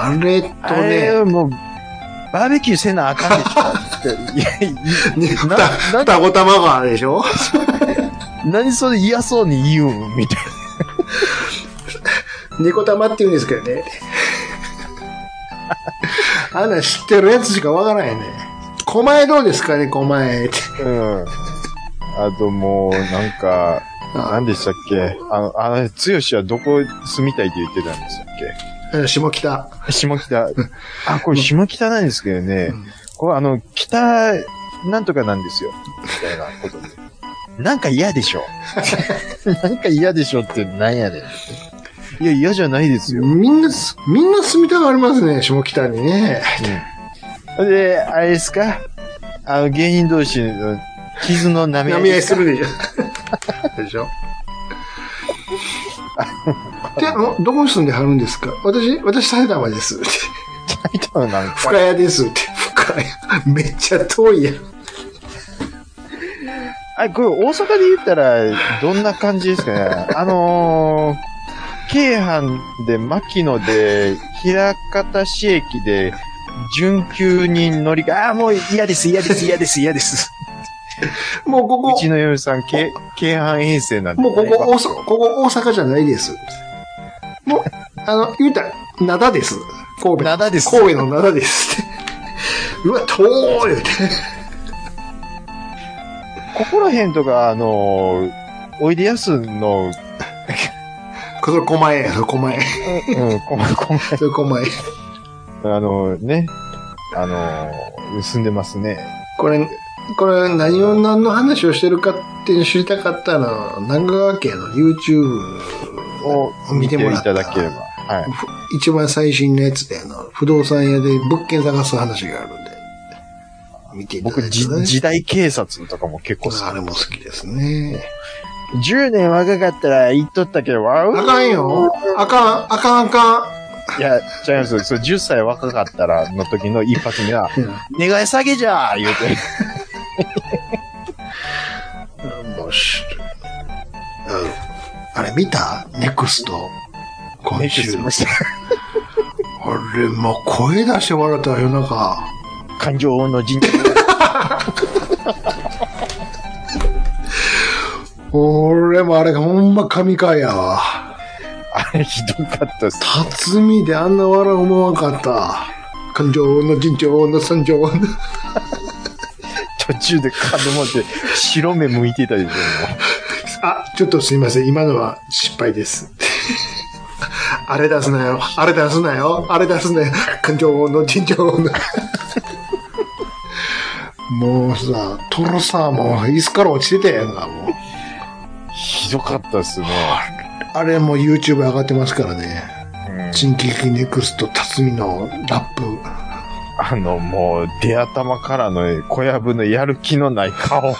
C: あれと
D: あれ
C: ね、
D: もう、バーベキューせなあかんでしょって。いやい
C: ね
D: な
C: たたこ玉があるでしょ
D: 何それ嫌そうに言うんみたい
C: 猫玉って言うんですけど <laughs> ね。あんなん知ってるやつしかわからへんね。狛江どうですかね、狛江って。
D: な。うん。あともう、なんか、何でしたっけあの、あの、つよしはどこ住みたいって言ってたんでしたっ
C: うん下北。
D: け下北。あ、これ下北なんですけどね
C: うん。
D: これあの、北、なんとかなんですよ。みたいなことで。なんか嫌でしょ。 <laughs> なんか嫌でしょってなんやで。いや、嫌じゃないですよ。
C: みんなす、みんな住みたがりますね、下北にね。
D: で、あれですかあの、芸人同士の傷の舐め
C: 舐
D: 合
C: め合
D: い
C: いする
D: <laughs>
C: でしょ。でしょ。で、おどこに住んではるんですか私、私埼玉
D: <laughs>
C: です。
D: みたいななん
C: 深
D: か。
C: 谷ですって。深谷。めっちゃ遠いやん。
D: あれ、これ大阪で言ったら、どんな感じですかねあのー、京阪で、牧野で、平方市駅で、準急に乗り換え、ああ、もう嫌です、嫌です、嫌です、嫌です。
C: もうこ
D: う
C: こ、
D: ちの嫁さん、京京阪遠征なんで、
C: もうここ、大阪、ここ大阪じゃないです。もう、あの、言うたら、灘です。神戸。
D: 灘です
C: 神戸の灘ですって。うわ、遠いって。
D: ここら辺とか、あのー、おいでやすの、
C: これ、狛江や、それ狛江。
D: うん、こまこま
C: それ狛江。
D: あのね、あの、住んでますね。
C: これ、これ何を何の話をしてるかっていうの知りたかったら、長川家の YouTube
D: を見
C: 見
D: て
C: て
D: い
C: もらった
D: ただければ。はい。
C: ふ一番最新のやつで、あの、不動産屋で物件探す話があるんで、見ていただ
D: 僕、
C: いて、
D: じ
C: ね。
D: 時代警察とかも結構好
C: あれも好きですね。
D: き。10年若かったら言っとったけど、わう
C: あかんよ。あかん、あかん、あか
D: いや、違います。そう10歳若かったらの時の一発目は、
C: ん。
D: 願い下げじゃー言う
C: <laughs>
D: て。
C: もし、あれ見たネクスト。今週。
D: ました。
C: あれ、もう声出して笑ったわよ、なんか。
D: 感情の人
C: 俺もあれ、ほんま神回やわ。
D: あれ <laughs> ひどかったです。
C: 辰巳であんな笑う思わんかった。感情の人情の三情の。 <laughs>
D: 途中で子供って白目向いてたでしょ。
C: あ、ちょっとすいません。今のは失敗です。 <laughs> あれ出すなよ。あれ出すなよ。あれ出すなよ。感情の人情の。 <laughs> もうさ、トロさ、もう椅子から落ちてたやんか、もう。
D: ひどかったですね。
C: あれも YouTube 上がってますからね。
D: うん
C: 新喜劇ネクスト辰巳のラップ。
D: あの、もう、出頭からの小籔のやる気のない顔。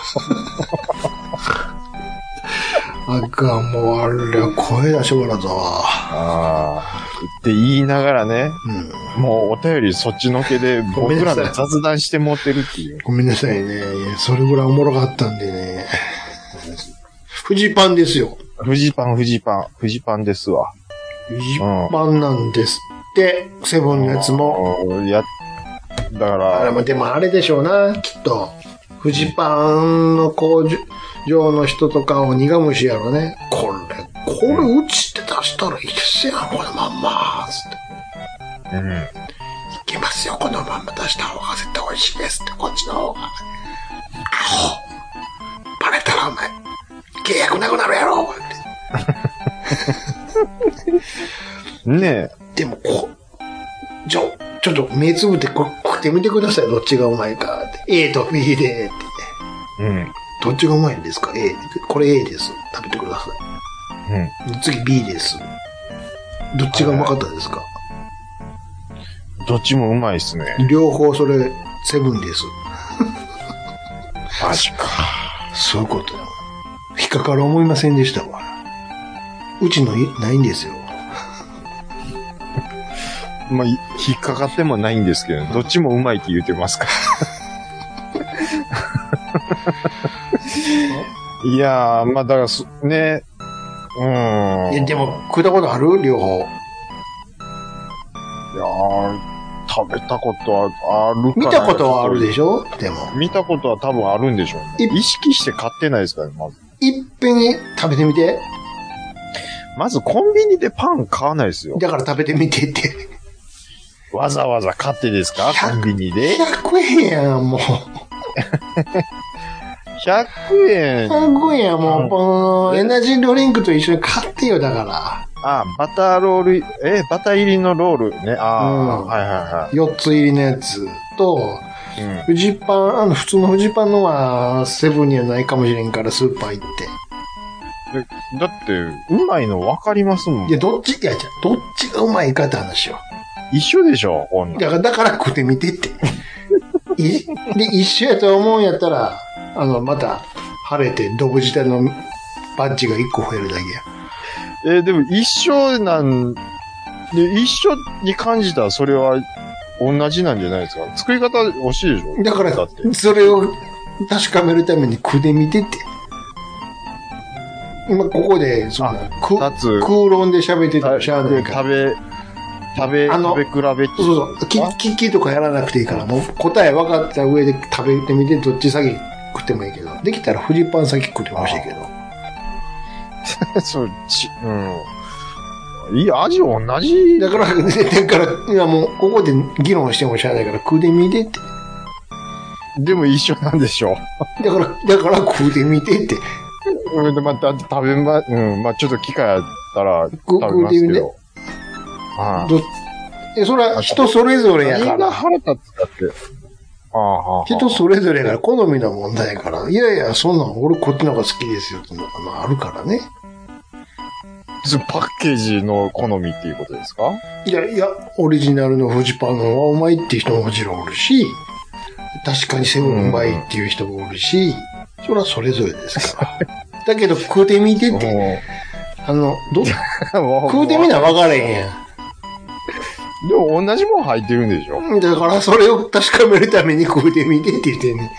C: あかん、もうあれ、声出してもらったわ。
D: ああ。って言いながらね、
C: うん。
D: もうお便りそっちのけで
C: <laughs> ごめん
D: 僕ら
C: なさい
D: の雑談して持ってるっていう。
C: ごめんなさいね。いやそれぐらいおもろかったんでね。フジパンですよ。
D: フジパン、フジパン、フジパンですわ。
C: フジパンなんですって、セブンのやつも。
D: うんや、だか
C: あれ
D: ら、
C: も、でもあれでしょうな、きっと。フジパンの工場の人とかを苦虫やろね。これ、これうちって出したらいいですよ、このまんま。つって。
D: うん。
C: いけますよ、このまんま出した方が絶対美味しいですって、こっちの方が。アホバレたらお前、契約なくなるやろっ
D: ね
C: て。でも、こ、ちょ、ちょっと目つぶってこ食ってみてください、どっちがうまいかって。A と B で、って。
D: え。うん。
C: どっちがうまいんですか ?A。これ A です。食べてくださ
D: うん。
C: い。次 B です。どっちがうまかったですか
D: どっちもうまいっすね。
C: 両方それ、セブンです。
D: マジか。
C: そういうことよ。引っかかる思いませんでしたわ。うちのいないんですよ。
D: まあ、い引っかかってもないんですけど、どっちもうまいって言うてます
C: <laughs>
D: から。いやー、まあ、だからそ、ね、うーん。
C: えでも、食ったことある両方。
D: いやー食べたことはあるか
C: 見
D: な
C: たことはあるでしょでも。
D: 見たことは多分あるんでしょうね。
C: い
D: 意識して買ってないですからね、まず。
C: いっぺんに食べてみて。
D: まずコンビニでパン買わないですよ。
C: だから食べてみてって。
D: わざわざ買ってですかコンビニで。
C: 100円やん、もう。
D: 100円。
C: 100円やん、も
D: う
C: う。
D: ん
C: このエナジードリンクと一緒に買ってよ、だか
D: あ、バターロール、え、バター入りのロールね。ああー、
C: うん
D: はいは
C: ら。4つ入りのやつと、
D: いはい。
C: フジパン、あの、普通のフジパンのは、セブンにはないかもしれんから、スーパー行って。
D: うん、だって、うまいの分かりますもん
C: い。や、どっち、いや、じゃあどっちがうまいかって話よ。
D: 一緒でしょ、こんなん。
C: だから、だから食ってみてって。いで、一緒やと思うんやったら、あの、また、晴れて、ドブ自体のバッジが1個増えるだけや。
D: えーでも一緒なん、で、一緒に感じたらそれは同じなんじゃないですか。作り方惜しいでしょ
C: だから
D: だって。、
C: それを確かめるために食ってみてって。今、ここで、そんな、く
D: 二つ
C: 空論で喋ってたらしゃあ
D: 食
C: な
D: べ、
C: いから
D: 食。べ、食べ、
C: あの
D: 食べ比べって
C: そうそう。き
D: あ
C: 聞きとかやらなくていいから、もう答え分かった上で食べてみて、どっち先食ってもいいけど。できたらフジパン先食ってほしいけど。
D: <laughs> そう、ち、うん。いや、味同じ。
C: だから、だから、いやもう、ここで議論してもしゃあないから、食うてみてって。
D: でも一緒なんでしょ。
C: だから、だから食うてみてって。
D: うん、でまた食べま、うん、まあちょっと機会あったら
C: ぐ
D: 食べます
C: ぐ
D: け
C: でね
D: ど。はい。
C: どえ、それは人それぞれやか
D: 何が
C: ら。
D: 腹立つだって。ああ、はあ。
C: 人それぞれやから、好みの問題やから。いやいや、そんなん、俺こっちの方が好きですよ、ってのがまああるからね。
D: そパッケージの好みっていうことですか
C: いやいや、オリジナルのフジパンの方がうまいっていう人ももちろんおるし、確かにセブンうまいっていう人もおるし、それはそれぞれですから。だけど、食うてみてって、あの、ど、食
D: 食
C: うてみな分からへんや
D: でも同じもん入ってるんでしょ
C: ん。だから、それを確かめるために食うてみてって言ってね。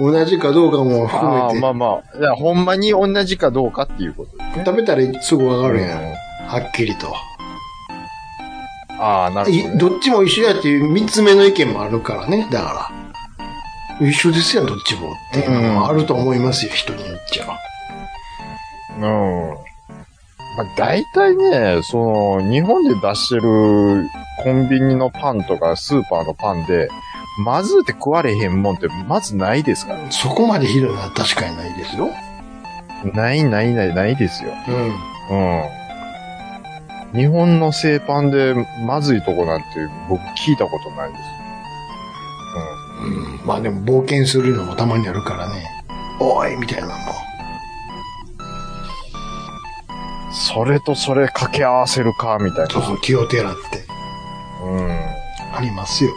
C: 同じかどうかも含
D: あ
C: め
D: あ
C: て、
D: まあまあ。いや、ほんまに同じかどうかっていうことですね。
C: 食べたらすぐ分かるやん。
D: うん
C: はっきりと。
D: ああ、なる
C: い
D: ほどね。
C: どっちも一緒やっていう三つ目の意見もあるからね、だから。一緒ですやん、どっちもっていうのもあると思いますよ、人によっちゃ。
D: うん。まあ大体ね、その、日本で出してるコンビニのパンとかスーパーのパンで、まずって食われへんもんってまずないですから。
C: そこまでひどいのは確かにないですよ。
D: ないないないないですよ。
C: うん。
D: うん。日本の製パンでまずいとこなんて僕聞いたことないです。
C: うん、まあでも冒険するのもたまにあるからね。おいみたいなのも。
D: うん。それとそれ掛け合わせるか、みたい
C: そうそう、気をてらって。
D: な。う
C: ありますよ。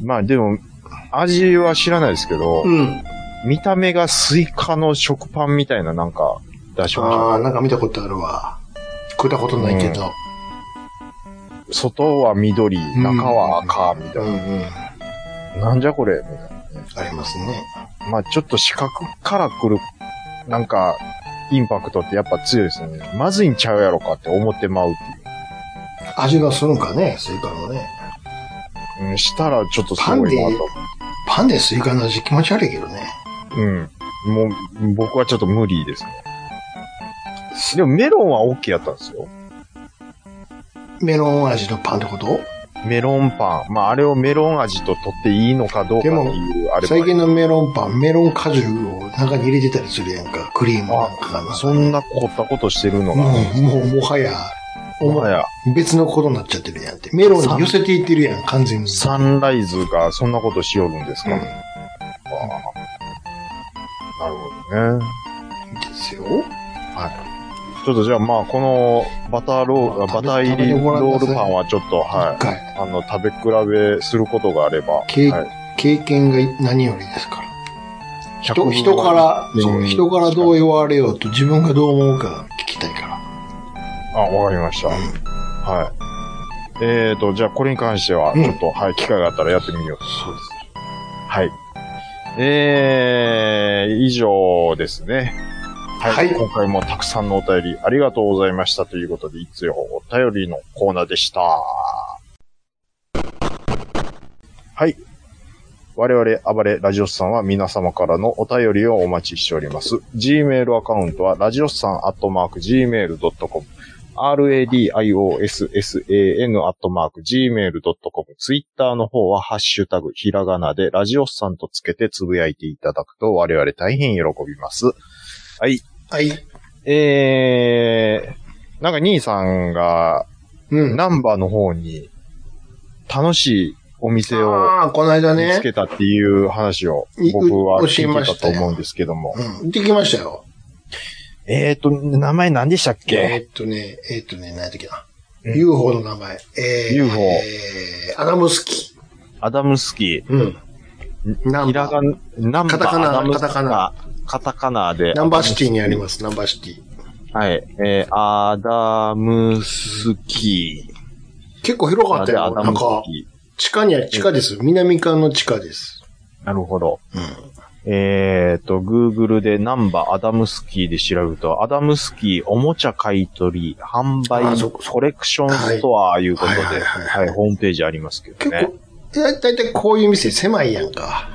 D: ん。まあでも、味は知らないですけど、
C: うん。
D: 見た目がスイカの食パンみたいななんか出しました。
C: ああ、なんか見たことあるわ。食ったことないけど。
D: 外は緑、
C: ん
D: 中は赤、みた
C: う
D: い
C: ん、うん、
D: な。なんじゃこれ、みたい
C: ありますね。
D: な。まあちょっと視覚から来る、なんか、インパクトってやっぱ強いですね。まずいんちゃうやろかって思ってまうっていう。
C: 味がするんかね、スイカのね。
D: うん、したらちょっとすごいなと。
C: パンでスイカの味気持ち悪いけどね。
D: うん。もう、僕はちょっと無理ですね。でもメロンは OK やったんですよ。
C: メロン味のパンってこと
D: メロンパン。まあ、あれをメロン味と取っていいのかどうかっていう、あれ
C: 最近のメロンパン、メロン果汁を中に入れてたりするやんか。クリームなんかが。
D: そんな凝ったことしてるのが、
C: もう、もう、もはや、お
D: もはや、
C: 別のことになっちゃってるやんって。メロンに寄せていってるやん、完全に。
D: サンライズがそんなことしよるんですか、
C: うん
D: ああなるほどね。
C: ですよ。
D: ちょっとじゃあまあ、このバターロール、
C: まあ
D: バター入り
C: 食べてごらん
D: ロ
C: な
D: ー
C: さい
D: ルパンはちょっと、は
C: 一回、
D: い。あの、食べ比べすることがあれば。
C: 経
D: はい
C: 経験が何よりですから。人人か。
D: あ、
C: ら、
D: うん
C: そう人からどう言われようと自分がどう思うか聞きたいから。
D: わかりました。はい。えーと、じゃあこれに関しては、
C: うん
D: ちょっと、はい、機会があったらやってみようと。
C: そうです。
D: はい。えー、以上ですね。はい。
C: はい
D: 今回もたくさんのお便りありがとうございましたということで、いつよお便りのコーナーでした。はい。我々、暴れラジオスさんは皆様からのお便りをお待ちしております。Gmail アカウントは、ラジオスさんアットマーク Gmail.com。radiossan アットマーク gmail.com。ツイッターの方は、ハッシュタグ、ひらがなで、ラジオスさんとつけてつぶやいていただくと、我々大変喜びます。はい。
C: はい。
D: えー、なんか兄さんが、
C: うん。
D: ナンバーの方に、楽しいお店を
C: ああ、この間
D: 見
C: ね
D: つ。けたっていう話を
C: い、
D: 僕は
C: 教
D: 聞
C: えま
D: い
C: してた
D: た
C: よ
D: と思うんですけども。
C: うん。できましたよ。
D: えーと、名前何でしたっけ
C: えーっとね、えーっとね、何やったっけな。
D: うん
C: UFO の名前。えー、
D: UFO
C: えー、アダムスキ
D: アダムスキー。
C: ー。うん。ナン
D: ひらが
C: バー。
D: な、ナンバー、
C: カタカナ
D: アダムス
C: カタカナ。
D: カタカナで。
C: ナンバーシティにあります、ナンバーシティ。
D: はい。えー、アダムスキー。
C: 結構広かった
D: あ
C: よ。
D: でアダ
C: なん
D: ムス
C: か、
D: キ
C: 地下には、地下です。南館の地下です。
D: ー。なるほど。
C: うん。
D: えーと、Google でナンバーアダムスキーで調べると、アダムスキーおもちゃ買い取り、販
C: あ
D: 売
C: そこ、そこ
D: コレクションストアいうことで、
C: は
D: はい
C: いは
D: い
C: はいはい
D: ホームページありますけど
C: 結
D: ね。
C: 構、だいたいこういう店狭いやんか。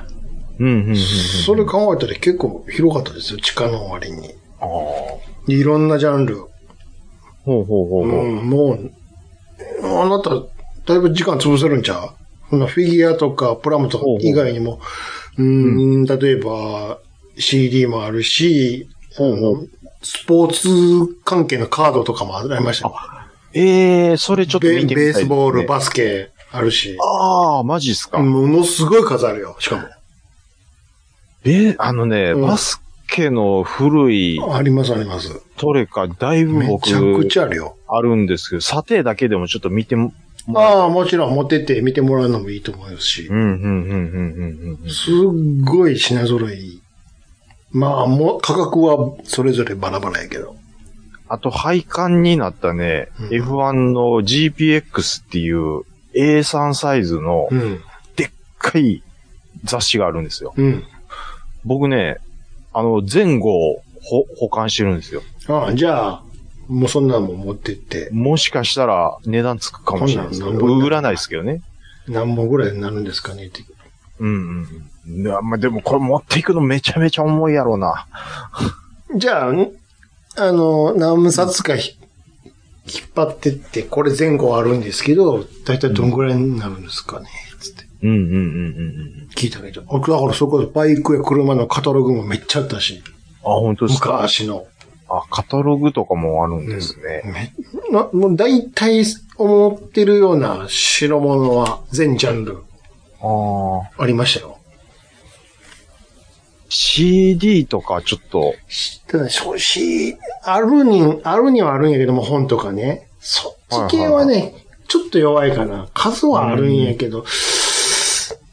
D: うん、うん、うんうん。
C: それ考えたら結構広かったですよ、地下の割に。
D: あーほ
C: でいろんなジャンル。
D: うほうほ
C: う
D: うほう。
C: ん、もう、あなた、だいぶ時間潰せるんちゃうそんなフィギュアとかプラムとか以外にも、うん、例えば CD もあるし、スポーツ関係のカードとかもありましたよ。
D: えー、それちょっと見て
C: ベ
D: みたいです、ね。
C: ベースボール、バスケあるし、
D: あー、マジっすか。
C: ものすごい数あるよ、しか
D: え、あのね、
C: うん
D: バスケの古い
C: も。ありますあります。
D: トレカ、だいぶ
C: め
D: 僕
C: ちゃ、くちゃあるよ。
D: あるんですけど、査定だけでもちょっと見ても、
C: ああ、もちろん持ってって見てもらうのもいいと思うし
D: う、ん、うん、うん、うん、うんうん。
C: すっごい品揃えいい。まあ、もう価格はそれぞれバラバラやけど。
D: あと、配管になったね、
C: うん
D: F1 の GPX っていう A3 サイズの
C: うん。
D: 深い雑誌があるんですよ。
C: うん。
D: 僕ね、あの、前後をほ保管してるんですよ。
C: ああ、じゃあ、もうそんなんも持ってって、
D: もしかしたら値段つくかもしれないですけ
C: こん
D: ど、
C: なんなんぼ
D: 売らないですけどね。
C: 何本ぐらいになるんですかねって。
D: うんうん。なまあ、でもこれ持っていくのめちゃめちゃ重いやろうな。
C: じゃあ、んあの、何冊かひ引っ張ってって、これ前後あるんですけど、だいたいどんぐらいになるんですかねつって
D: うんうんうんうんうん。
C: 聞いたけど。あだからそこでバイクや車のカタログもめっちゃあったし、
D: あ、本当ですか。
C: 昔の。
D: あ、カタログとかもあるんですね。
C: めなもう大体思ってるような白物は全ジャンル
D: ああ。
C: ありましたよ。
D: CD とかちょっと、
C: ただ、そうし、あるに、あるにはあるんやけども、本とかね。そっち系はね、ちょっと弱いかな。数はあるんやけど、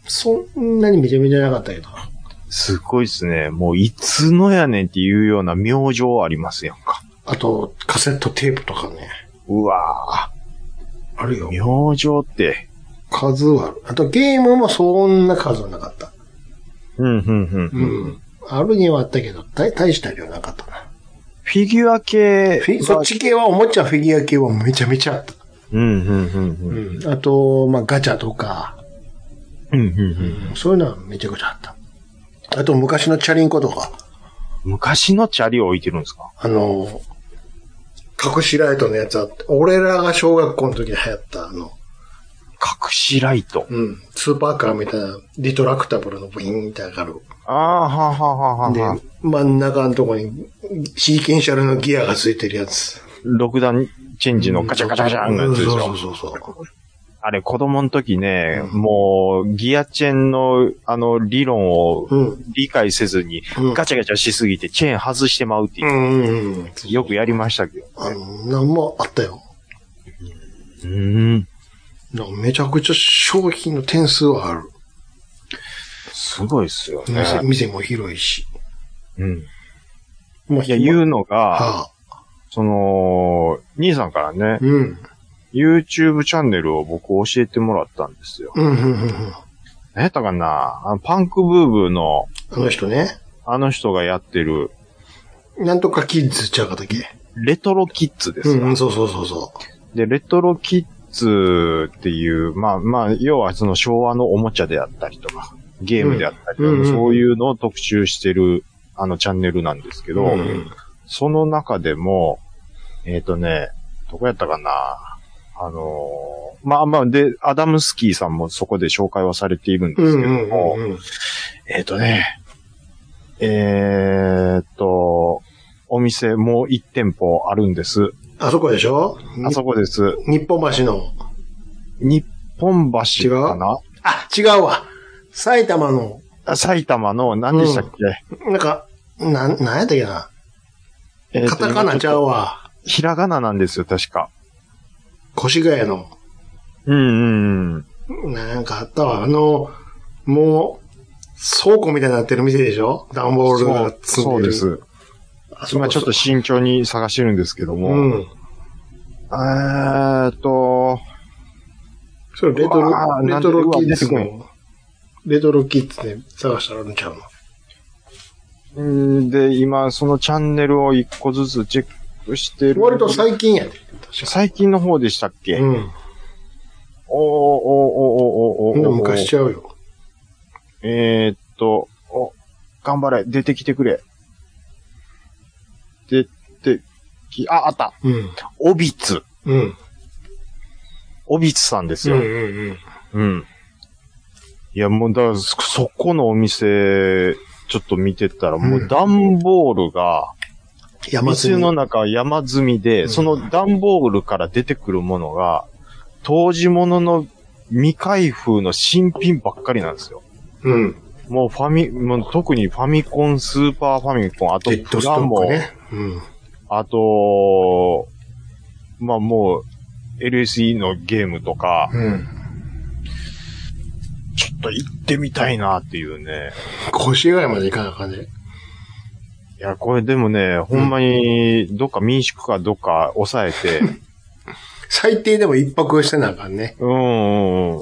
C: そんなにめちゃめちゃなかったけど。
D: すごいっすね。もういつのやねんっていうような明星ありますやんか。
C: あと、カセットテープとかね。
D: うわ
C: あるよ
D: ぁ。。明星って。
C: 数はある。あと、ゲームもそんな数はなかった。
D: うん、うん、うん。フ
C: うん。あるにはあったけど、大大した量なかったな。
D: ィギュア系
C: フィ
D: が
C: そっ。ち系は、おもちゃフィギュア系はめちゃめちゃあった。
D: うん、うん、うん、うん。
C: うん。あと、まあ、ガチャとか、
D: うん、うん、うん。
C: そういうのはめちゃくちゃあった。あと、昔のチャリンコとか。
D: 昔のチャリを置いてるんですか
C: あの、隠しライトのやつあって、俺らが小学校の時に流行った、あの、
D: 隠しライト。
C: うん、スーパーカーみたいな、リトラクタブルのブイーンって上がる。
D: ああ、はあはあはあ
C: で
D: はあ。、
C: 真ん中のとこに、シーケンシャルのギアがついてるやつ。
D: 六段チェンジのガチャガチャガチャンのやつでし
C: うん
D: ょ
C: そ。うそうそうそう。
D: あれ、子供の時ね、
C: うん
D: もう、ギアチェンの、あの、理論を
C: うん。
D: 理解せずに、
C: うん
D: ガチャガチャしすぎて、チェーン外してまうっていうう、
C: んうんうん。
D: よくやりましたけど。
C: あの、なんもあったよ。
D: うん。
C: なんかめちゃくちゃ商品の点数はある。
D: すごいっすよね。
C: 店店も広いし。
D: うん。
C: もう
D: いや、言
C: う。
D: うのが、
C: はあ、
D: その、兄さんからね、
C: うん。
D: YouTube チャンネルを僕教えてもらったんですよ。
C: うん、うん、うん。
D: 何やったかなあのパンクブーブーの、
C: あの人ね。
D: あの人がやってる、
C: なんとかキッズちゃうかだっけ。
D: レトロキッズで
C: う
D: す
C: ん
D: か、
C: うん、そうそうそうそ
D: で、レトロキッズっていう、まあまあ、要はその昭和のおもちゃであったりとか、ゲームであったりとか、
C: うんうん
D: そういうのを特集してる、あのチャンネルなんですけ
C: う。
D: ど、その中でも、えっ、とね、どこやったかなあのーまあまあ、で、アダムスキーさんもそこで紹介はされているん
C: う
D: ですけ
C: ん
D: ど
C: う
D: も、
C: んうんうん。
D: えっ、とね、えーっと、お店もう1店舗あるんです。
C: あそこでしょ
D: あそこです。
C: 日本橋の。
D: 日本橋かな
C: あ、違うわ。埼玉の、
D: あ埼玉の、何でしたっけ、
C: なんか、なん、なんやったっけな。
D: えーっ
C: カ
D: と
C: タカナちゃう。
D: 今ょっ
C: わ。
D: とひらがななんですよ、確か。
C: 越谷の。
D: うんうんうん。
C: なんかあったわ。あの、もう、倉庫みたいになってる店でしょ段ボールが
D: そう
C: 積
D: そ
C: ん
D: う
C: で
D: で
C: る。
D: す。
C: あそこ
D: 今ちょっと慎重に探してるんですけども。
C: うん。
D: えーっと、
C: それレト
D: うわ
C: ロ、
D: ー
C: レトロキッズ
D: なんで
C: の、レトロキッズで探したらあるんちゃう
D: う
C: の
D: んで、今、そのチャンネルを一個ずつチェックしてる。
C: 割と最近やで。
D: 最近の方でしたっけ、
C: う
D: おーお
C: ん。
D: ーおーおーおーおー
C: も
D: お
C: う
D: ー
C: 昔ちゃうよ。
D: えーっと、お、頑張れ、出てきてくれ。出てき、あ、あった。
C: うん。
D: オビツ。
C: うん。
D: オビツさんです
C: うんう
D: よ。
C: んうん。
D: うん。いや、もう、だからそそこのお店、ちょっと見てたら、もううん段ボールが、
C: 山積
D: 店
C: み
D: の中山積みで、
C: うん
D: その段ボールから出てくるものが、当時物の未開封の新品ばっかりなんですよ。
C: うん。
D: もうファミ、もう特にファミコン、スーパーファミコン、あと
C: デッド
D: プ
C: スト
D: ラ
C: ッ
D: モ、
C: クね。うん。
D: あと、まあもう、LSE のゲームとか、
C: うん。
D: ちょっと行ってみたいなっていうね。
C: 腰ぐらいまでいかなあかんね。
D: いや、これでもね、ほんまに、どっか民宿かどっか抑え
C: <laughs>
D: て、
C: 最低でも一泊してなあかんね。
D: うんうんうん。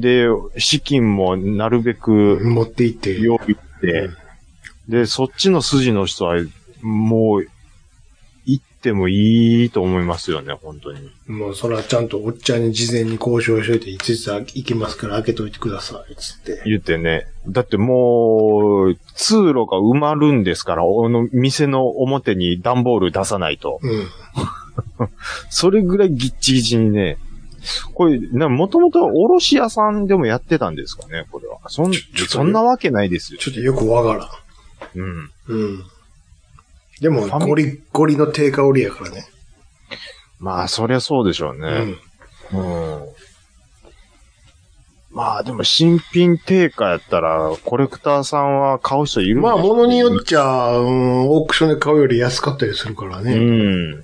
D: で、資金もなるべく
C: 持って行って。
D: 用意って、で、そっちの筋の人は、もう、行ってもいいと思いますよね、本当に。
C: もうそれはちゃんとおっちゃんに事前に交渉しといて、いついつ行きますから開けといてください。つって。
D: 言ってね。だってもう、通路が埋まるんですから、おの店の表に段ボール出さないと。
C: うん。
D: それぐらいギッチギチにね、これ、な、もともとは卸屋さんでもやってたんですかね、これは。そん、
C: ちょちょ
D: そんなわけないですよ。
C: ちょっとよくわから
D: う
C: ん。
D: ん。
C: うん。でも、
D: ファミ
C: ゴリゴリの低香りやからね。
D: まあ、そりゃそうでしょうね。うん。まあ、でも新品定価やったら、コレクターさんは買う人いるん
C: うん。
D: でしょ
C: まあ、
D: うね
C: 物によっちゃ、うん、オークションで買うより安かったりするから
D: う
C: ね。
D: ん。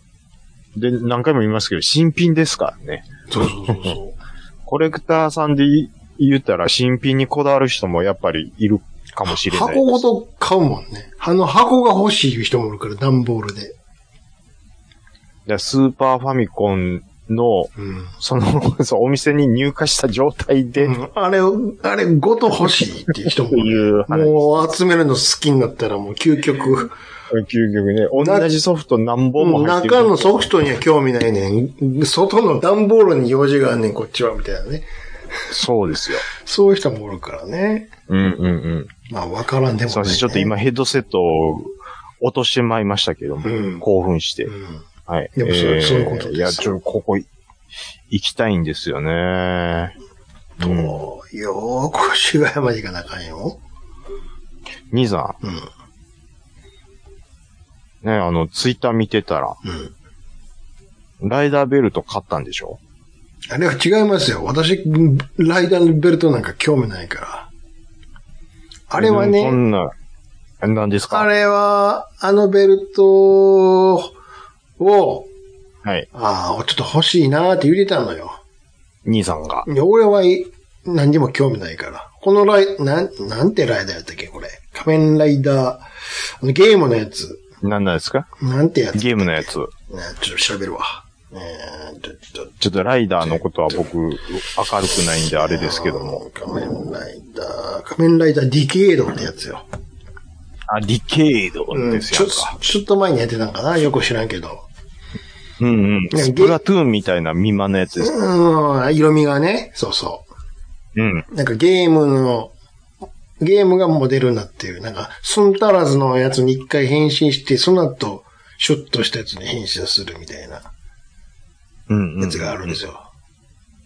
D: で、何回も言いますけど、新品ですからね。
C: そうそうそうそ
D: <laughs> コレクターさんでい言ったら、新品にこだわる人もやっぱりいるかもし
C: う。
D: れない。
C: 箱ごと買うもんね。あの、箱が欲しい人もいるから、段ボールで。
D: でスーパーファミコンの、
C: うん。
D: その、 <laughs> そうお店に入荷した状態で、
C: うんあれ、あれごと欲しいっていう人も
D: と <laughs>
C: いる。
D: いう話。
C: もう集めるの好きになったらもう究極。
D: 究極ね、同じソフト何本も入ってる。
C: 中のソフトには興味ないねん。外の段ボールに用事があんねん、こっちは、みたいなね。
D: そうですよ。
C: そういう人もおるからね。
D: うんうんうん。
C: まあ、わからんでも
D: そ
C: な
D: う
C: い、
D: で
C: ね。
D: す。ちょっと今。ヘッドセットを落としてまいりましたけども、
C: うん
D: 興奮して。
C: うん。
D: はい。
C: でもそうそういうことです
D: いや、ちょ、ここ、行きたいんですよね。
C: と、
D: うん
C: よーく渋谷まで行かなあかんよ。
D: 兄さ
C: うん。
D: ん、ね、あの、ツイッター見てたら、
C: うん。
D: ライダーベルト買ったんでしょ
C: あれは違いますよ。私、ライダーのベルトなんか興味ないから。あ
D: あ
C: れは
D: そ
C: ね、
D: んな、何ですか
C: あれは、あのベルトを、
D: はい。
C: ああ、ちょっと欲しいなーって言ってたのよ。
D: 兄さんが。
C: いや、俺はい何にも興味ないから。このライ、なん、なんてライダーやったっけ、これ。仮面ライダー、あのゲームのやつ。
D: 何なんですか
C: なんてやつ。
D: ゲームのやつ。
C: ねちょっと調べるわ。えーっと
D: ちょっとライダーのことは僕、明るくないんであれですけども。
C: 仮面ライダー、仮面ライダーディケードってやつよ。
D: あ、ディケイド
C: うん、
D: です
C: ちょ
D: よ。
C: ちょっと前にやってたんかなよく知らんけど。
D: うんうん。スプラトゥーンみたいな未満のやつです。
C: うん、色味がね、そうそ
D: うん。
C: う。なんかゲームの、ゲームがモデルになってる。なんか、スンタラズのやつに一回変身して、その後、ショットしたやつに変身するみたいな
D: うん、うん。
C: やつがあるんですよ。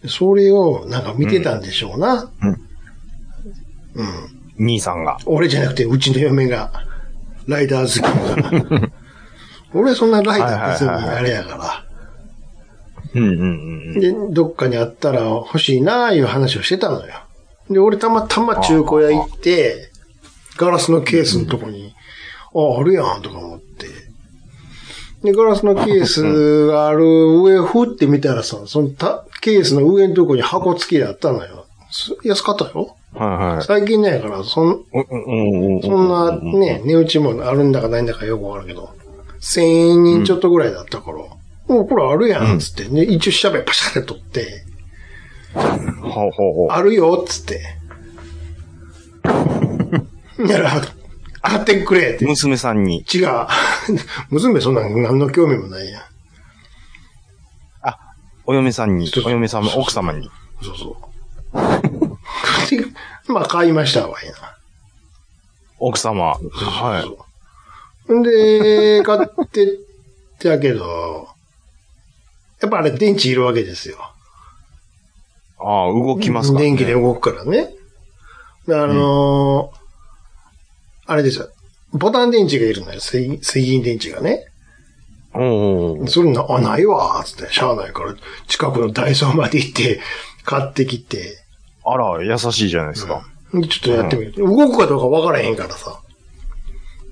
C: それを、なんか見てたんでしょうな。
D: うん
C: うん
D: 兄さんが。
C: 俺じゃなくて、うちの嫁が、ライダー好きだから。俺そんなライダー別にあれやか
D: うんうんうん
C: ら。で、どっかにあったら欲しいなあいう話をしてたのよ。で、俺たまたま中古屋行って、ガラスのケースのとこに、あ、あるやんとか思って。で、ガラスのケースがある上、ふって見たらさ、そのたケースの上のとこに箱付きであったのよ。す安かったよ。
D: うん。はいはい。
C: 最近ないから、そん、
D: うんうんうん。
C: そんなね、値打ちもあるんだかないんだかよくわかるけど、1000円人ちょっとぐらいだったから、もうこれあるやん、つってね、一応喋パシャって取って、
D: ほうほうほう。
C: あるよ、つ <laughs> って。なら、買ってくれって。
D: 娘さんに。
C: 違う。 <laughs> 娘そんなん何の興味もないやん。
D: あ、お嫁さんに
C: そう。そ
D: お
C: う
D: 嫁様、奥様に。
C: そう <laughs> そう。でまあ買いましたわ、いな。
D: 奥様。
C: は。
D: はい
C: で、買ってったけど、やっぱあれ電池いるわけですよ。
D: い。ああ、動きますからね。
C: 電気で動くからね。であのーあれですよ。ボタン電池がいるのよ。水水銀電池がね。
D: おうおうおう
C: それな、あ、ないわーつって、しゃあないから、近くのダイソーまで行って、買ってきて、
D: あら、優しいじゃないですか。
C: でちょっとやってみる。動くかどうかわからへんからさ。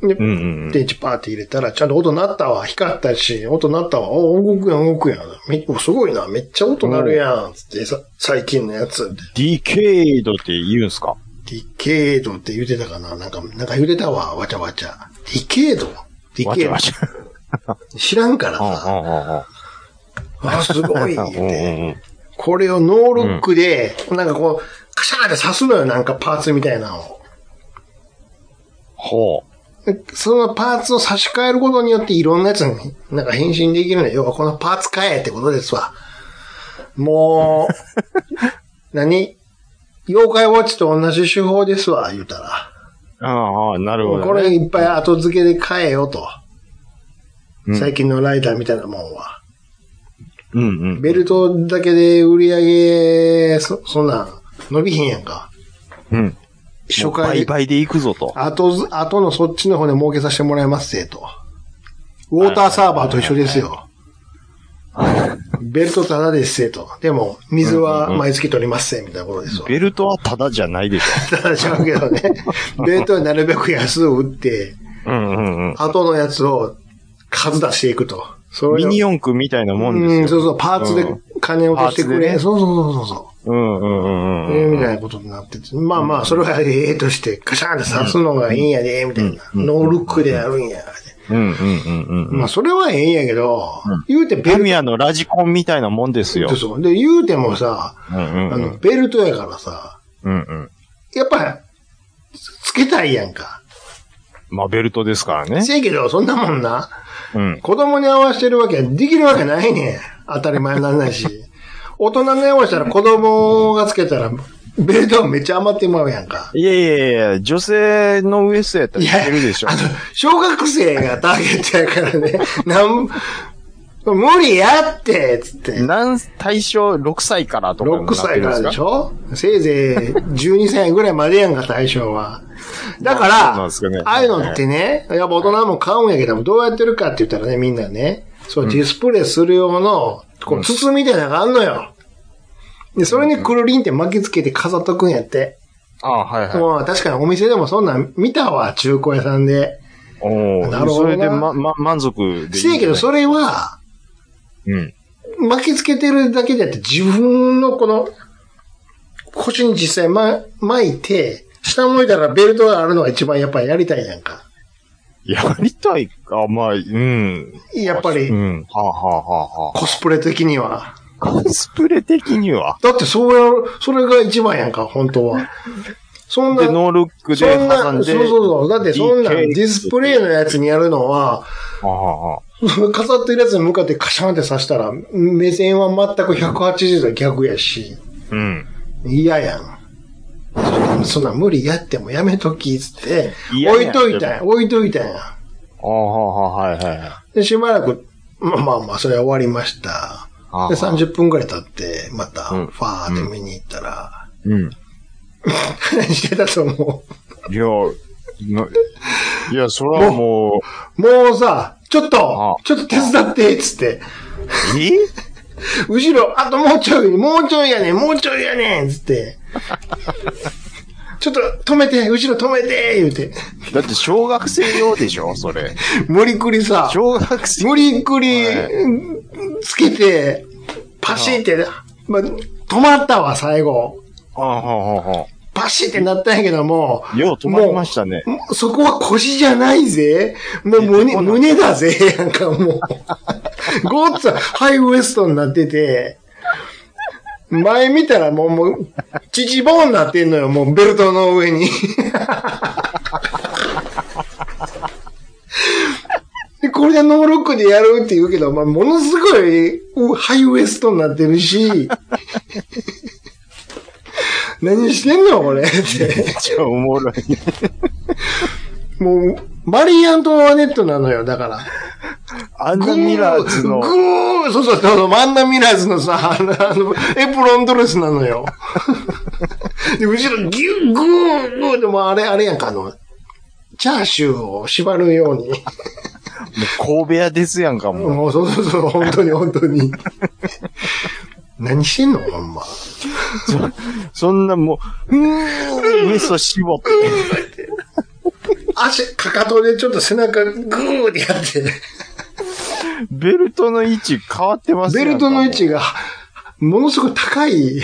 C: で、
D: うんうんうん。
C: 電池パーって入れたら、ちゃんと音鳴ったわ、光ったし、音鳴ったわ、お動くやん、動くやん。めすごいな、めっちゃ音鳴るやん、つってさ、最近のやつ、
D: ディケイドって言うんすか
C: ディケードって言うてたかななんか、なんか言うてたわ、わちゃわちゃ。ディケードディ
D: わ
C: ケ
D: ちゃ
C: ード
D: わちゃ。
C: 知らんから
D: うん
C: さ、
D: うんうんうん
C: あ、すごい、
D: <laughs>
C: 言う
D: うん
C: て。
D: うんうん。
C: これをノーロックで、なんかこう、カシャーって刺すのよ、なんかパーツみたいなのを。
D: ほ
C: でそのパーツを差し替えることによっていろんなやつに、なんか変身できるのよ。要はこのパーツ変えってことですわ。も
D: <laughs>
C: う、何妖怪ウォッチと同じ手法ですわ、言うたら。
D: う。ああ、なるほどね。
C: これいっぱい後付けで変えよと。
D: うん
C: 最近のライダーみたいなもんは。
D: うんうん。
C: ベルトだけで売り上げ、そ、そんなん、伸びへんやんか。
D: うん。
C: 初
D: 倍
C: 回、
D: 々で行くぞと。
C: 後ず、後のそっちの方で儲けさせてもらいますぜ、と。ウォーターサーバーと一緒ですよ。ベルトタダですぜ、と。でも、水は毎月取りますぜ、みたいなことですわ。
D: ベルトはタダじゃないでし
C: タダちゃうけどね。ベルトはなるべく安を売って、
D: ょ。うんうん
C: 後のやつを数出していくと。そ
D: うん。
C: れ
D: ミ
C: を
D: ニ四駆みたいなもん
C: う
D: で
C: ん、
D: す
C: そう
D: よ。
C: そう、パーツで金を落としてく
D: パーツ
C: れ。
D: でね
C: そうそうそうそう
D: うんうんうん
C: そう、
D: うん。
C: みたいなことになってて。まあまあ、それはええとして、カシャンって刺すのがいいんやで、みたいな。
D: うん
C: ノールックでやるんや。
D: うんうんうんうん。
C: まあ、それはええんやけど、言うてベ
D: タ
C: ル
D: ミヤのラジコンみたいなもんですよ
C: ト、。そうで、言うてもさ、
D: うんうん
C: あ
D: う
C: の、
D: ん。
C: ベルトやからさ、
D: うんうん。
C: やっぱ、つけたいやんか。
D: まあ、ベルトですからね。
C: せやけど、そんなもんな。
D: うん。
C: 子供に合わせてるわけ、できるわけないねん。当たり前になんな
D: <laughs>
C: いし。大人に合わせたら子供がつけたら、ベルトがめっちゃ余ってまうやんか。
D: いやいやいや、女性のウエストやったら
C: いや
D: いけるでしょ
C: あ。の、小学生がターゲットやからね、 <laughs> なん、無理やって、つって。
D: なん、対象6歳からとかにな
C: 6
D: ってる
C: 歳
D: ん
C: からでし
D: ょ
C: ょせいぜい12歳ぐらいまでやんか、対象は。だ
D: ま
C: か
D: あそうなん
C: ら、
D: ですかね
C: ああいうのってね、やっぱ大人も買うんやけど、どうやってるかって言ったらね、みんなね、そう、ディスプレイする用の、こう、筒みたいなのがあんのよ。で、それにくるりんって巻きつけて飾っとくんやって。
D: ああ、はいはい。
C: もう、確かにお店でもそんなん見たわ、中古屋さんで。
D: おー
C: なるほどな
D: それで、ま、ま、満足でいいんじゃ
C: せ
D: な
C: や
D: い。
C: けど、それは、
D: うん。
C: 巻きつけてるだけであって、自分のこの、腰に実際ま、巻いて、下向いたらベルトがあるのが一番やっぱりやりたいやんか。
D: やりたいか、まあ、うん。
C: やっぱり
D: う、ん。はあ、はあはあは
C: コスプレ的には。
D: コスプレ的には。
C: だってそうやる、それが一番やんか、本当は。そんな、
D: で、ノールックで
C: そん
D: 挟
C: な、そ
D: ん
C: う
D: で。
C: そうそう。だってそんなディスプレイのやつにやるのは、
D: ああああ
C: 飾ってるやつに向かってカシャンって刺したら、目線は全く180度逆やし、
D: うん。
C: 嫌やん。そんなそんな無理やってもやめとき、つって、
D: 嫌や
C: 置いといたんや、置いといたんや。
D: ああ、はいはいはい。
C: で、しばらく、まあまあまあ、それは終わりました。
D: ああ
C: で、30分くらい経って、また、
D: うん
C: ファーって見に行ったら、 <laughs>
D: うん。
C: 何してたと思
D: いや、ないや、それはも
C: う。もうさ、ちょっ
D: あ
C: と、ちょっと手伝って、つって。
D: う、え
C: 後ろ、あともうちょい、もうちょいやねん、もうちょいやねん、つ
D: <laughs>
C: って。ちょっと止めて、後ろ止めて、言うて。
D: だって小学生用でしょそれ。
C: 無理くりさ、
D: 小学生。
C: 無理くり
D: はい、
C: つけて、パシンって、まあ、止まったわ、最後。
D: ああ、はあ、は
C: パシンってなったんやけども、
D: あ。よう止まりましたね。
C: もうそこは腰じゃないぜ。もう胸、胸だぜ。 <laughs> なんかもう。ごっつハイウエストになってて、前見たらもう、もう、チチボーになってんのよ。もうベルトの上に。 <laughs> で、これでノールックでやるって言うけど、まあ、ものすごい、うハイウエストになってるし、 <laughs> 何してんのこれって。
D: めっちゃおもろい。
C: もう、マリー・アントワネットなのよ、だから。
D: アンナ・ミラーズの
C: グ、ー、そうそう、そうマンダ・ミラーズの <laughs> さ、あの、あのエプロンドレスなの
D: <laughs>
C: よ。で、後ろ、ギュッ、グー、グー、でもあれ、あれやんか、あの、チャーシューを縛るように。
D: 神戸屋ですやんか、もう。
C: もう、そうそうそう、本当に、本当に。何してんのほんま。
D: そんなもう、うーん、メソ絞って。
C: 足、かかとでちょっと背中、グーってやって。
D: ベルトの位置変わってますや
C: ベ
D: んか
C: ルトの位置
D: もう
C: が、ものすごい高い。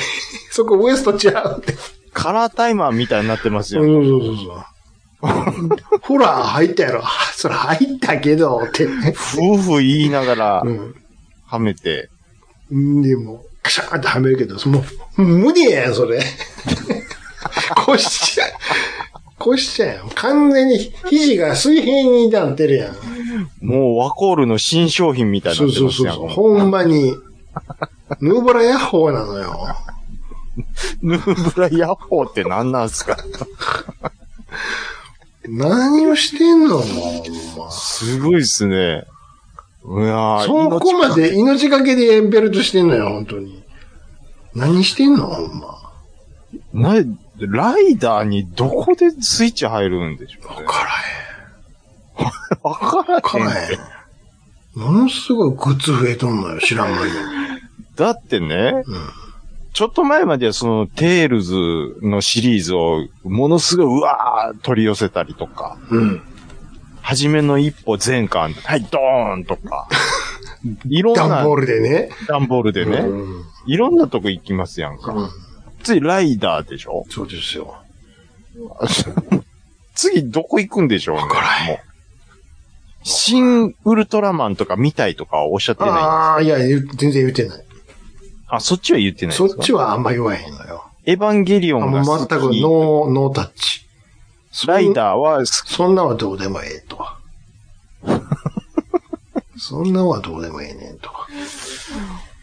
C: そこウエスト違うって。
D: カラータイマーみたいになってますよ。
C: うんそうそう <laughs> そう。ほら、入ったやろ。 <laughs> それ入ったけど、って。
D: 夫婦言いながら、
C: う
D: はめて。
C: ん。でも、カシャーってはめるけど、もう、無理やん、それ。 <laughs> こしちゃ、こしちゃやん。完全に肘が水平になってるやん。
D: もうワコールの新商品みたいに
C: そ
D: な
C: う
D: って
C: そう
D: ます
C: そう
D: やんか。
C: そう。
D: もう
C: ほんまに。ヌーボラヤッホーなのよ。
D: ヌーブラヤッホーって何なんすか
C: 何をしてんのもう、ほんます
D: ごいっすね。うわー
C: そこまで命がけでベルトしてんのよ、本当に。何してんのほんま。
D: な、ライダーにどこでスイッチ入るんでしょうね。
C: 辛い。
D: わから
C: 辛
D: へん
C: い。ものすごいグッズ増えとんのよ、知らん間に。
D: だってね、
C: うん
D: ちょっと前まではそのテールズのシリーズをものすごいうわー取り寄せたりとか、
C: うん。
D: はじめの一歩全巻、はい、ドーンと
C: <laughs>
D: か、いろんな
C: 段ボールでね。
D: 段ボールでね、
C: うん
D: いろんなとこ行きますやんか。
C: うん
D: 次ライダーでしょ
C: そうですよ。
D: 次どこ行くんでしょうね。
C: からへん
D: もう新ウルトラマンとか見たいとかはおっしゃってない。あ
C: ああ、いや、言う全然言ってない。
D: そっちは言ってない
C: そ
D: です
C: っ
D: か
C: ちはあんま言わへんのよ。
D: エヴァンゲリオ
C: あ
D: ン
C: も
D: が
C: う
D: 好き
C: 全くノー、ノータッチ。そん
D: ライダーは好き。
C: そんなんはどうでもえ
D: <laughs>
C: えと。そんなんはどうでもええねんと。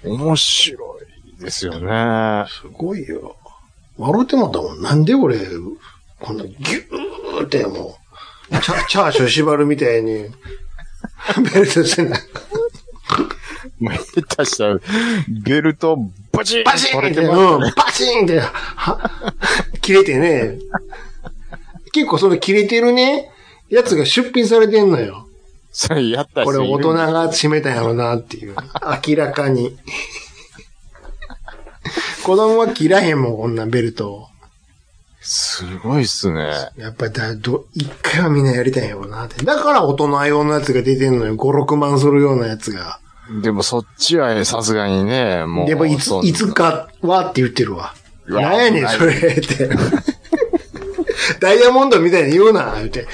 D: 面白いですよね。
C: すごいよ。笑ってもったもん。なんで俺、こんなギューってもう、チャチャーシュー縛るみたいに、ベルトしてない。
D: もう下手したら、ベルトバチン
C: バシーンって、うん、バシーンって、は、切れてね。結構その切れてるね、やつが出品されてんのよ。
D: それやった
C: これ
D: 人いる
C: 大人が締めたんやろなっていう。明らかに。子供は切らへんもん、こんなベルトを。
D: すごいっすね。
C: やっぱりだ、ど、一回はみんなやりたいんやろうなって。だから大人用のやつが出てんのよ。5、6万するようなやつが。
D: でもそっちはさすがにね、もう。
C: でもいつ
D: そん、ない
C: つかはって言ってるわ。
D: うわ
C: なんやねん、
D: ない
C: それ <laughs> って。ダイヤモンドみたいに言うな、言うて。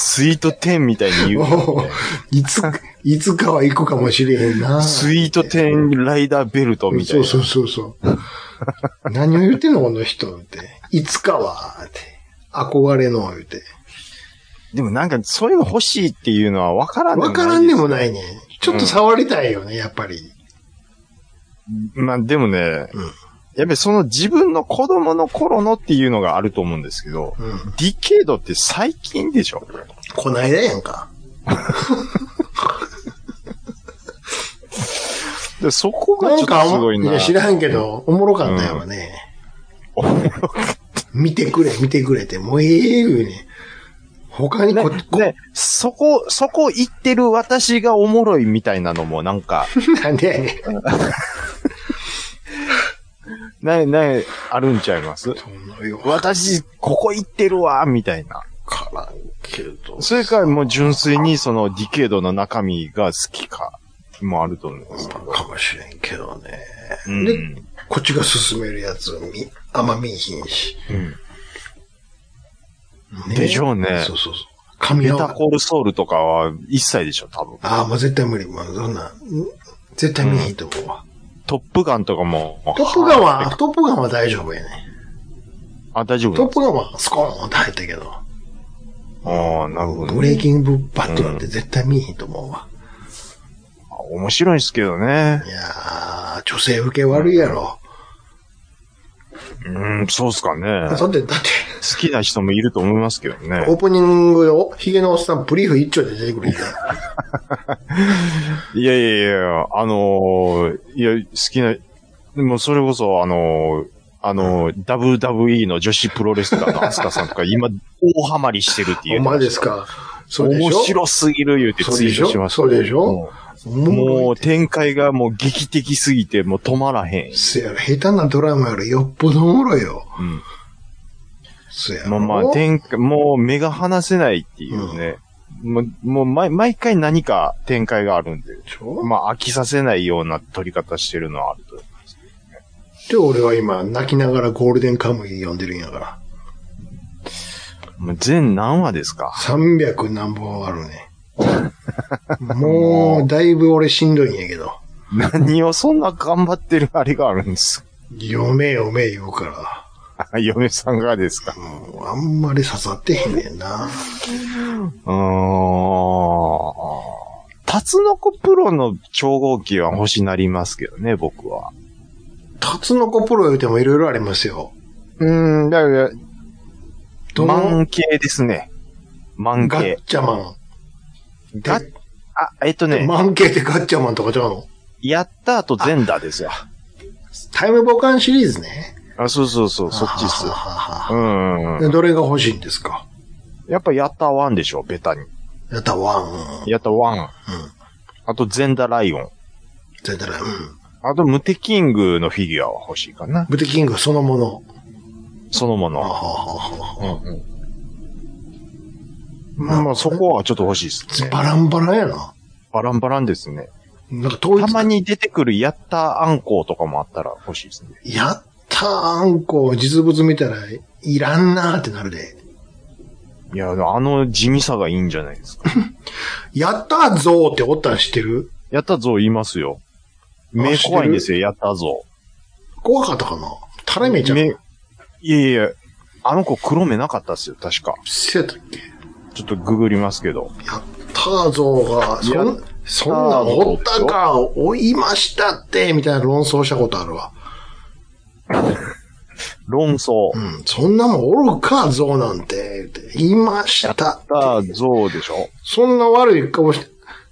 D: スイート10みたいに言う。
C: お <laughs> ういつ、いつかは行くかもしれへんな。
D: スイート10ライダーベルトみたい
C: そう
D: な。
C: そうそうそう。何を言ってんのこの人って。いつかは、って。憧れの、言うて。
D: でもなんか、そういうの欲しいっていうのは分からんでもない
C: わ
D: です。
C: からんでもないね。ちょっと触りたいよね、やっぱり。
D: まあでもね、
C: うん
D: やっぱりその自分の子供の頃のっていうのがあると思うんですけど、
C: うん。
D: ディケードって最近でしょ
C: こないだやんか。
D: でそこが
C: な
D: ちょ
C: ん
D: っと
C: か
D: すごい
C: い
D: な。
C: や知らんけど、おもろかったよね。
D: おもろかっ
C: 見てくれ、見てくれって、もうええよね。他にこ、
D: た
C: こ
D: ね、そこ、そこ行ってる私がおもろいみたいなのもなんか、
C: なんでやねん。
D: な、な、あるんちゃいます
C: そんなよ
D: 私、ここ行ってるわ、みたいな。
C: からんけど。
D: それからもう純粋にそのディケードの中身が好きか、もあると思うんですけど。
C: かもしれんけどね。
D: うん
C: でこっちが進めるやつ、み、あんま見えひんし。ね
D: でしょうね
C: そうそうそう。髪
D: メ
C: 合
D: タ
C: わ
D: コールソウルとかは一切でしょ、多分。
C: ああ、もう絶対無理。もうそんな、ん絶対見えひんと思うわ。
D: トップガンとかも。
C: トップガンは、トップガンは大丈夫やね。
D: あ、大丈夫
C: ト
D: な
C: ッ
D: んです
C: プガンはスコーンと入ったけど。
D: ああ、なるほど、
C: ブレイキングバットなんて絶対見えひんと思うわ。
D: 面白いですけどね。
C: いやー、女性受け悪いやろ。
D: うん、そうっすかね。
C: だって、だって、
D: 好きな人もいると思いますけど
C: オ
D: ね
C: ー。プニングよ、ヒゲのおっさん、ブリーフ一丁で出てくる人。
D: いやいやいや、あのーいや、好きな、でもそれこそ、あのーあのー WWE の女子プロレスラーのアスカさんとか、今、大ハマりしてるってい
C: ほ
D: う。
C: んまですか。そうでしょ
D: 面白すぎる言うてツイートしました。
C: そうでしょ
D: うんも
C: も
D: う展開がもう劇的すぎて、もう止まらへん
C: う、。せやろ、下手なドラマよりよっぽどおもろいよ。
D: うん。
C: せや
D: ま
C: ろ。
D: あまあ、展開、もう目が離せないっていうね。もう、もう毎、毎回何か展開があるんで。
C: でしょ
D: まあ、飽きさせないような取り方してるのはあると。
C: で、俺は今、泣きながらゴールデンカムイ読んでるんやから。
D: もう全何話です <laughs> か
C: 300何本ある
D: <laughs>
C: ね。もう、だいぶ俺しんどいんやけど。
D: 何をそんな頑張ってるあれがあるんですか
C: 読め読め言うか
D: <laughs>
C: ら。
D: 嫁さんがです <laughs> か
C: もうあんまり刺さってへんねんな。
D: うーん。タツノコプロの超合金は欲しなりますけどね、僕は。
C: タツノコプロ言うてもいろいろありますよ。
D: うーん、だから、
C: どの
D: 満系ですね。満
C: ガ
D: 系
C: ッ。チャマン。
D: ガッあ、えっとね、
C: マン系ってガッチャマンとかちゃうの
D: やった後全裸ですよ。
C: タイムボカンシリーズね。
D: あ、そうそうそう、そっちっす
C: は。はは
D: う
C: は
D: んうんうん。
C: でどれが欲しいんですか
D: やっぱやったワンでしょ、ベタに。
C: やったワン。
D: やったワン。
C: うん。
D: あと全裸ライオン。
C: 絶対だうん。
D: あとムテキングのフィギュアは欲しいかな。
C: ブテキングそのもの。
D: そのも
C: はは
D: の。
C: はは
D: うんうん。まあまあそこはちょっと欲しいですね。
C: バランバランやな。
D: バランバランですね。
C: なんか統一。
D: たま。に出てくるやったアンコウとかもあったら欲しいですね。
C: やったーあんこ、実物見たら、いらんなーってなるで。
D: いや、あの地味さがいいんじゃないですか。
C: やったーぞーっておったん知ってる
D: やったぞ言いますよ。目怖いんですよ、やったぞ。
C: 怖かったかなタラメちゃん。
D: 目、いやいや、あの子黒目なかったっすよ、確か。
C: せやったっけ
D: ちょっとググりますけど。
C: やったーぞーが、そ
D: やっ
C: ん、そんなんおったか、追いましたって、みたいな論争したことあるわ。
D: 論争
C: う。ん、そんなもんおるか、ゾウなんて、って言いました。
D: あ、象でしょ
C: そんな悪い顔して、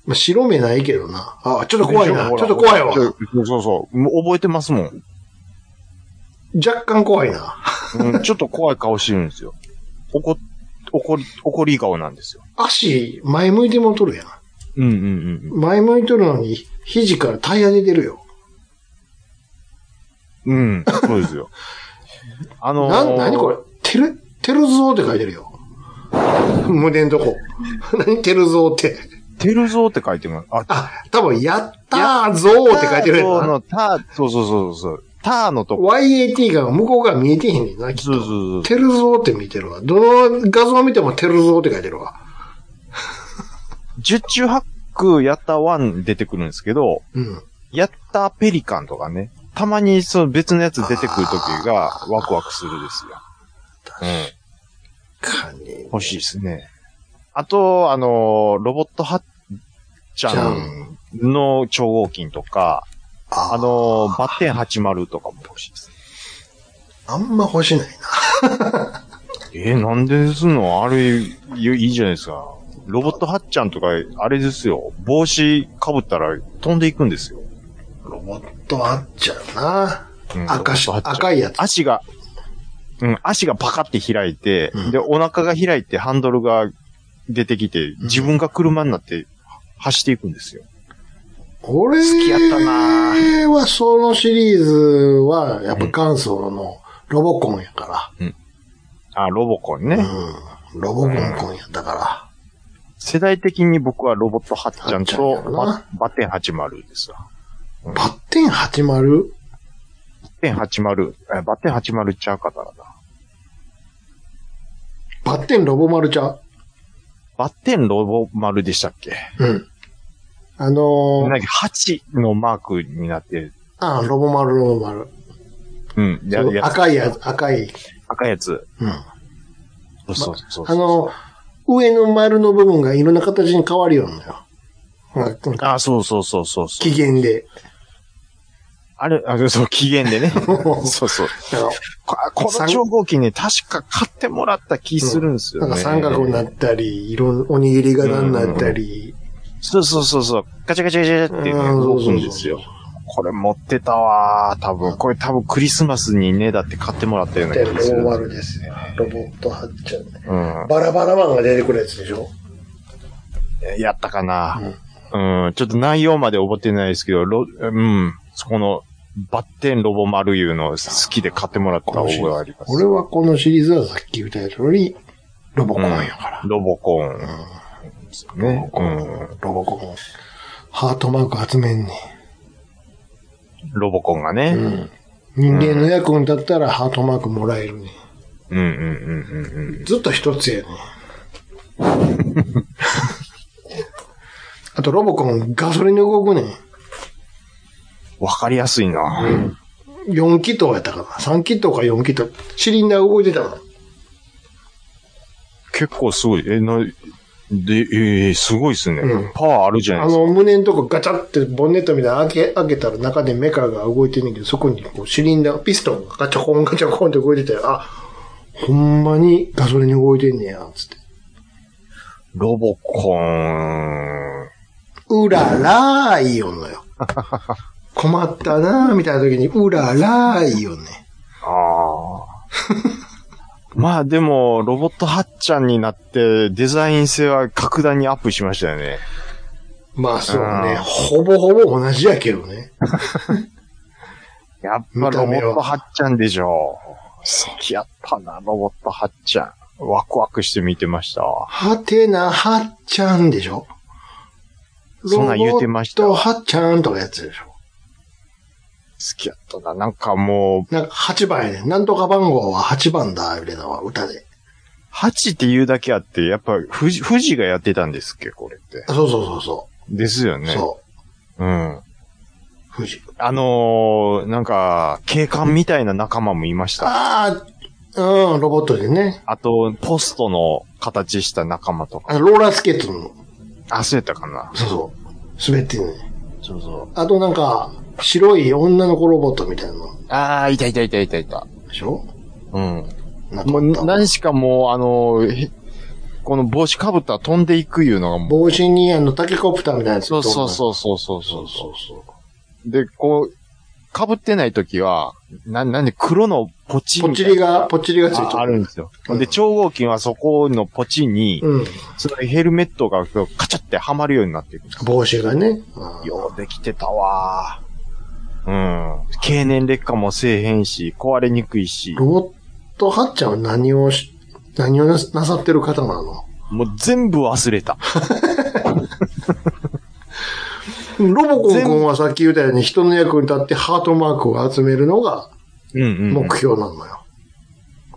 C: まあ、白目ないけどな。あ、ちょっと怖いな。ちょっと怖いわ。
D: ちょそうそう。もう覚えてますもん。
C: 若干怖いな。 <laughs>
D: うん、ちょっと怖い顔してるんですよ。怒、怒り、怒り顔なんですよ。
C: 足、前向いてもとるやん。
D: うんうんうん
C: 前向いとるのに、肘からタイヤ出てるよ。
D: うん。うん、そうです
C: <laughs>
D: よ。あの
C: な、
D: ー、
C: なにこれてる、てるぞーって書いてるよ。胸のとこ。 <laughs> 何てるぞーって。
D: テルゾーって書いてます。あ、
C: あ、多分、やったーぞーって書いてるや
D: ターゾー
C: んな。
D: のター、そうそうそうそう。ターのとこ。
C: YAT が向こう側見えてへんねんな、きっ
D: そうそう
C: と。
D: そう。
C: テルゾーって見てるわ。どの画像見てもテルゾーって書いてるわ。
D: 十中八九やったワン出てくるんですけど、
C: うん。
D: やったペリカンとかね、たまにその別のやつ出てくるときがワクワクするですよ。うん。
C: カニ。
D: 欲しいですね。あと、あの、ロボットハッちゃ
C: じゃ
D: んの超合金とか、
C: あ
D: あ
C: あ
D: の、
C: の、
D: バッテン80とかも欲しいですね。
C: あんま欲しないな。
D: えーなんですんのあれ、いいいじゃないですか。ロボットハッちゃんとか、あれですよ。帽子かぶったら飛んでいくんですよ。
C: ロボットあっちゃうな。
D: うん
C: 赤し、
D: ロボットハッちゃん
C: 赤いやつ。
D: 足が、うん、足がパカって開いて、
C: うん
D: で、お腹が開いてハンドルが出てきて、自分が車になって走っていくんですよ。
C: 俺
A: きやったな
C: はそのシリーズは、やっぱ元祖のロボコンやか
D: あ、ロボコン
C: ら。
D: ね。
C: うん。ロボコンコンやったから。
D: 世代的に僕はロボットハッちゃん
C: ハ
D: と
C: ッちゃんや
D: バ
C: な
D: バッテン80ですわ。
C: バッテン80
D: バッテン80、えバッテン80ちゃうかったらな。
C: バッテンロボ丸ちゃう
D: バッテンロボ丸でしたっけ
C: うん。あ
D: な
C: の
D: んだっ
C: ー、
D: け ?8 のマークになってる。
C: あロボ丸ロボ丸。
D: うん。や
C: そう
D: や
C: 赤いやつ、赤い。
D: 赤いやつ。
C: うん。
D: そうそうそう
C: あの、上の丸の部分がいろんな形に変わるようになるよ。なんか
D: あ、そうそうそうそうそう。
C: 機嫌で。
D: あれ、あそう、機嫌
C: <laughs>
D: でね。そうそう。
C: だか
D: ここの
C: 三
D: 超合金ね、確か買ってもらった気するんですよね。
C: らなんか三角になったり、いろん、おにぎり型になったり。
D: そうそうそうそう。ガチャガチャガチャガチャってね、
C: うん
D: 動くんですよ。これ持ってたわー多分。これ多分クリスマスにね、だって買ってもらったような
C: で、
D: 気がす
C: ロ
D: る
C: ボ。丸ですよ。ロボットハッチャーね。
D: うん。
C: バラバラマンが出てくるやつでしょ
D: やったかな。うん。ちょっと内容まで覚えてないですけど、ロうん。そこの、バッテンロボ丸ユの好きで買ってもらった覚えがあります。
C: 俺はこのシリーズはさっき言ったより、ロボコンやから。
D: ロボコン。ですよね。うん。
C: ロボコン。ハートマーク集めんね。
D: ロボコンがね。
C: うん。人間の役に立ったらハートマークもらえるね。
D: うんうんうんうんうん。
C: ずっと一つやね。あとロボコンガソリンで動くね。
D: わかりやすいな。
C: 4気筒やったかな。3気筒か4気筒。シリンダー動いてたの。
D: 結構すごい。え、な、で、えーすごいっすね、
C: うん
D: パワーあるじゃな
C: あ
D: いですか。
C: の、胸のとこガチャってボンネットみたいなの開け、開けたら中でメカが動いてんねんけど、そこにこうシリンダー、ピストンがガチャコンガチャコンって動いてたよ。あ、ほんまにガソリンで動いてんねや、つって。
D: ロボコン。
C: うららーいいよ
D: <laughs>
C: んのよ。困ったなーみたいな時に、うららーいいよね。
D: ああ。 <laughs> まあでも、ロボットハッちゃんになって、デザイン性は格段にアップしましたよね。
C: まあそうね。
D: あー
C: ほぼほぼ同じやけどね。
D: やっぱロボットハッちゃんでしょう。好きやったな、ロボットハッちゃん。ワクワクして見てましたわ。
C: はてなはっちゃんでしょ
D: そんなん言うてました
C: ロボットはっちゃんとかやつでしょ
D: 好きやったな。なんかもう、
C: なんか8番やね。なんとか番号は8番だ、言うてたわ、歌で。
D: 8って言うだけあって、やっぱ、富士、富士がやってたんですっけ、これって。
C: あそうそうそうそ
D: ですよ
C: う。
D: ね。
C: そう。
D: うん。
C: 富士。
D: あのー、なんか、警官みたいな仲間もいました。
C: ああ、うん、ロボットでね。
D: あと、ポストの形した仲間とか。
C: あの、ローラースケートの、
D: あ、そうやったかな。
C: そうそう。滑ってんね。
D: そうそう。
C: あとなんか、白い女の子ロボットみたいなの。
D: あー、いたいたいたいたいた。
C: でしょ
D: うん。
C: なん
D: も
C: かあった
D: う、何しかもう、あのー、へこの帽子かぶったら飛んでいくいうのがもう、
C: 帽子にあのタケコプターみたいなやつ
D: そうそう
C: う。
D: そうそうそう
C: そ
D: そうう
C: そう
D: で、こう、かぶってない時は、な、なんで黒のポチ
C: ポ
D: みた
C: ッチ
D: いな
C: リが、ポッチリがついて
D: ああるんですよ。
C: うん
D: で、超合金はそこのポチに、
C: うん。
D: そのヘルメットがカチャってはまるようになってるんです
C: 帽子がね。あー
D: ようできてたわーうん。経年劣化もせえへんし、壊れにくいし
C: ロ、ボットハッチャーは何をし、何をななさってる方なの
D: もう全部忘れた。
C: <laughs> ロボコン君はさっき言ったように人の役に立ってハートマークを集めるのが
D: うんうん。
C: 目標なのよ。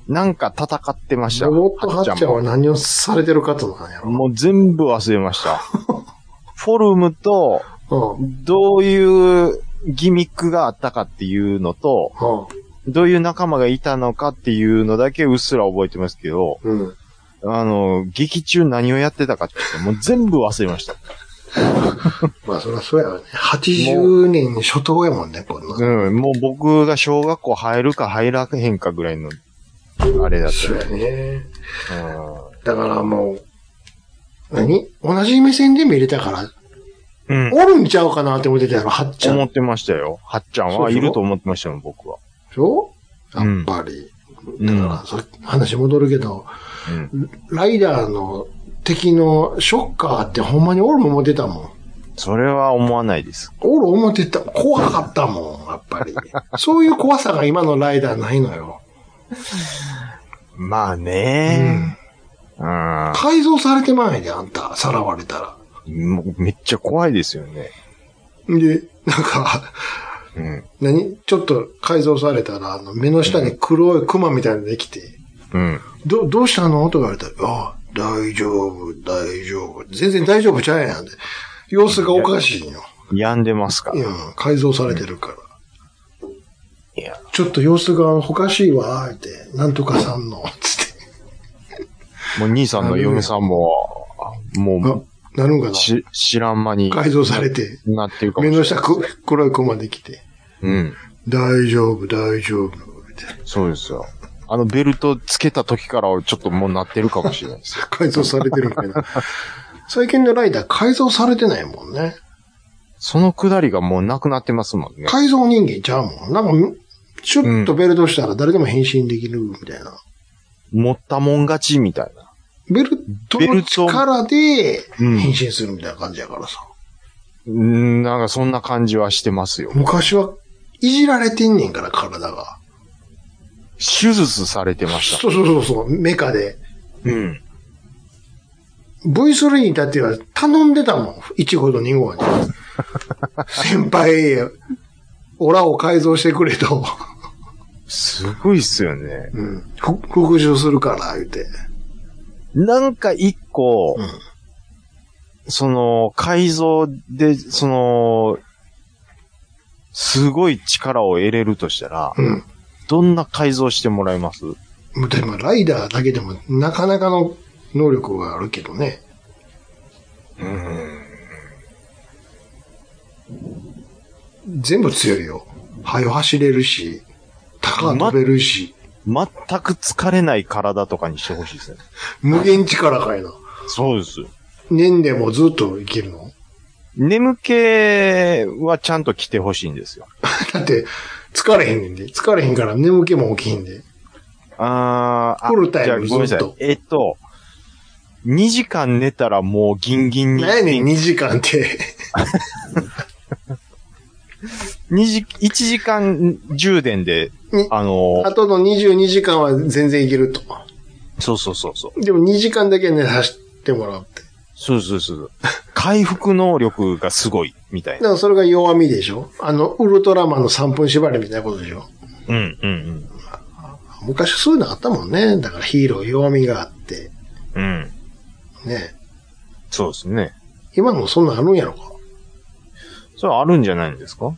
D: なんか戦ってました。
C: ロボットハッチャーは
D: はっち
C: 何をされてる方なん
D: ゃ
C: や
D: んももう全部忘れました。フォルムと、
C: ろ。うん。うん。
D: どういうギミックがあったかっていうのと、どういう仲間がいたのかっていうのだけうっすら覚えてますけど、
C: うん。
D: あの、劇中何をやってたかっていうのもう全部忘れました。
C: まあ、そりゃそうやわね。80年初頭やもんね、こんな。
D: うん、もう僕が小学校入るか入らへんかぐらいの、あれだっ
C: そうやね。
D: た。うん
C: だからもう、何同じ目線で見れたから、
D: うん。
C: おるんちゃうかなって思ってたやろ、はっちゃん。
D: 思
C: で
D: ってましたよ。はっちゃん
C: そう
D: は
C: で
D: い
C: しょ
D: ると思ってましたよ、僕は。
C: しょや
D: う
C: っ
D: ん
C: ぱり。
D: うん
C: だから、さ話戻るけど、
D: うん。
C: ライダーの敵のショッカーってほんまにおる思ってたもん。
D: それは思わないです。
C: おる思ってた。怖かったもん、やっぱ
D: <laughs>
C: り。そういう怖さが今のライダーないのよ。
D: まあ
C: うん
D: ね。うん。
C: 改造されてまいで、あんた、さらわれたら。
D: もうめっちゃ怖いですよね。
C: で、なんか、
D: うん。
C: 何ちょっと改造されたら、あの、目の下に黒いクマみたいなのできて、
D: うん。
C: ど、どうしたのとか言われたら、ああ、大丈夫、大丈夫。全然大丈夫ちゃうやんで。様子がおかしいよ。
D: 病んでますか
C: う
D: ら。
C: ん、改造されてるから。
D: いや。
C: ちょっと様子がおかしいわ、って。なんとかさんの、つって。
D: もう兄さんの嫁さんも、も
C: あ、なるん
D: う、
C: かな
D: し、知らん間に、
C: 改造されて、
D: なってるかも
C: 目
D: しれ
C: の
D: ない。
C: 下く黒いコマできて、
D: うん。
C: 大丈夫、大丈夫、みたいな。
D: そうですよ。あのベルトつけた時からちょっともうなってるかもしれないですよ。 <laughs>
C: 改造されてるみたいな。最近のライダー改造されてないもんね。
D: そのくだりがもうなくなってますもんね。
C: 改造人間ちゃうもん。なんか、ちょっとベルトしたら誰でも変身できるみたいな。
D: 持ったもん勝ちみたいな。
C: ベルト
D: ベ
C: の
D: ルト
C: 力で
D: うん
C: 変身するみたいな感じやからさ。
D: うん、なんかそんな感じはしてますよ。
C: 昔はいじられてんねんから、体が。
D: 手術されてました。
C: そうそうそうそう、メカで。
D: うん。
C: V3 に至っては頼んでたもん。1号と2号に。 <laughs> 先輩、オラを改造してくれと。
D: すごいっすよね。
C: うん。ふ復讐するから、言うて。
D: なんか一個、
C: うん
D: その、改造で、その、すごい力を得れるとしたら、
C: うん。
D: どんな改造してもらえます
C: もうでも、ライダーだけでも、なかなかの能力があるけどね。全部強いよ。はよ走れるし、高飛べるし、
D: 全く疲れない体とかにしてほしいですね。
C: 無限力かいな。
D: そうです。
C: 年齢もずっといけるの <laughs>
D: 眠気はちゃんと来てほしいんですよ。
C: だって、疲れへんねんで。疲れへんから眠気も起きへんで。
D: あーあ、
C: フルタイム
D: じゃあごめんなさ
C: ずっ
D: い。
C: と
D: えっと、2時間寝たらもうギンギンに。
C: 何やねん、2時間って。
D: 二時、1時間充電で
C: に、
D: あの
C: あとの22時間は全然いけると。
D: そうそうそうそう。
C: でも2時間だけね、走ってもらうって。
D: そうそうそう。回復能力がすごい、みたい
C: だか
D: な。
C: らそれが弱みでしょあの、ウルトラマンの3分縛りみたいなことでしょ
D: うん、うん、
C: 昔そういうのあったもんね。だからヒーロー弱みがあって、
D: うん。うん。
C: ね。
D: そうですね。
C: 今のもそんなんあるんやろか。
D: それはあるんじゃないんですか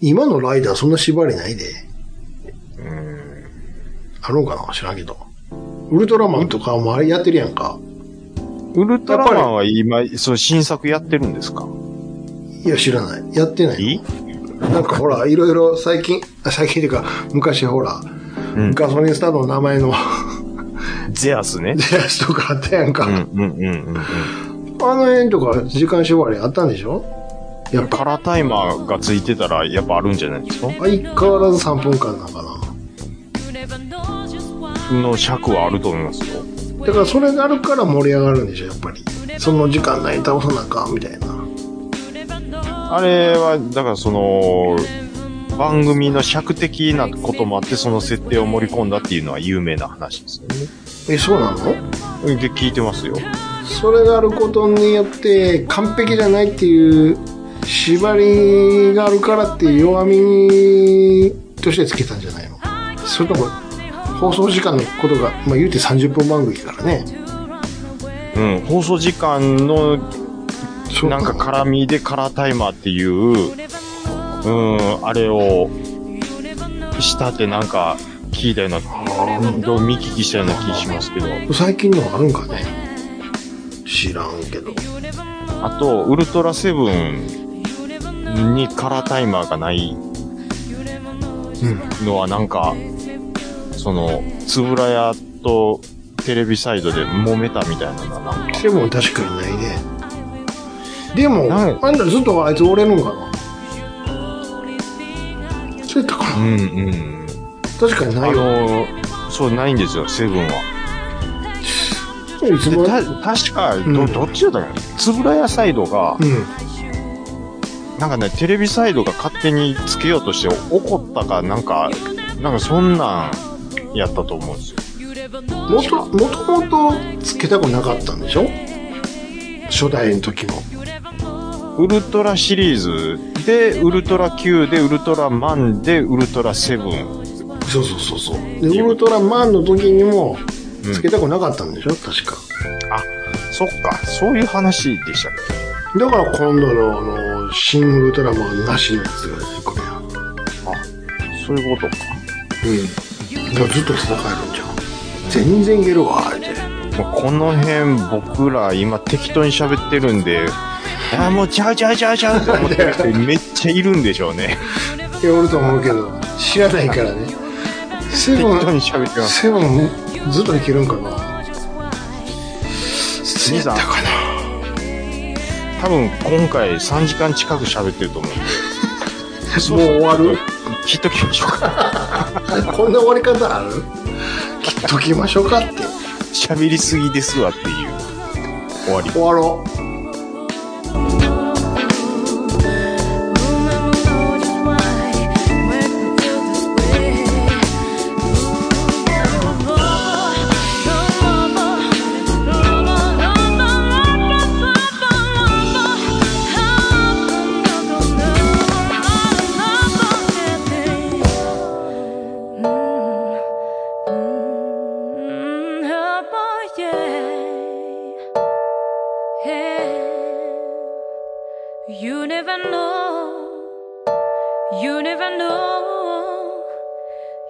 C: 今のライダーそんな縛りないで。
D: うん。
C: あるんかな知らんけど。ウルトラマンとかもあれやってるやんか。
D: ウルトラマンは今、そう、新作やってるんですか
C: いや、知らない。やってない
D: い
C: の。なんかほら、いろいろ <laughs> 最近、あ最近っていうか、昔ほら、
D: ん
C: ガソリンスタンドの名前の <laughs>
D: ゼアスね。
C: やつとかあったやんか。
D: うん、うん、うん、うん。
C: あの辺とか時間縛りあったんでしょやっぱ、
D: カラータイマーがついてたら、やっぱあるんじゃないですか
C: 相変わらず3分間なんかな。
D: の尺はあると思いますよ。
C: だからそれがあるから盛り上がるんでしょ、やっぱり。その時間内に倒さなあかん、みたいな。
D: あれは、だからその、番組の尺的なこともあって、その設定を盛り込んだっていうのは有名な話ですよね。
C: え、そうなの
D: うんで、聞いてますよ。
C: それがあることによって、完璧じゃないっていう、縛りがあるからっていう弱みとしてつけたんじゃないのそれとも、放送時間のことが、まあ、言うて30分番組からね。
D: うん、放送時間の
C: そう
D: なんか絡みでカラータイマーっていう、うん、あれをしたってなんか聞いたような、うん見聞きしたような気しますけど。
C: 最近のあるんかね知らんけど。
D: あと、ウルトラセブンにカラータイマーがないのはなんか、その、つぶらやとテレビサイドで揉めたみたいなのがなんか。
C: でも確かにないね。でも、
D: ない
C: あんたずっとあいつ折れるんかなそうやったか
D: う
C: なん
D: うん。
C: 確かにな
D: あ
C: いよ。
D: の、そう、ないんですよ、セブンは。
C: いつ
D: で
C: も。
D: た確かど、
C: うん
D: どっちだったかなつぶらやサイドが、
C: うん。
D: なんかね、テレビサイドが勝手につけようとして怒ったか、なんか、なんかそんなんやったと思うんですよ。
C: もと、もともとつけたくなかったんでしょ初代の時も。
D: ウルトラシリーズで、ウルトラ Q で、ウルトラマンで、ウルトラセブン。
C: そうそうそうそう。で、ウルトラマンの時にも
D: うん
C: つけたくなかったんでしょ、確か。
D: そっか、そういう話でしたっ
C: だから今度の、あの、新ウルトラマンなしのやつが出てくるやん。うん。
D: けそういうことか。
C: だからずっと戦えるんじゃん。全然いけるわ、あれで。
D: もうこの辺、僕ら今適当に喋ってるんで、あーもうちゃうちゃうちゃうちゃうって思ってる人めっちゃいるんでしょうね。
C: いや、おると思うけど、知らないからね。セ
D: 適
C: ブ
D: 当に
C: ン、
D: 喋ってます。
C: セブンね、ずっといけるんかな。
D: 兄さん
C: だから
D: 多分今回3時間近く喋ってると思うんで。
C: もう終わる
D: 切っときましょうか。
C: こんな終わり方 <laughs> ある切っときましょうかって。
D: 喋りすぎですわっていう。終わり。
C: 終わろう。
F: You never know. You never know.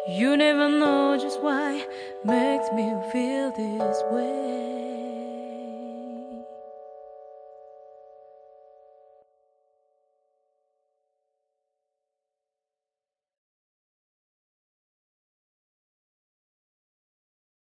F: You never know just why makes me feel this way.